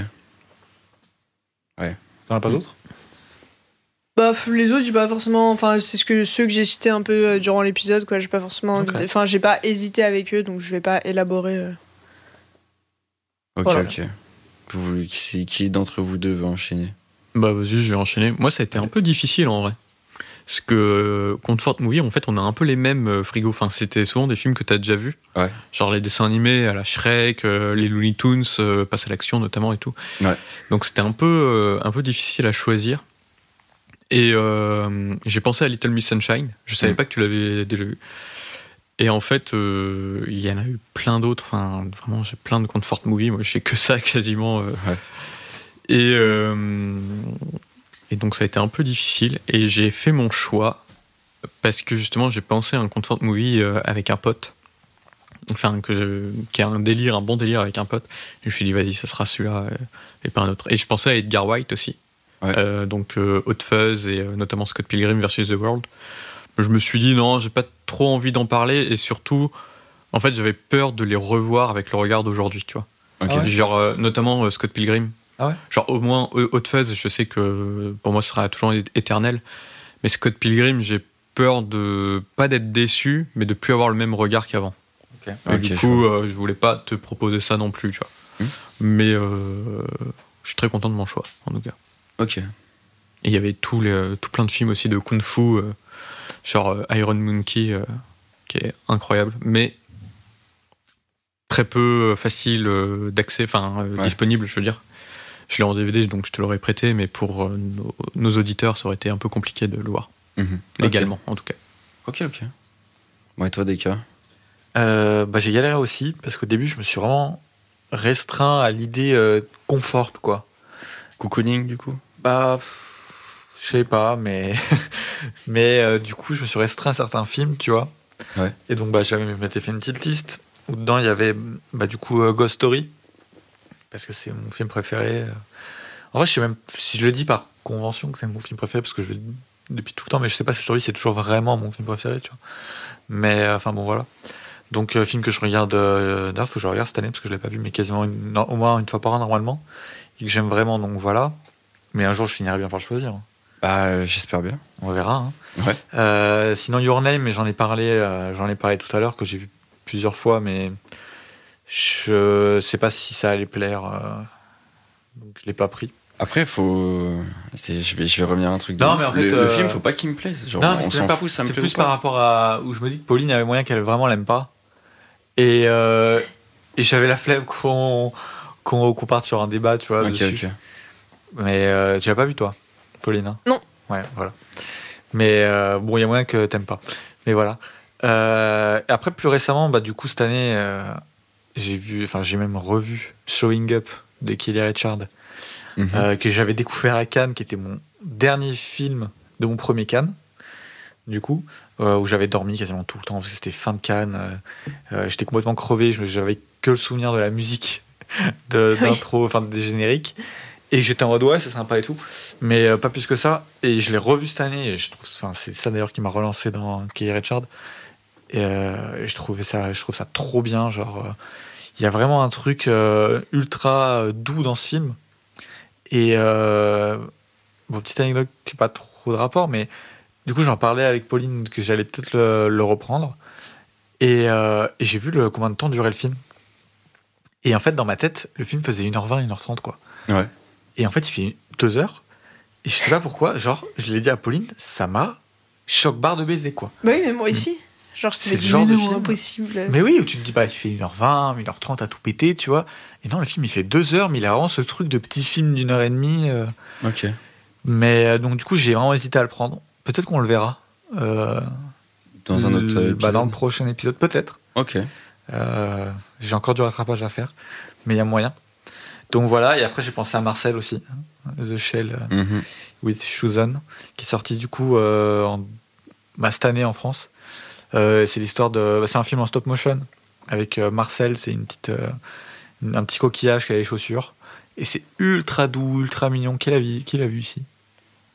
A: T'en as pas d'autres
D: Bah, f- les autres, j'ai pas forcément. Enfin, c'est ce que ceux que j'ai cités un peu euh, durant l'épisode, quoi. J'ai pas forcément envie
A: Ok.
D: de- Enfin, j'ai pas hésité avec eux, donc je vais pas élaborer. euh.
B: Ok,
D: Voilà.
B: ok. Vous- qui qui d'entre vous deux veut enchaîner
C: Bah vas-y, je vais enchaîner. Moi, ça a été un peu difficile en vrai. Parce que euh, Comfort Movie, en fait, on a un peu les mêmes euh, frigos. Enfin, c'était souvent des films que t'as déjà vus.
B: Ouais.
C: Genre les dessins animés à la Shrek, euh, les Looney Tunes, euh, Passe à l'action notamment et tout.
B: Ouais.
C: Donc c'était un peu, euh, un peu difficile à choisir. Et euh, j'ai pensé à Little Miss Sunshine. Je savais
B: Mm.
C: pas que tu l'avais déjà vu. Et en fait, euh, il y en a eu plein d'autres. Enfin, vraiment, j'ai plein de Comfort Movie. Moi, j'ai que ça <laughs> quasiment. euh,
B: Ouais.
C: et, euh, et donc ça a été un peu difficile. Et j'ai fait mon choix parce que justement j'ai pensé à un comfort movie euh, avec un pote. Enfin, que je- qui a un délire, un bon délire avec un pote. Et je me suis dit, vas-y, ça sera celui-là euh, et pas un autre. Et je pensais à Edgar White aussi.
B: Ouais.
C: Euh, donc euh, Hot Fuzz et euh, notamment Scott Pilgrim versus The World. Je me suis dit, non, j'ai pas trop envie d'en parler. Et surtout, en fait, j'avais peur de les revoir avec le regard d'aujourd'hui, tu vois.
B: Ok.
A: Ah ouais.
C: Genre, euh, notamment euh, Scott Pilgrim.
A: Ah ouais
C: Genre, au moins, euh, Hot Fuzz, je sais que pour moi, ce sera toujours é- éternel. Mais Scott Pilgrim, j'ai peur de. pas d'être déçu, mais de plus avoir le même regard qu'avant.
A: Ok.
C: Et
B: Ok,
C: du
B: je
C: coup, euh, je voulais pas te proposer ça non plus, tu vois.
B: Hmm.
C: Mais. euh, Je suis très content de mon choix, en tout cas.
B: Ok.
C: Et il y avait tout, les, tout plein de films aussi de Kung Fu, euh, genre euh, Iron Monkey, euh, qui est incroyable, mais très peu euh, facile euh, d'accès, enfin euh,
B: Ouais.
C: disponible, je veux dire. Je l'ai en DVD, donc je te l'aurais prêté, mais pour euh, nos, nos auditeurs, ça aurait été un peu compliqué de le voir,
B: Mhm.
C: légalement en tout cas.
B: Ok, ok. Bon, et toi, des cas
A: Euh, bah, j'ai galéré aussi parce qu'au début je me suis vraiment restreint à l'idée euh, confort quoi.
B: Cocooning, du coup
A: Bah pff, je sais pas mais <laughs> mais euh, du coup je me suis restreint à certains films tu vois.
B: Ouais.
A: Et donc bah j'avais je m'étais fait une petite liste où dedans il y avait bah du coup euh, Ghost Story parce que c'est mon film préféré. euh. En vrai je sais même si je le dis par convention que c'est mon film préféré parce que je le dis depuis tout le temps mais je sais pas si aujourd'hui c'est toujours vraiment mon film préféré tu vois. Mais euh, enfin bon voilà. Donc, euh, film que je regarde, euh, d'ailleurs, faut que je le regarde cette année parce que je l'ai pas vu, mais quasiment une- non, au moins une fois par an normalement, et que j'aime vraiment, donc voilà. Mais un jour, je finirai bien par le choisir. hein.
B: Bah, euh, j'espère bien.
A: On verra. hein.
B: Ouais.
A: Euh, sinon, Your Name, mais j'en ai parlé, euh, j'en ai parlé tout à l'heure, que j'ai vu plusieurs fois, mais je sais pas si ça allait plaire. euh, Donc, je l'ai pas pris.
B: Après, faut. c'est- Je vais, je vais revenir à un truc de.
A: Non,
B: ouf.
A: mais en fait,
B: le, le
A: euh,
B: film, faut pas qu'il me plaise. Genre,
A: Non, mais
B: on
A: c'est
B: s'en
A: même pas
B: fout, ça me
A: C'est
B: plaît.
A: plus
B: ou pas.
A: par rapport à où je me dis que Pauline avait moyen qu'elle vraiment l'aime pas. Et, euh, et j'avais la flemme qu'on qu'on qu'on parte sur un débat, tu vois.
B: Ok,
A: dessus.
B: ok.
A: Mais euh, tu l'as pas vu, toi, Pauline hein
D: Non.
A: Ouais, voilà. Mais euh, bon, il y a moyen que t'aimes pas. Mais voilà. Euh, et après, plus récemment, bah, du coup, cette année, euh, j'ai vu, enfin, j'ai même revu Showing Up de Kelly Richard,
B: Mhm.
A: euh, que j'avais découvert à Cannes, qui était mon dernier film de mon premier Cannes. Du coup, euh, où j'avais dormi quasiment tout le temps parce que c'était fin de Cannes. euh, euh, J'étais complètement crevé. je- J'avais que le souvenir de la musique <laughs> de-
D: Oui.
A: d'intro, enfin des génériques. Et j'étais en mode ouais, c'est sympa et tout, mais euh, pas plus que ça. Et je l'ai revu cette année. Et je trouve, enfin, c'est ça d'ailleurs qui m'a relancé dans Kelly Richard. Et euh, je trouvais ça, je trouve ça trop bien. Genre, euh, il y a vraiment un truc euh, ultra euh, doux dans ce film. Et euh, bon, petite anecdote qui n'a pas trop de rapport, mais du coup, j'en parlais avec Pauline que j'allais peut-être le, le reprendre. Et, euh, et j'ai vu le, combien de temps durait le film. Et en fait, dans ma tête, le film faisait 1h20, 1h30, quoi.
B: Ouais.
A: Et en fait, il fait 2 heures. Et je sais pas pourquoi, genre, je l'ai dit à Pauline, ça m'a choc-barre de baiser, quoi.
D: Bah oui, mais moi aussi. Genre,
A: Mm. C'est
D: c'est
A: le genre de film.
D: impossible.
A: Mais oui, où tu te dis, bah, il fait 1h20, 1h30 à tout péter, tu vois. Et non, le film, il fait 2 heures, mais il a vraiment ce truc de petit film d'une heure et demie. euh,
B: Ok.
A: Mais euh, donc, du coup, j'ai vraiment hésité à le prendre. Peut-être qu'on le verra. euh,
B: Dans un autre. euh,
A: le-
B: épisode.
A: bah, Dans le prochain épisode, peut-être.
B: Ok.
A: Euh, j'ai encore du rattrapage à faire, mais il y a moyen. Donc voilà, et après j'ai pensé à Marcel aussi, hein, The Shell euh,
B: Mhm.
A: with Susan, qui est sorti du coup euh, en- bah, cette année en France. Euh, c'est l'histoire de. bah, c'est un film en stop motion avec euh, Marcel, c'est une petite, euh, une- un petit coquillage qui a les chaussures. Et c'est ultra doux, ultra mignon. Qui l'a vu, qui l'a vu ici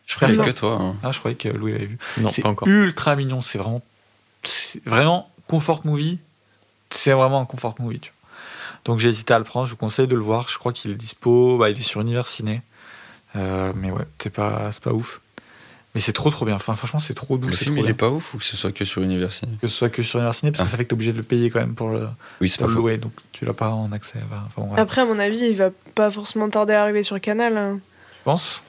B: Je croyais
A: Non.
B: que toi. hein.
A: Ah, je croyais que Louis l'avait vu
C: Non,
A: c'est
C: pas encore.
A: ultra mignon. C'est vraiment, c'est vraiment comfort movie. C'est vraiment un comfort movie. tu vois. Donc j'ai hésité à le prendre. Je vous conseille de le voir. Je crois qu'il est dispo. Bah, il est sur Univers Ciné. Euh, mais ouais, c'est pas, c'est pas ouf. Mais c'est trop trop bien. Enfin, franchement, c'est trop doux.
B: Le
A: c'est
B: film,
A: trop
B: il est
A: bien.
B: pas ouf ou que ce soit que sur l'université
A: Que ce soit que sur Univers Ciné, parce que
B: Ah.
A: ça fait que t'es obligé de le payer quand même pour le,
B: Oui, c'est
A: pour
B: pas
A: le
B: faux.
A: louer. Donc tu l'as pas en accès. Enfin, bon, ouais.
D: Après, à mon avis, il va pas forcément tarder à arriver sur Canal. hein.
A: Je pense.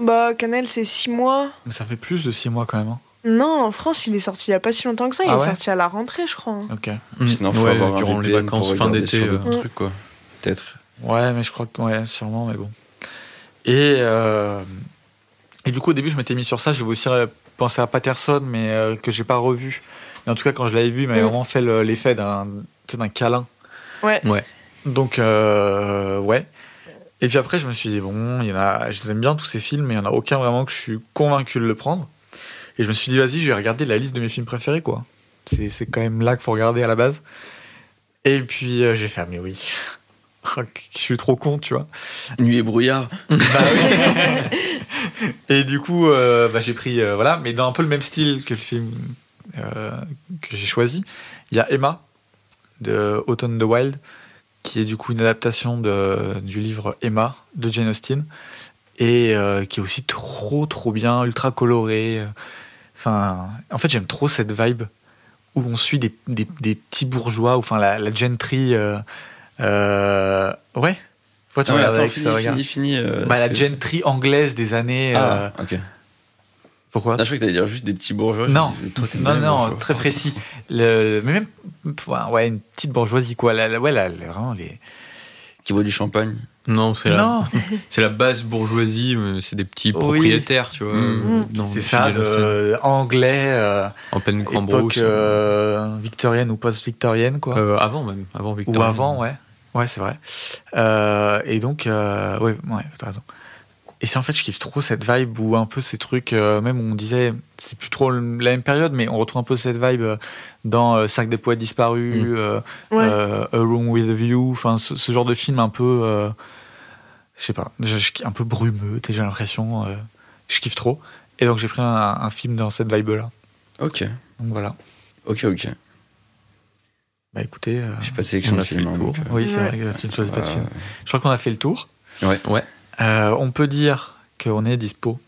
D: Bah, Canal, c'est 6 mois.
A: Mais ça fait plus de 6 mois quand même. hein.
D: Non, en France, il est sorti il y a pas si longtemps que ça. Il
A: Ah
D: est
A: ouais
D: sorti à la rentrée, je crois. hein.
A: Ok.
B: Sinon, faut
C: Mm. Ouais,
B: avoir un
C: durant les
B: VPN pour
C: vacances, fin
B: regarder
C: d'été,
B: sur
C: euh,
B: d'autres trucs, quoi. Peut-être.
A: Ouais, mais je crois que ouais, sûrement, mais bon. Et, euh, et du coup, au début, je m'étais mis sur ça. J'avais aussi euh, pensé à Patterson, mais euh, que j'ai pas revu. Et en tout cas, quand je l'avais vu, il m'avait
D: Mm.
A: vraiment fait le- l'effet d'un tu sais, d'un câlin.
D: Ouais.
C: Ouais.
A: Donc, euh, ouais. Et puis après, je me suis dit, bon, il y en a, je les aime bien tous ces films, mais il n'y en a aucun vraiment que je suis convaincu de le prendre. Et je me suis dit, vas-y, je vais regarder la liste de mes films préférés, quoi. C'est c'est quand même là qu'il faut regarder à la base. Et puis, euh, j'ai fait, ah, mais oui. <laughs> je suis trop con, tu vois.
B: Nuit et brouillard.
A: Et du coup, euh, bah, j'ai pris, euh, voilà, mais dans un peu le même style que le film euh, que j'ai choisi, il y a Emma de Autumn the Wild, qui est du coup une adaptation de, du livre Emma de Jane Austen, et euh, qui est aussi trop, trop bien, ultra coloré. euh, Enfin, en fait, j'aime trop cette vibe où on suit des, des- des petits bourgeois, ou enfin la, la gentry. euh, euh, ouais. Faut
B: Non, mais
A: regarder
B: Ah attends,
A: avec ça,
B: fini,
A: regarde.
B: fini, fini. euh,
A: Bah, la
B: c'est-
A: gentry anglaise des années. euh,
B: Ah, ok.
A: pourquoi
B: Ah, je crois que t'allais dire juste des petits bourgeois.
A: Non.
B: Je me dis, toi, t'es
A: Non,
B: bien
A: non,
B: bourgeois.
A: très précis. Le, mais même, ouais, ouais, une petite bourgeoisie, quoi. La, la- ouais, la- la- vraiment, les.
B: Qui boit du champagne.
C: Non, c'est la,
A: non,
C: c'est la basse bourgeoisie, mais c'est des petits propriétaires, tu vois.
A: Mm.
C: euh, dans
A: c'est
C: le
A: ça,
C: sud de l'Australie.
A: de, anglais, euh,
C: En pleine grande hein.
A: époque euh, victorienne ou post-victorienne, quoi.
C: Euh, avant même, avant Victor.
A: Ou avant, ouais. Ouais, c'est vrai. Euh, et donc, euh, ouais, ouais, t'as raison. Et c'est en fait, je kiffe trop cette vibe où un peu ces trucs, euh, même on disait, c'est plus trop le- la même période, mais on retrouve un peu cette vibe euh, dans euh, Cinq des poètes disparus,
C: Mm.
A: euh,
D: Ouais.
A: euh, A Room with a View, enfin ce, ce genre de film un peu, euh, je sais pas, je- je- un peu brumeux, t'as, j'ai l'impression, euh, je kiffe trop. Et donc j'ai pris un, un film dans cette vibe-là.
B: Ok,
A: Donc voilà.
B: ok, ok.
A: Bah écoutez, euh,
B: J'ai pas de sélection
C: On a
B: de
C: fait
B: films.
C: le
B: hein,
C: tour.
B: donc, euh,
A: oui c'est
D: Ouais.
A: vrai que tu ne choisis pas de
B: euh,
A: film. Je crois qu'on a fait le tour.
C: Ouais.
A: Euh, on peut dire qu'on est dispo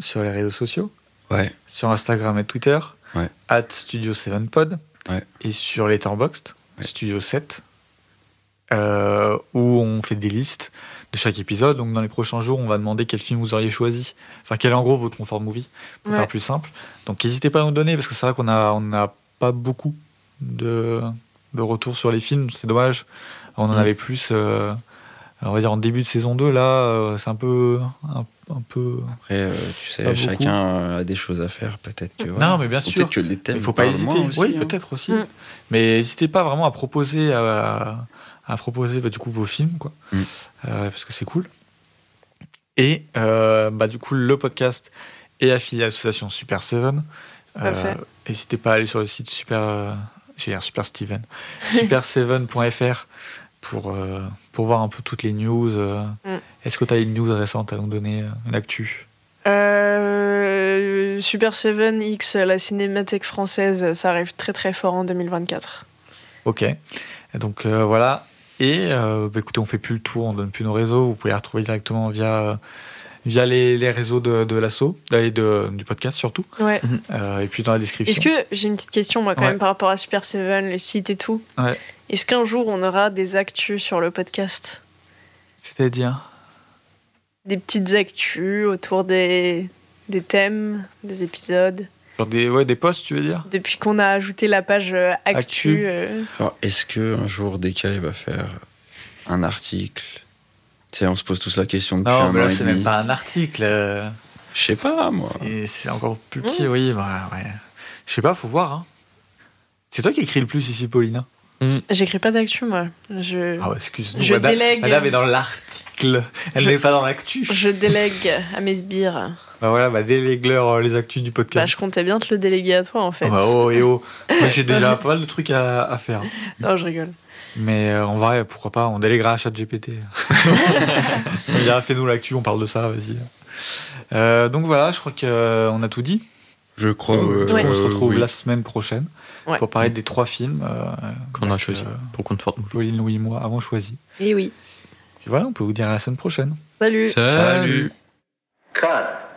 A: sur les réseaux sociaux,
B: Ouais,
A: sur Instagram et Twitter,
B: Ouais.
A: at Studio7pod,
B: Ouais.
A: et sur Letterboxd,
B: Ouais.
A: Studio7, euh, où on fait des listes de chaque épisode. Donc dans les prochains jours, on va demander quel film vous auriez choisi, enfin quel est en gros votre confort movie, pour
D: Ouais.
A: faire plus simple. Donc n'hésitez pas à nous donner, parce que c'est vrai qu'on n'a on a pas beaucoup de, de retours sur les films, c'est dommage. On en
B: Mm.
A: avait plus... euh, on va dire en début de saison 2, là, euh, c'est un peu, un, un peu
B: après, euh, tu sais,
A: Pas
B: chacun euh, a des choses à faire, peut-être que. voilà.
A: Non, mais bien
B: Ou
A: sûr.
B: Peut-être que les thèmes.
A: Il faut pas
B: parlent
A: hésiter.
B: moins aussi,
A: oui,
B: hein.
A: peut-être aussi.
D: Mm.
A: Mais n'hésitez pas vraiment à proposer, à, à proposer bah, du coup vos films, quoi,
B: Mm.
A: Euh, parce que c'est cool. Et euh, bah, du coup, le podcast est affilié à l'association Super Seven. Euh,
D: Parfait.
A: N'hésitez pas à aller sur le site Super, euh, j'ai dire Super
B: <laughs>
A: Steven, super7.fr pour euh, pour voir un peu toutes les news. euh.
D: Mm.
A: Est-ce que tu as une news récente à nous donner, euh, une actu
D: Euh, Super 7X, la cinémathèque française, ça arrive très très fort en 2024.
A: Ok. Et Donc euh, voilà. Et euh, bah, écoutez, on fait plus le tour, on donne plus nos réseaux. Vous pouvez les retrouver directement via, euh, via les, les réseaux de, de l'asso et de, du podcast surtout.
D: Ouais.
A: Euh, et puis dans la description.
D: Est-ce que j'ai une petite question moi quand
A: Ouais.
D: même par rapport à Super Seven, le site et tout
A: Ouais.
D: Est-ce qu'un jour on aura des actus sur le podcast
A: C'est-à-dire
D: Des petites actus autour des, des thèmes, des épisodes
A: Genre des, ouais, des posts, tu veux dire
D: Depuis qu'on a ajouté la page euh, actu,
A: Actu.
D: euh,
B: Genre, est-ce que un jour DK il va faire un article Tu sais, on se pose tous la question depuis un
A: Non, mais
B: an
A: là,
B: et
A: c'est
B: demi.
A: même pas un article. euh,
B: Je sais pas, moi.
A: c'est- C'est encore plus petit, oui. bah, ouais. Je sais pas, faut voir. hein. C'est toi qui écris le plus ici, Pauline. hein?
D: j'écris pas d'actu moi. Je,
A: Ah, ouais, excuse-nous.
D: je
A: madame,
D: délègue.
A: madame est dans l'article. Elle
D: Je-
A: n'est pas dans l'actu.
D: je délègue à mes sbires.
A: Bah voilà, bah, délègue-leur euh, les actus du
D: Bah,
A: podcast.
D: je comptais bien te le déléguer à toi en fait.
A: Ah bah, oh et oh. Moi j'ai déjà pas mal de trucs à, à faire.
D: Non, je rigole.
A: Mais euh, en vrai, pourquoi pas, on délèguera à ChatGPT. Il dira fais-nous l'actu, on parle de ça, vas-y. Euh, donc voilà, je crois qu'on a tout dit.
B: Je crois.
A: Du
B: euh,
A: coup, on se retrouve
B: oui.
A: la semaine prochaine
D: Ouais.
A: pour parler des trois films. euh,
C: Qu'on a
A: donc,
C: choisi
A: euh,
C: pour Comfort Movie.
A: Pauline, Louis, moi avons choisi.
D: Et oui.
A: Puis voilà, on peut vous dire à la semaine prochaine.
D: Salut.
A: Salut.
E: Cut.